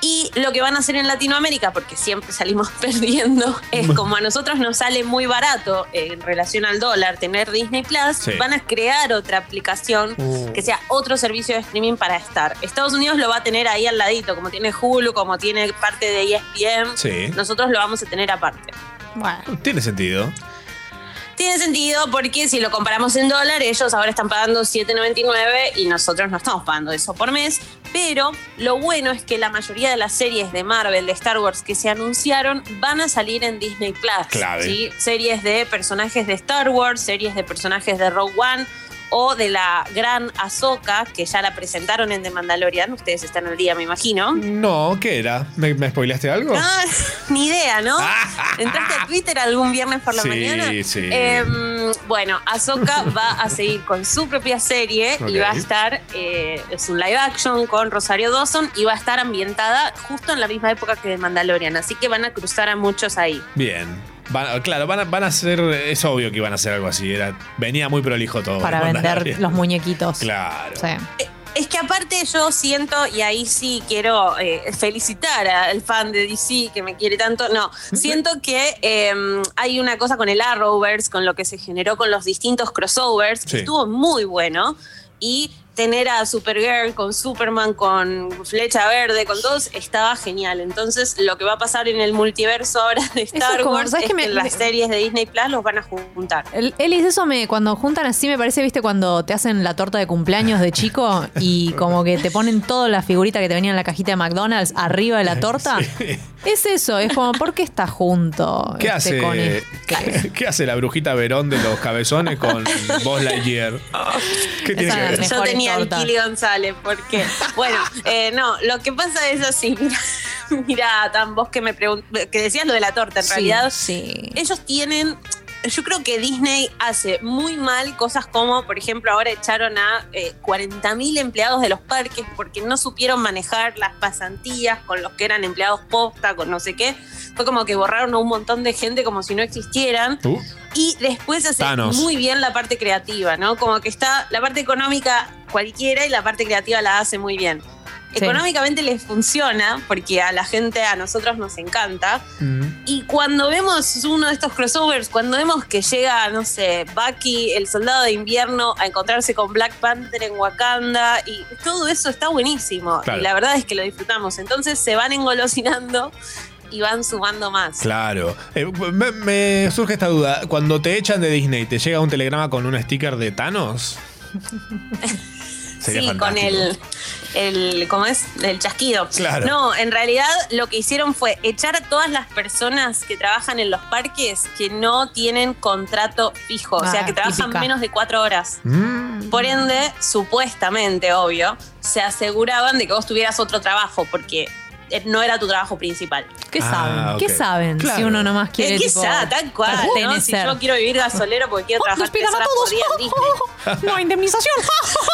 P: Y lo que van a hacer en Latinoamérica, porque siempre salimos perdiendo, es como a nosotros nos sale muy barato eh, en relación al dólar tener Disney Plus,
X: Sí.
P: van a crear otra aplicación
X: Mm.
P: que sea otro servicio de streaming para estar. Estados Unidos lo va a tener ahí al ladito, como tiene Hulu, como tiene parte de E ESPN.
C: Sí.
P: Nosotros lo vamos a tener aparte.
C: Tiene sentido.
P: Tiene sentido porque si lo comparamos en dólar, ellos ahora están pagando 7.99 y nosotros no estamos pagando eso por mes. Pero lo bueno es que la mayoría de las series de Marvel, de Star Wars que se anunciaron van a salir en Disney Plus.
X: Clave.
P: ¿sí? Series de personajes de Star Wars, series de personajes de Rogue One o de la gran Ahsoka que ya la presentaron en The Mandalorian. Ustedes están al día, me imagino.
C: No, ¿qué era? ¿Me, me spoileaste algo?
P: Ah, ni idea, ¿no? ¿Entraste a Twitter algún viernes por la
C: Sí,
P: mañana?
C: sí.
P: Em, bueno, Ahsoka va a seguir con su propia serie y
X: Ok.
P: va a estar, eh, es un live action con Rosario Dawson y va a estar ambientada justo en la misma época que de Mandalorian, así que van a cruzar a muchos ahí.
C: Bien. Van- claro, van a, van a hacer. Es obvio que iban a hacer algo así. Era, venía muy prolijo todo.
D: Para vender los muñequitos.
C: Claro.
D: Sí.
P: Es que aparte yo siento, y ahí sí quiero eh, felicitar al fan de DC que me quiere tanto, no, siento que eh, hay una cosa con el Arrowverse, con lo que se generó con los distintos crossovers,
X: Sí.
P: que estuvo muy bueno, y tener a Supergirl con Superman, con Flecha Verde, con todos, estaba genial. Entonces lo que va a pasar en el multiverso ahora de
D: es
P: Star
D: como-
P: Wars es
D: ¿sabes
P: que,
D: que me-
P: las series de Disney Plus los van a juntar.
D: El- Elis, eso me, cuando juntan así, me parece, viste, cuando te hacen la torta de cumpleaños de chico y como que te ponen toda la figurita que te venía en la cajita de McDonald's arriba de la torta. Es eso, es como, ¿por qué está junto?
C: ¿Qué
D: este
C: hace,
D: con este?
C: ¿qué, qué hace la brujita Verón de los cabezones con Buzz Lightyear? ¿Qué tiene que ver?
P: Yo tenía genial,
D: torta.
P: Kili González, porque, bueno, eh, no, lo que pasa es así, mira, mira Tan, vos que me pregun- que decías lo de la torta, en
D: Sí,
P: realidad, ellos tienen, yo creo que Disney hace muy mal cosas como, por ejemplo, ahora echaron a eh, 40.000 empleados de los parques porque no supieron manejar las pasantías con los que eran empleados posta, con no sé qué. Fue como que borraron a un montón de gente como si no existieran.
C: Uh.
P: Y después hace
C: Thanos.
P: muy bien la parte creativa, ¿no? Como que está la parte económica cualquiera y la parte creativa la hace muy bien.
D: Sí.
P: Económicamente les funciona porque a la gente, a nosotros nos encanta. Y cuando vemos uno de estos crossovers, cuando vemos que llega, no sé, Bucky, el soldado de invierno, a encontrarse con Black Panther en Wakanda, y todo eso está buenísimo.
C: Claro.
P: Y la verdad es que lo disfrutamos. Entonces se van engolosinando y van sumando más.
C: Claro. Eh, me, me surge esta duda. Cuando te echan de Disney, ¿te llega un telegrama con un sticker de Thanos? Sería
P: sí, con
C: fantástico.
P: el, el. ¿Cómo es? El chasquido.
C: Claro.
P: No, en realidad lo que hicieron fue echar a todas las personas que trabajan en los parques que no tienen contrato fijo, o sea,
D: Ah,
P: que trabajan
D: típica.
P: menos de cuatro horas.
D: Mm.
P: Por ende, supuestamente, obvio, se aseguraban de que vos tuvieras otro trabajo, porque eh, no era tu trabajo principal.
D: ¿Qué
P: Ah,
D: saben? ¿Qué
P: ok.
D: saben? Si
P: Claro.
D: uno nomás quiere.
P: es que
D: tipo,
P: ya, tal cual, ¿no? Si
D: pertenecer.
P: yo quiero vivir gasolero porque quiero trabajar tres
D: pegan a
P: horas por
D: todos.
P: día en Disney.
D: No, indemnización.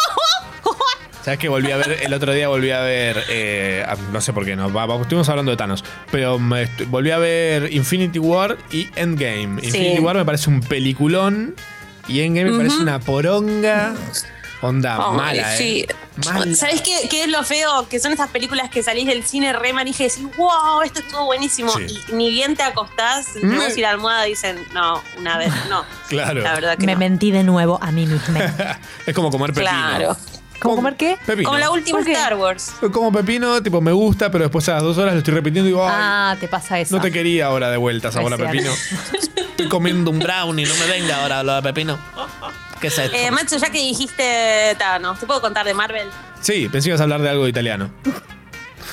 C: ¿Sabes que volví a ver? El otro día volví a ver. eh, a- no sé por qué, no, va- va- estuvimos hablando de Thanos. Pero me estu- volví a ver Infinity War y Endgame.
D: Sí.
C: Infinity War me parece un peliculón. Y Endgame me parece
P: Ujú.
C: una poronga. Onda
P: Ay,
C: mala,
P: sí.
C: ¿eh? Mala.
P: ¿Sabes qué, qué es lo feo? Que son estas películas que salís del cine re manija y decís, wow, esto estuvo buenísimo.
C: Sí.
P: Y ni bien te acostás, entre
D: Mm.
P: vos y la almohada dicen, no, una vez, no.
C: Claro.
P: La verdad que
D: Me
P: no.
D: mentí de nuevo a mí misma.
C: Es como comer pepino.
P: Claro.
D: ¿Cómo comer qué?
C: Pepino.
P: Como la última Star Wars.
C: Como pepino, tipo, me gusta, pero después a las dos horas lo estoy repitiendo y digo, "Ay,
D: Ah, te pasa eso.
C: no te quería ahora de vuelta, sabor a
D: Es cierto.
C: pepino.
E: Estoy comiendo un brownie, no me venga ahora lo de pepino. ¿Qué es esto?
P: Eh, Macho, ya que dijiste Thanos, ¿te puedo contar de Marvel?
C: Sí, pensé que ibas a hablar de algo italiano.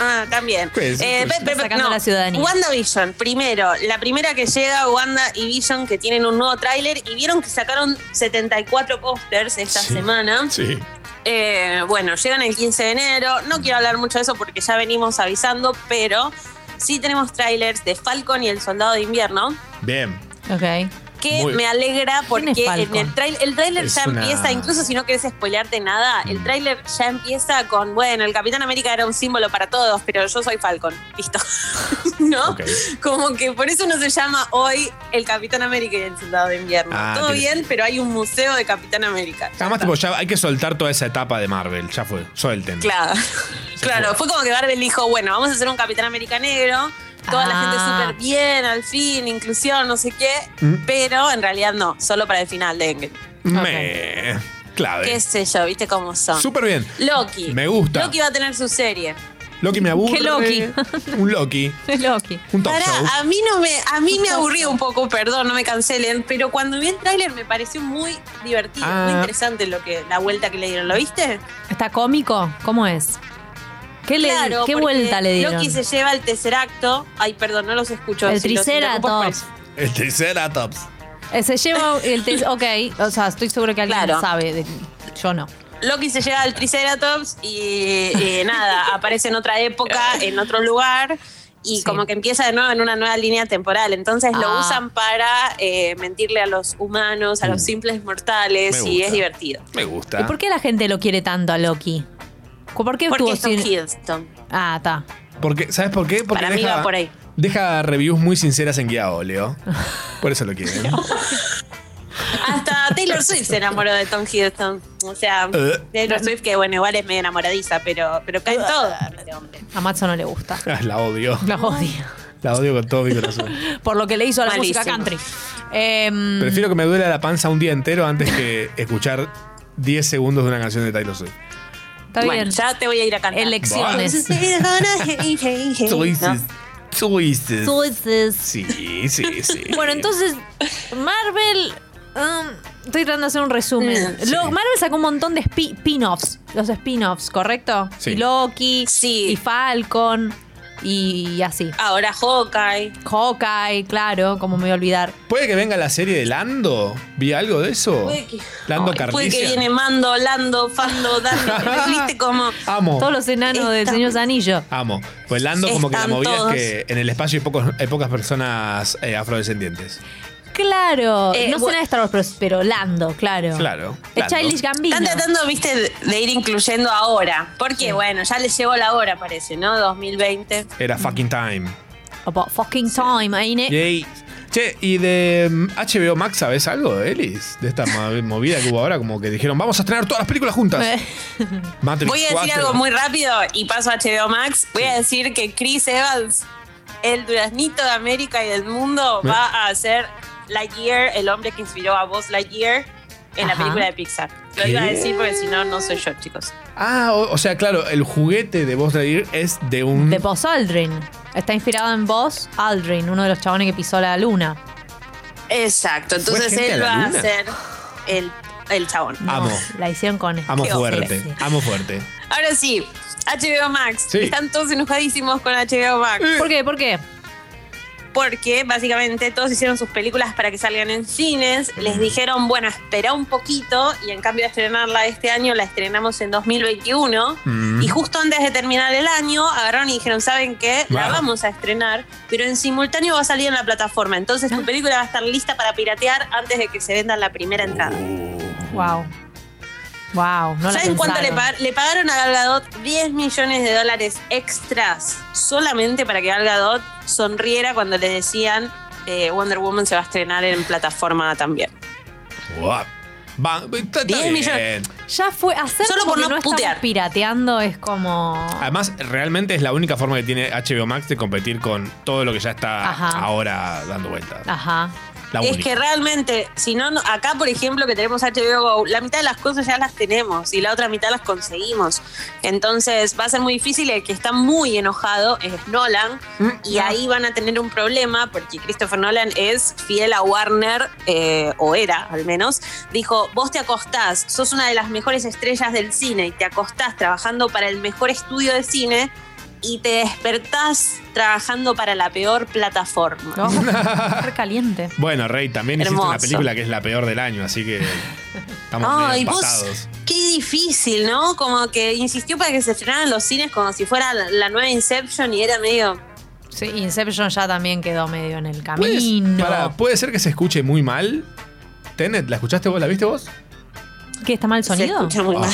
P: Ah, también.
C: ¿Qué es? Pues,
P: Eh,
C: Está
P: pe- pe- pe-
D: sacando
P: no.
D: la ciudadanía.
P: WandaVision, primero. La primera que llega, Wanda y Vision, que tienen un nuevo tráiler. Y vieron que sacaron 74 pósters esta semana.
C: Sí.
P: Eh, bueno, llegan el 15 de enero. No quiero hablar mucho de eso porque ya venimos avisando, pero sí tenemos trailers de Falcon y el Soldado de Invierno.
C: Bien.
D: Ok.
P: Que
C: Muy-
P: me alegra porque
D: ¿Quién es
P: en
D: Falcon?
P: el trailer, el trailer
C: Es
P: ya
C: una- Mm.
P: empieza, incluso si no querés spoilearte nada, el trailer ya empieza con, bueno, el Capitán América era un símbolo para todos, pero yo soy Falcon. Listo. ¿No? Como que por eso no se llama hoy el Capitán América y el Soldado de Invierno.
C: Ah,
P: Todo
C: tiene-
P: bien, pero hay un museo de Capitán América.
C: Además, tipo, ya hay que soltar toda esa etapa de Marvel. Ya fue. Suelten.
P: Claro, claro. Fue como que Marvel dijo, bueno, vamos a hacer un Capitán América negro. Toda la gente
D: Ah.
P: súper bien, al fin, inclusión, no sé qué.
C: Mm.
P: Pero en realidad no, solo para el final de Endgame.
C: Me.
P: Qué
C: Clave.
P: sé yo, viste cómo son.
C: Súper bien.
P: Loki.
C: Me gusta.
P: Loki va a tener su serie.
C: Loki me aburre.
P: Qué Loki.
C: Un Loki.
D: Loki.
C: Un top
P: Pará,
C: show.
P: a mí no me, a mí me aburrió un poco, perdón, no me cancelen, pero cuando vi el tráiler me pareció muy divertido, muy
D: Ah.
P: interesante lo que, la vuelta que le dieron, ¿lo viste?
D: ¿Está cómico? ¿Cómo es? ¿Qué, le-
P: Claro,
D: qué
P: porque
D: vuelta le dieron?
P: Loki se lleva el terceracto. Ay, perdón, no los escucho.
D: El
P: si los interrumpo es por
D: Triceratops.
P: eso.
E: El Triceratops.
D: Eh, Se lleva el tes- Ok, o sea, estoy seguro que alguien
P: Claro.
D: sabe. de- Yo no.
P: Loki se lleva al Triceratops y eh, nada, aparece en otra época, en otro lugar. Y como que empieza de nuevo en una nueva línea temporal. Entonces lo
D: Ah.
P: usan para eh, mentirle a los humanos, a los simples mortales,
D: Me
P: y es
D: gusta.
P: divertido.
C: Mm. Me gusta.
D: ¿Y por qué la gente lo quiere tanto a Loki? ¿Por qué
P: Porque
D: tuvo
P: es Tom
D: sin-
P: Hiddleston.
D: Ah, está.
C: Porque, ¿Sabes por qué? Porque
P: Para mí va por ahí.
C: deja reviews muy sinceras en Guiao, Leo. Por eso lo quieren.
P: Hasta Taylor Swift se enamoró de Tom Hiddleston. O sea,
C: Eh.
P: Taylor Swift, que bueno, igual es medio enamoradiza, pero, pero cae en todo. este hombre.
D: A Matzo no le gusta.
C: Ah, la odio.
D: La odia.
C: La odio con todo mi corazón.
D: Por lo que le hizo a la
P: Malísimo.
D: música country. Em,
C: Prefiero que me duela la panza un día entero antes que escuchar 10 segundos de una canción de Taylor Swift.
D: Está
P: Bueno,
D: bien.
P: Ya te voy a ir a cantar.
D: Elecciones.
P: ¿No?
C: Choices. Choices.
D: Choices.
C: Sí, sí, sí.
P: Eh,
D: Bueno, entonces, Marvel. um, estoy tratando de hacer un resumen.
C: Mm, sí.
D: Lo- Marvel sacó un montón de spi- spin-offs. Los spin-offs, ¿correcto?
C: Sí.
D: Y Loki. Y Falcon. Y así.
P: Ahora Hawkeye.
D: Hawkeye, claro, como me voy a olvidar.
C: ¿Puede que venga la serie de Lando? ¿Vi algo de eso?
P: Puede que-
C: Lando
P: Ay, Puede que
C: Carnicia.
P: viene mando, lando, fando, dando. ¿Viste cómo?
C: Amo.
D: Todos los enanos del Señor Zanillo.
C: Amo. Pues Lando como que la
D: Están
C: movida
D: todos.
C: es que en el espacio hay, pocos, hay pocas personas eh, afrodescendientes.
D: Claro.
P: Eh,
D: no será de Star Wars, pero, pero Lando, claro.
C: Claro.
D: El Childish Gambino.
P: Están tratando, viste, de- de ir incluyendo ahora. Porque, bueno, ya les llegó la hora, parece, ¿no? 2020.
C: Era fucking time.
D: About fucking time, ain't
P: Eh.
D: it?
C: Yay. Che, y de mm, HBO Max, ¿sabes algo, Elis? De esta ma- movida que hubo ahora, como que dijeron, vamos a estrenar todas las películas juntas. Matrix
P: Eh. Voy a decir
C: 4.
P: algo muy rápido y paso a HBO Max. Voy a decir que Chris Evans, el duraznito de América y del mundo,
C: Me-
P: va a hacer Lightyear, el hombre que inspiró a Buzz Lightyear en la
C: Ajá.
P: película de Pixar. Lo iba a
C: ¿Qué?
P: decir porque si no, no soy yo, chicos.
C: Ah, o, o sea, claro, el juguete de Buzz Lightyear es de un...
D: De Buzz Aldrin. Está inspirado en Buzz Aldrin, uno de los chabones que pisó la luna.
P: Exacto,
D: ¿Fue
P: entonces
D: gente
P: él
D: a la
P: va a
D: luna?
P: ser el, el chabón.
C: Amo.
D: La hicieron con este
C: Amo
P: Qué
C: fuerte,
P: ojete.
C: amo fuerte.
P: Ahora sí, HBO Max.
C: Sí.
P: Están todos enojadísimos con HBO Max.
D: ¿Por qué? ¿Por qué?
P: Porque básicamente todos hicieron sus películas para que salgan en cines. Les dijeron, bueno, espera un poquito y en cambio de estrenarla este año, la estrenamos en 2021.
X: Mm.
P: Y justo antes de terminar el año, agarraron y dijeron, ¿saben qué? La
X: Wow.
P: vamos a estrenar, pero en simultáneo va a salir en la plataforma. Entonces tu película va a estar lista para piratear antes de que se venda la primera entrada.
D: Wow. Wow. No la
P: ¿Saben cuánto le,
D: pensaron.
P: pagar- le pagaron a Gal Gadot? 10 millones de dólares extras solamente para que Gal Gadot sonriera cuando le decían eh, Wonder Woman se va a estrenar en plataforma también.
C: Guau. Va, está, está
P: 10
C: bien.
P: millones.
D: Ya fue hacer
P: Solo
D: como
P: por
D: que
P: no
D: estamos
P: putear.
D: pirateando es como
C: Además, realmente es la única forma que tiene HBO Max de competir con todo lo que ya está
P: Ajá.
C: ahora dando vueltas.
D: Ajá.
C: La
P: es
C: única.
P: que realmente, si no, no- acá por ejemplo que tenemos HBO Go, la mitad de las cosas ya las tenemos y la otra mitad las conseguimos. Entonces va a ser muy difícil, el que está muy enojado es Nolan y ahí van a tener un problema porque Christopher Nolan es fiel a Warner, eh, o era al menos, dijo, vos te acostás, sos una de las mejores estrellas del cine y te acostás trabajando para el mejor estudio de cine. Y te despertás trabajando para la peor plataforma.
D: re caliente.
C: Bueno, Rey, también hiciste una
P: Hermoso.
C: película que es la peor del año, así que estamos medio
P: Ay, vos,
C: empatados.
P: qué difícil, ¿no? Como que insistió para que se estrenaran los cines como si fuera la, la nueva Inception y era medio.
D: Sí, Inception ya también quedó medio en el
C: ¿Puedes-
D: camino.
C: pará, ¿Puede ser que se escuche muy mal? Tenet, ¿la escuchaste vos? ¿La viste vos?
D: ¿Qué está mal el sonido?
P: escucha
C: Ah.
P: muy mal.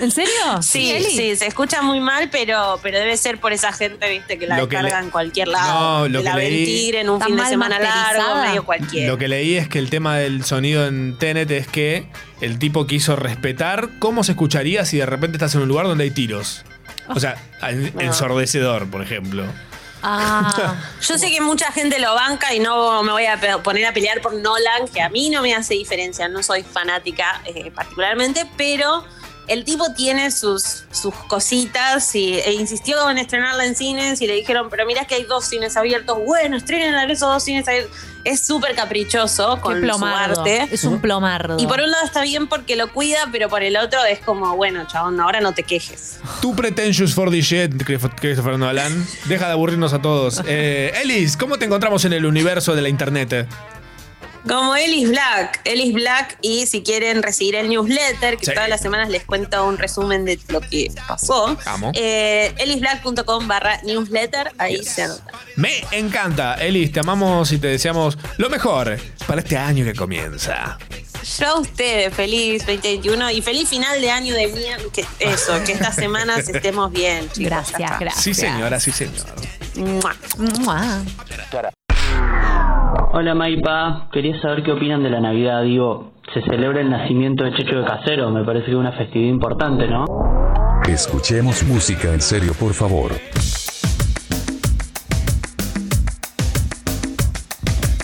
D: ¿En serio?
P: Sí,
D: Eli.
P: sí, se escucha muy mal, pero, pero debe ser por esa gente, viste, que la
C: Lo que
P: descarga
C: le-
P: en cualquier lado.
C: No, lo
P: la
C: que leí-
P: ven en un
D: Está
P: fin de
D: mal
P: semana largo,
D: masterizada.
P: medio cualquiera.
C: Lo que leí es que el tema del sonido en Tenet es que el tipo quiso respetar cómo se escucharía si de repente estás en un lugar donde hay tiros. O sea, en-
P: No.
C: ensordecedor, por ejemplo.
D: Ah.
P: Yo sé que mucha gente lo banca y no me voy a pe- poner a pelear por Nolan, que a mí no me hace diferencia, no soy fanática eh, particularmente, pero el tipo tiene sus, sus cositas y, e insistió en estrenarla en cines y le dijeron, pero mirá que hay dos cines abiertos, bueno, estrenenla en esos dos cines abiertos. Es súper caprichoso
D: Qué
P: con su
D: plomardo.
P: arte.
D: Es un plomardo.
P: Y por un lado está bien porque lo cuida, pero por el otro es como, bueno, chabón, ahora no te quejes.
C: Tu pretentious for the shit, Christopher- Christopher Nolan. Deja de aburrirnos a todos. Eh, Elis, ¿cómo te encontramos en el universo de la internet?
P: Como Ellis Black, Ellis Black y si quieren recibir el newsletter, que
C: Sí.
P: todas las semanas les cuento un resumen de lo que pasó,
C: Amo.
P: eh, ellisblack.com barra newsletter, ahí se anota.
C: Me encanta, Elis, te amamos y te deseamos lo mejor para este año que comienza.
P: Yo a ustedes, feliz 2021 y feliz final de año de mierda, que eso, que estas semanas estemos bien, chicos. Gracias,
C: Sí, señora, sí, señor.
Q: Hola Maipa, quería saber qué opinan de la Navidad. Digo, se celebra el nacimiento de Checho de Casero, me parece que es una festividad importante, ¿no?
R: Escuchemos música en serio, por favor.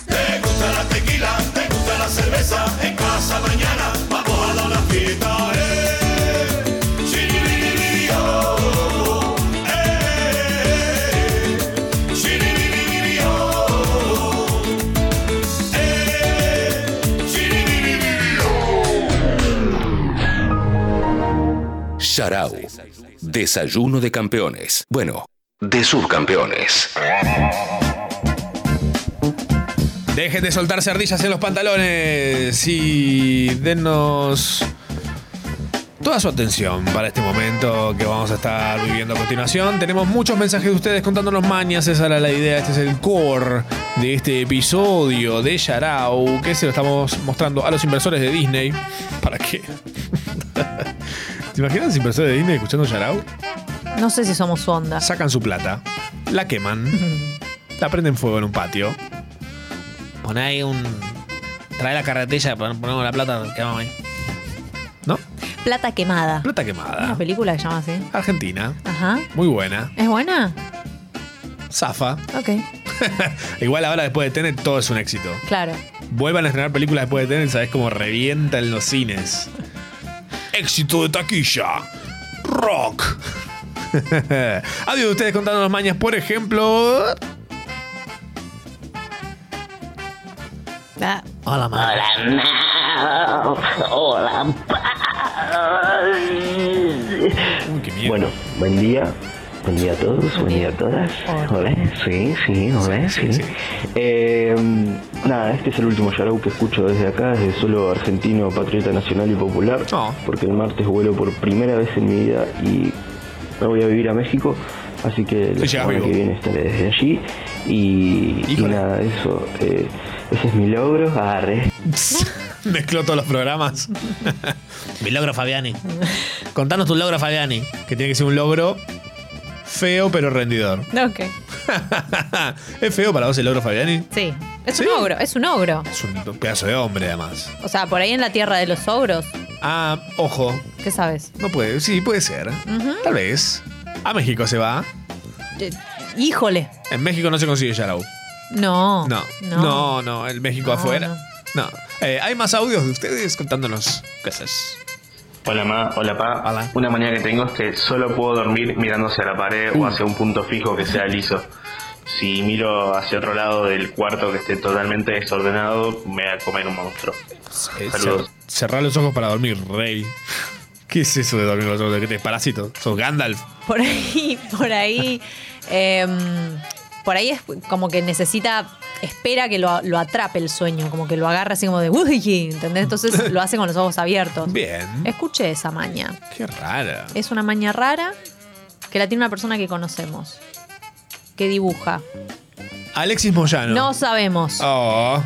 O: Te gusta la tequila, te gusta la cerveza, en casa mañana vamos a dar una fiesta, eh. Shiribiribiri, oh, eh. Shiribiribiri, oh, eh. Shiribiribiri, oh.
F: Sharau. Desayuno de campeones. Bueno, de subcampeones.
C: Dejen de soltarse ardillas en los pantalones y denos toda su atención para este momento que vamos a estar viviendo a continuación. Tenemos muchos mensajes de ustedes contándonos mañas, esa era la idea, este es el core de este episodio de Yarao, que se lo estamos mostrando a los inversores de Disney. ¿Para qué? ¿Te imaginas los inversores de Disney escuchando Yarao?
D: No sé si somos su onda.
C: Sacan su plata, la queman, la prenden fuego en un patio.
E: Pon ahí un. Trae la carretilla, pon- ponemos la plata, quedamos ahí.
D: Plata quemada.
C: Plata quemada.
D: Una película que se llama así.
C: Argentina,
D: Ajá.
C: muy buena.
D: ¿Es buena?
C: Zafa.
D: Ok,
C: Igual ahora después de Tenet todo es un éxito.
D: claro.
C: Vuelvan a estrenar películas después de Tenet, sabes cómo revientan los cines. Éxito de taquilla. Rock. Adiós ustedes contándonos mañas, por ejemplo.
D: Ah.
E: Hola, ma.
A: Hola.
Y: Bueno,
A: buen día. Buen día a todos, buen día a todas. Hola, sí, sí, hola, sí. Eh, nada, este es el último Yarau que escucho desde acá, desde solo argentino, patriota nacional y popular. Porque el martes vuelo por primera vez en mi vida y me voy a vivir a México. Así que la
Y: Sí, ya,
A: semana
Y: vivo.
A: que viene estaré desde allí. Y, y nada, eso. eh, ese es mi logro. Agarré.
C: Mezcló todos los programas.
E: Mi logro, Fabiani. Contanos tu logro, Fabiani.
C: Que tiene que ser un logro feo pero rendidor.
D: Ok.
C: ¿Es feo para vos el logro, Fabiani?
D: Sí. Es un ogro, es un ogro.
C: Es un pedazo de hombre, además.
D: O sea, por ahí en la tierra de los ogros.
C: Ah, ojo.
D: ¿Qué sabes?
C: No puede, sí, puede ser.
D: Ujú.
C: Tal vez. A México se va.
D: Eh, Híjole.
C: En México no se consigue Yarau.
D: No.
C: No.
D: No.
C: No, no, el México
D: No,
C: afuera. No. Eh, Hay más audios de ustedes contándonos cosas.
L: Hola ma, hola pa. Una manía que tengo es que solo puedo dormir mirando hacia la pared
D: Mm.
L: o hacia un punto fijo que sea liso. Si miro hacia otro lado del cuarto que esté totalmente desordenado, me va a comer un monstruo.
C: Eh,
L: Saludos.
C: cer- cerrar los ojos para dormir, rey. ¿Qué es eso de dormir con los ojos? ¿Qué te parásito? ¿Sos Gandalf?
D: Por ahí, por ahí. eh, por ahí es como que necesita, espera que lo, lo atrape el sueño, como que lo agarra así como de "Uy", ¿entendés? Entonces lo hace con los ojos abiertos.
C: Bien.
D: Escuche esa maña.
C: Qué rara.
D: Es una maña rara que la tiene una persona que conocemos. Que dibuja.
C: Alexis Moyano.
D: Ah, No sabemos.
C: Oh.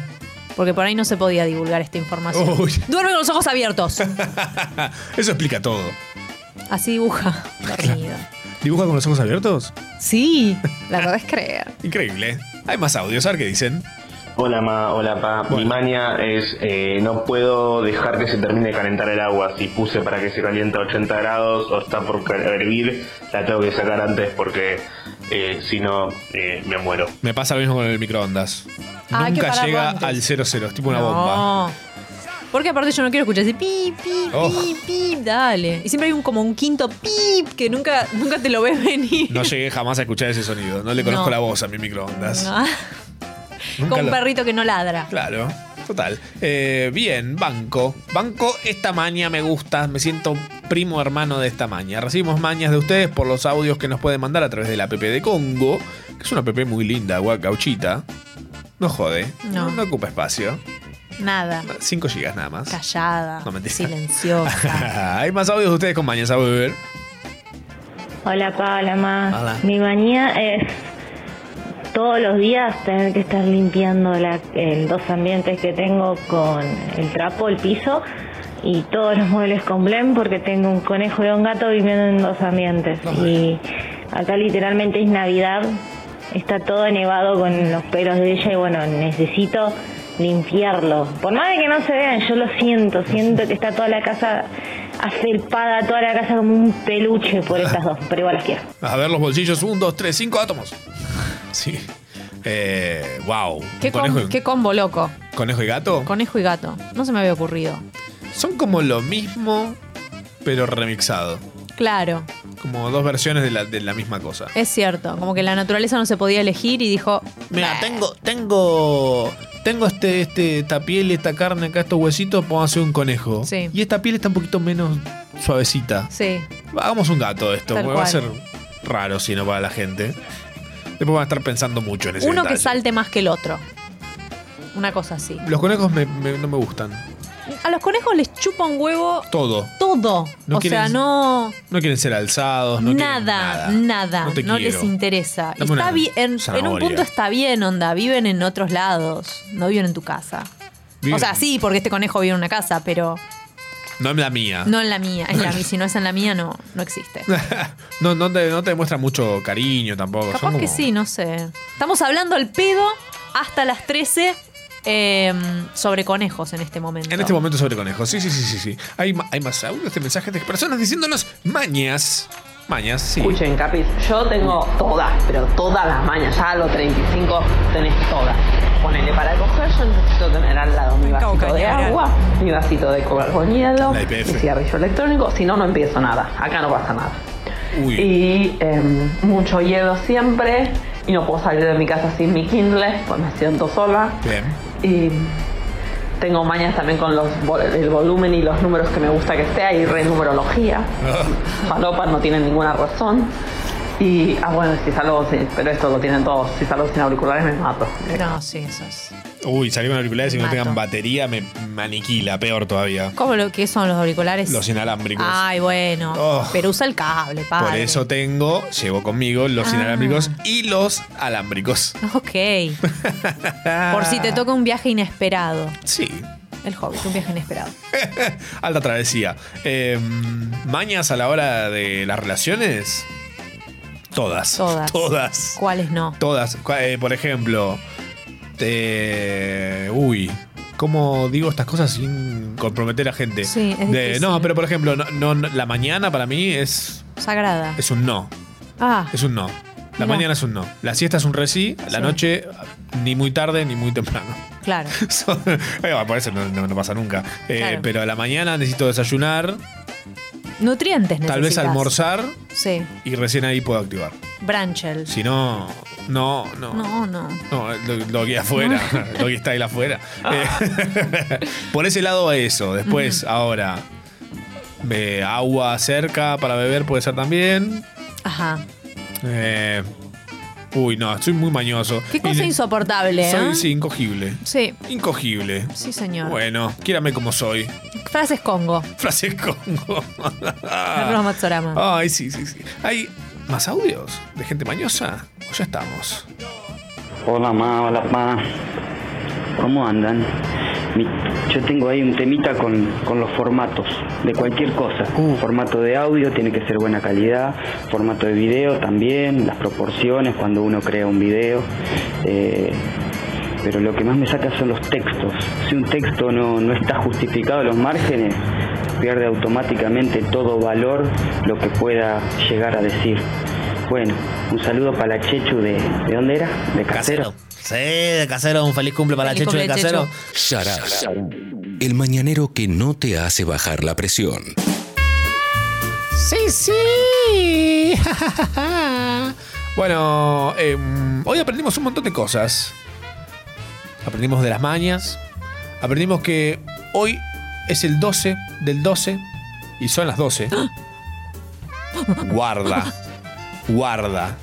D: Porque por ahí no se podía divulgar esta información.
C: Uy.
D: Duerme con los ojos abiertos.
C: Eso explica todo.
D: Así dibuja. Dormido.
C: ¿Dibuja con los ojos abiertos?
D: Sí, la verdad es creer.
C: Increíble. ¿eh? Hay más audios, a ver qué dicen.
L: Hola ma, hola pa. Mi maña es eh, no puedo dejar que se termine de calentar el agua. Si puse para que se caliente a 80 grados o está por cal- hervir, la tengo que sacar antes porque eh, si no eh, me muero.
C: Me pasa lo mismo con el microondas.
D: Ah, hay que
C: Nunca
D: pararlo
C: llega
D: antes.
C: al 00, es tipo una bomba.
D: No. Oh. Porque aparte yo no quiero escuchar ese pip, pip,
C: Oh.
D: pip, pip, dale. Y siempre hay un como un quinto pip que nunca, nunca te lo ves venir.
C: No llegué jamás a escuchar ese sonido. No le conozco
D: No.
C: la voz a mi microondas.
D: Ah,
C: Nunca
D: Con un
C: lo-
D: perrito que no ladra.
C: Claro, total. Eh, bien, banco. Banco, esta maña me gusta. Me siento primo hermano de esta maña. Recibimos mañas de ustedes por los audios que nos pueden mandar a través de la app de Congo, que es una app muy linda, gua- gauchita. No jode.
D: No.
C: No, ocupa espacio.
D: Nada.
C: 5 gigas nada más.
D: Callada.
C: No, mentira.
D: silenciosa.
C: Hay más audios de ustedes con mañas, a ver.
J: Hola, pa, hola, ma.
C: Hola.
J: Mi manía
H: eh,
J: es todos los días tener que estar limpiando la, el- los ambientes que tengo con el trapo, el piso y todos los muebles con blem porque tengo un conejo y un gato viviendo en dos ambientes. Y acá literalmente es Navidad, está todo nevado con los pelos de ella y bueno, necesito limpiarlo. Por más de que no se vean, yo lo siento, siento que está toda la casa afelpada, toda la casa como un peluche por estas dos, pero igual las quiero.
C: A ver los bolsillos. 1, 2, 3, 5 átomos. Sí. Eh, wow.
D: ¿Qué, com-
C: conejo, Oh. y-
D: qué combo loco.
C: conejo y gato.
D: Conejo y gato. No se me había ocurrido.
C: Son como lo mismo, pero remixado.
D: Claro,
C: Como dos versiones de la, de la misma cosa.
D: es cierto. Como que la naturaleza no se podía elegir y dijo.
C: Mira, tengo, tengo, tengo este, este, esta piel, esta carne, acá estos huesitos, puedo hacer un conejo.
D: Sí.
C: Y esta piel está un poquito menos suavecita.
D: Sí,
C: Hagamos un gato de esto,
D: Tal
C: porque va a
D: cual.
C: ser raro, sino para la gente. Después van a estar pensando mucho en ese
D: Uno que
C: detalle.
D: salte más que el otro. Una cosa así.
C: Los conejos me- me- no me gustan.
D: A los conejos les chupa un huevo
C: Todo.
D: todo.
C: No
D: o sea,
C: quieren-
D: no.
C: No quieren ser alzados, no quieren
D: nada, nada,
C: No
D: No,
C: te quiero.
D: les interesa. Y
C: Dame una
D: está bien, en, en un
C: zanahoria.
D: punto está bien, onda. Viven en otros lados. No viven en tu casa.
C: Viven-
D: O sea, sí, porque este conejo vive en una casa, pero
C: No es la mía.
D: no en la mía. En la, si no es en la mía, no, no existe.
C: No, no te, no te demuestra mucho cariño tampoco.
D: Capaz
C: Son
D: que
C: como-
D: sí, no sé. Estamos hablando al pedo hasta las 13 eh, sobre conejos en este momento.
C: En este momento sobre conejos. Sí, sí, sí, sí, sí. Hay, ma- hay más audios de mensajes de personas diciéndonos mañas. Mañas, sí.
X: Escuchen, Capis, yo tengo todas, pero todas las mañas. Ya a los 35 tenés todas. Ponele para coger, yo necesito tener al lado mi vasito de
S: cañera.
X: agua, mi vasito de coca con
S: La
X: hielo, mi
S: IPF.
X: cigarrillo electrónico. Si no, no empiezo nada. Acá no pasa nada. Y em, mucho hielo siempre. Y no puedo salir de mi casa sin mi Kindle, pues me siento sola.
C: Bien.
X: Y tengo mañas también con los vol- el volumen y los números que me gusta que sea y renumerología. Falopa no tiene ninguna razón. Y, ah, bueno, si salgo sin, pero esto lo tienen todos, si salgo sin auriculares me mato.
D: No, sí, eso es.
C: Uy, salí con auriculares y no
D: Mato.
C: tengan batería, me, me aniquila, peor todavía.
D: ¿Cómo lo que son los auriculares?
C: Los inalámbricos.
D: Ay, bueno.
C: Oh.
D: Pero usa el cable, padre.
C: Por eso tengo, llevo conmigo los
D: Ah.
C: inalámbricos y los alámbricos.
D: Ok. Por si te toca un viaje inesperado.
C: Ah. Sí.
D: El Hobbit, un viaje inesperado.
C: Alta travesía. Eh, mañas a la hora de las relaciones. Todas.
D: Todas.
C: Todas.
D: ¿Cuáles no?
C: Todas. Cu- eh, por ejemplo. eh, uy. ¿Cómo digo estas cosas sin comprometer a gente?
D: Sí, es
C: De-
D: difícil.
C: No, pero por ejemplo, no- no- no- la mañana para mí es,
D: Sagrada.
C: es un no.
D: Ah,
C: Es un no. La
D: Mirá.
C: mañana es un no. La siesta es un resí. La
D: Sí.
C: noche, ni muy tarde ni muy temprano.
D: claro.
C: Son- Eh, bueno, por eso no, no- no pasa nunca. Eh,
D: Claro.
C: Pero a la mañana necesito desayunar,
D: Nutrientes necesitas.
C: tal vez almorzar
D: Sí.
C: y recién ahí puedo activar.
D: Branchel.
C: Si no, no, no. No,
D: No, no.
C: lo, lo que hay afuera, lo que está ahí afuera.
D: Ah.
C: Eh, por ese lado eso. Después, ahora, eh, agua cerca para beber puede ser también.
D: Ajá.
C: Eh, uy, no, estoy muy mañoso.
D: Qué cosa
C: Y-
D: insoportable,
C: Soy,
D: ¿eh?
C: sí, incogible.
D: Sí.
C: Incogible.
D: Sí, señor.
C: Bueno, quírame como soy.
D: Frases Congo.
C: Frase Congo. Ah.
D: Carlos Matsorama.
C: Ay, sí, sí, sí. ¿Hay más audios de gente mañosa? ¿O ya estamos?
T: Hola ma, hola pa. ¿Cómo andan? Mi- yo tengo ahí un temita con, con los formatos, de cualquier cosa. Formato de audio tiene que ser buena calidad, formato de video también, las proporciones cuando uno crea un video. eh, pero lo que más me saca son los textos. Si un texto no, no está justificado a los márgenes, pierde automáticamente todo valor lo que pueda llegar a decir. Bueno, un saludo para la Chechu de... ¿De dónde era? De Casero.
E: Sí, de casero, un feliz cumple para
T: Feliz
E: Checho de
T: cumple,
E: casero.
F: Sharau, el mañanero que no te hace bajar la presión.
C: Sí, sí. bueno, eh, hoy aprendimos un montón de cosas. Aprendimos de las mañas. Aprendimos que hoy es el 12 del 12 y son las 12. Guarda. Guarda.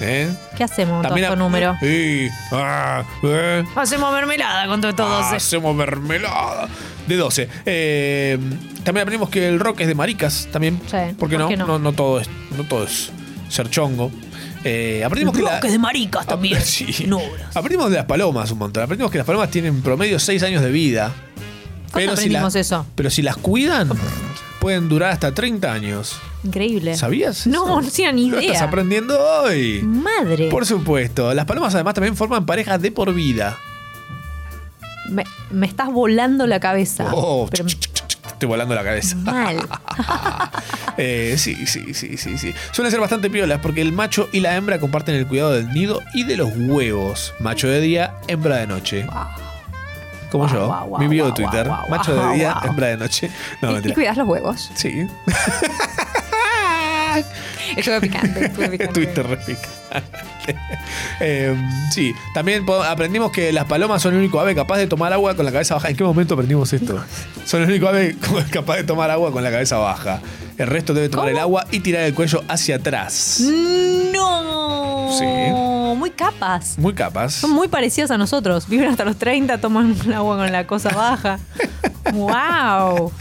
C: ¿Eh?
D: ¿Qué hacemos con todo
C: a- Eh,
D: este número?
C: Sí. Ah, eh.
D: Hacemos mermelada con todo esto
C: Ah,
D: 12.
C: Hacemos mermelada. De 12. Eh, también aprendimos que el rock es de maricas también. ¿Por qué,
D: ¿por
C: no?
D: qué
C: no?
D: no?
C: no todo es, no todo es ser chongo. Eh, aprendimos que la- Ah,
D: Bloques de maricas también.
C: Sí.
D: No.
C: Aprendimos de las palomas un montón. Aprendimos que las palomas tienen promedio 6 años de vida. Pero si,
D: aprendimos
C: las,
D: eso?
C: pero si las cuidan, pueden durar hasta 30 años.
D: Increíble.
C: ¿Sabías?
D: No, no tenía ni
C: Lo estás
D: idea.
C: aprendiendo hoy.
D: Madre.
C: Por supuesto. Las palomas además también forman parejas de por vida.
D: Me, me estás volando la cabeza.
C: Oh, Estoy volando la cabeza.
D: Mal.
C: Eh, sí, sí, sí, sí, sí. Suelen ser bastante piolas porque el macho y la hembra comparten el cuidado del nido y de los huevos. Macho de día, hembra de noche. Como yo, mi bio de Twitter. macho de día, hembra de noche. No,
D: Y
C: mentira.
D: cuidas los huevos.
C: Sí.
D: Estuve picante, estuve picante.
C: Twitter repica. Eh, sí, también po- aprendimos que las palomas son el único ave capaz de tomar agua con la cabeza baja. ¿En qué momento aprendimos esto? Son el único ave co- capaz de tomar agua con la cabeza baja. El resto debe tomar el agua y tirar el cuello hacia atrás.
D: No.
C: Sí.
D: Muy capas.
C: Muy capaz.
D: Son muy parecidas a nosotros. Viven hasta los 30, toman el agua con la cosa baja. ¡Wow!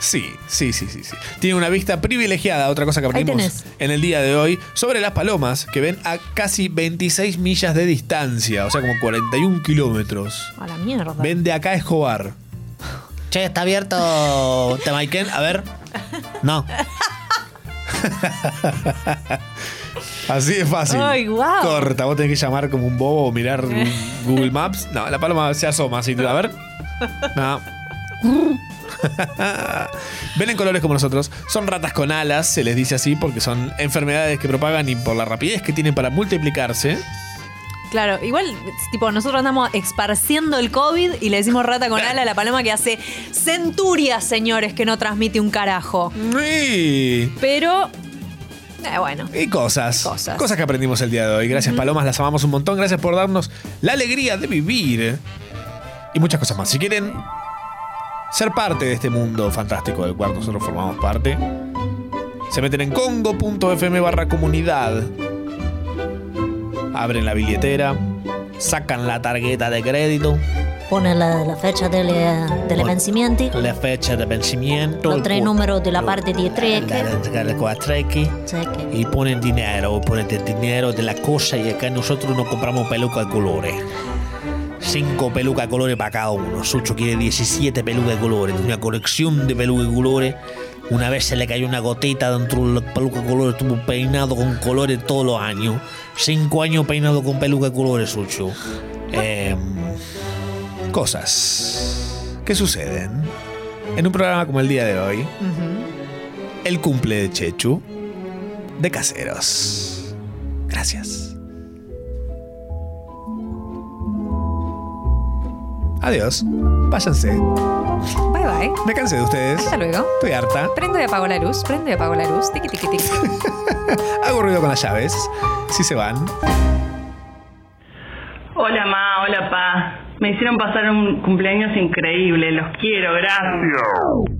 C: Sí, sí, sí, sí, sí. Tiene una vista privilegiada, otra cosa que aprendimos
D: tenés.
C: en el día de hoy, sobre las palomas que ven a casi 26 millas de distancia, o sea, como 41 kilómetros.
D: A la mierda.
C: Ven de acá a Escobar.
E: Che, está abierto Temaiken. Oh, A ver. No.
C: Así de fácil.
D: Ay, guau.
C: Corta, vos tenés que llamar como un bobo o mirar Google Maps. No, la paloma se asoma así. A ver. No. Ven en colores como nosotros. Son ratas con alas, se les dice así, porque son enfermedades que propagan y por la rapidez que tienen para multiplicarse.
D: Claro, igual, tipo, nosotros andamos esparciendo el COVID y le decimos rata con ala a la paloma que hace centurias, señores, que no transmite un carajo.
C: Y,
D: Pero, eh, bueno.
C: y cosas,
D: Cosas.
C: cosas. que aprendimos el día de hoy. Gracias, Palomas, las amamos un montón. Gracias por darnos la alegría de vivir. Y muchas cosas más. Si quieren ser parte de este mundo fantástico del cual nosotros formamos parte, se meten en congo.fm barra comunidad. Abren la billetera, sacan la tarjeta de crédito,
B: Pone la, la fecha del, eh, del vencimiento,
E: La fecha de vencimiento.
B: los tres números de la parte de tres.
E: El cuatreque. Y ponen dinero, ponen el dinero de la cosa y acá nosotros no compramos peluca de colores. Cinco pelucas de colores para cada uno. Sucho quiere 17 pelucas de colores. Tiene una colección de pelucas de colores. Una vez se le cayó una gotita dentro de la peluca de colores. Estuvo peinado con colores todos los años. Cinco años peinado con peluca de colores, Sucho. Em,
C: cosas que suceden en un programa como el día de hoy. El cumple de Chechu de Caseros. Gracias. Adiós. Váyanse.
D: Bye bye.
C: Me cansé de ustedes.
D: Hasta luego.
C: Estoy harta.
D: Prendo y apago la luz, prendo y apago la luz. Tiki, tiki, tiki.
C: Hago ruido con las llaves. Si se van.
S: Hola ma, hola pa. Me hicieron pasar un cumpleaños increíble, los quiero, gracias.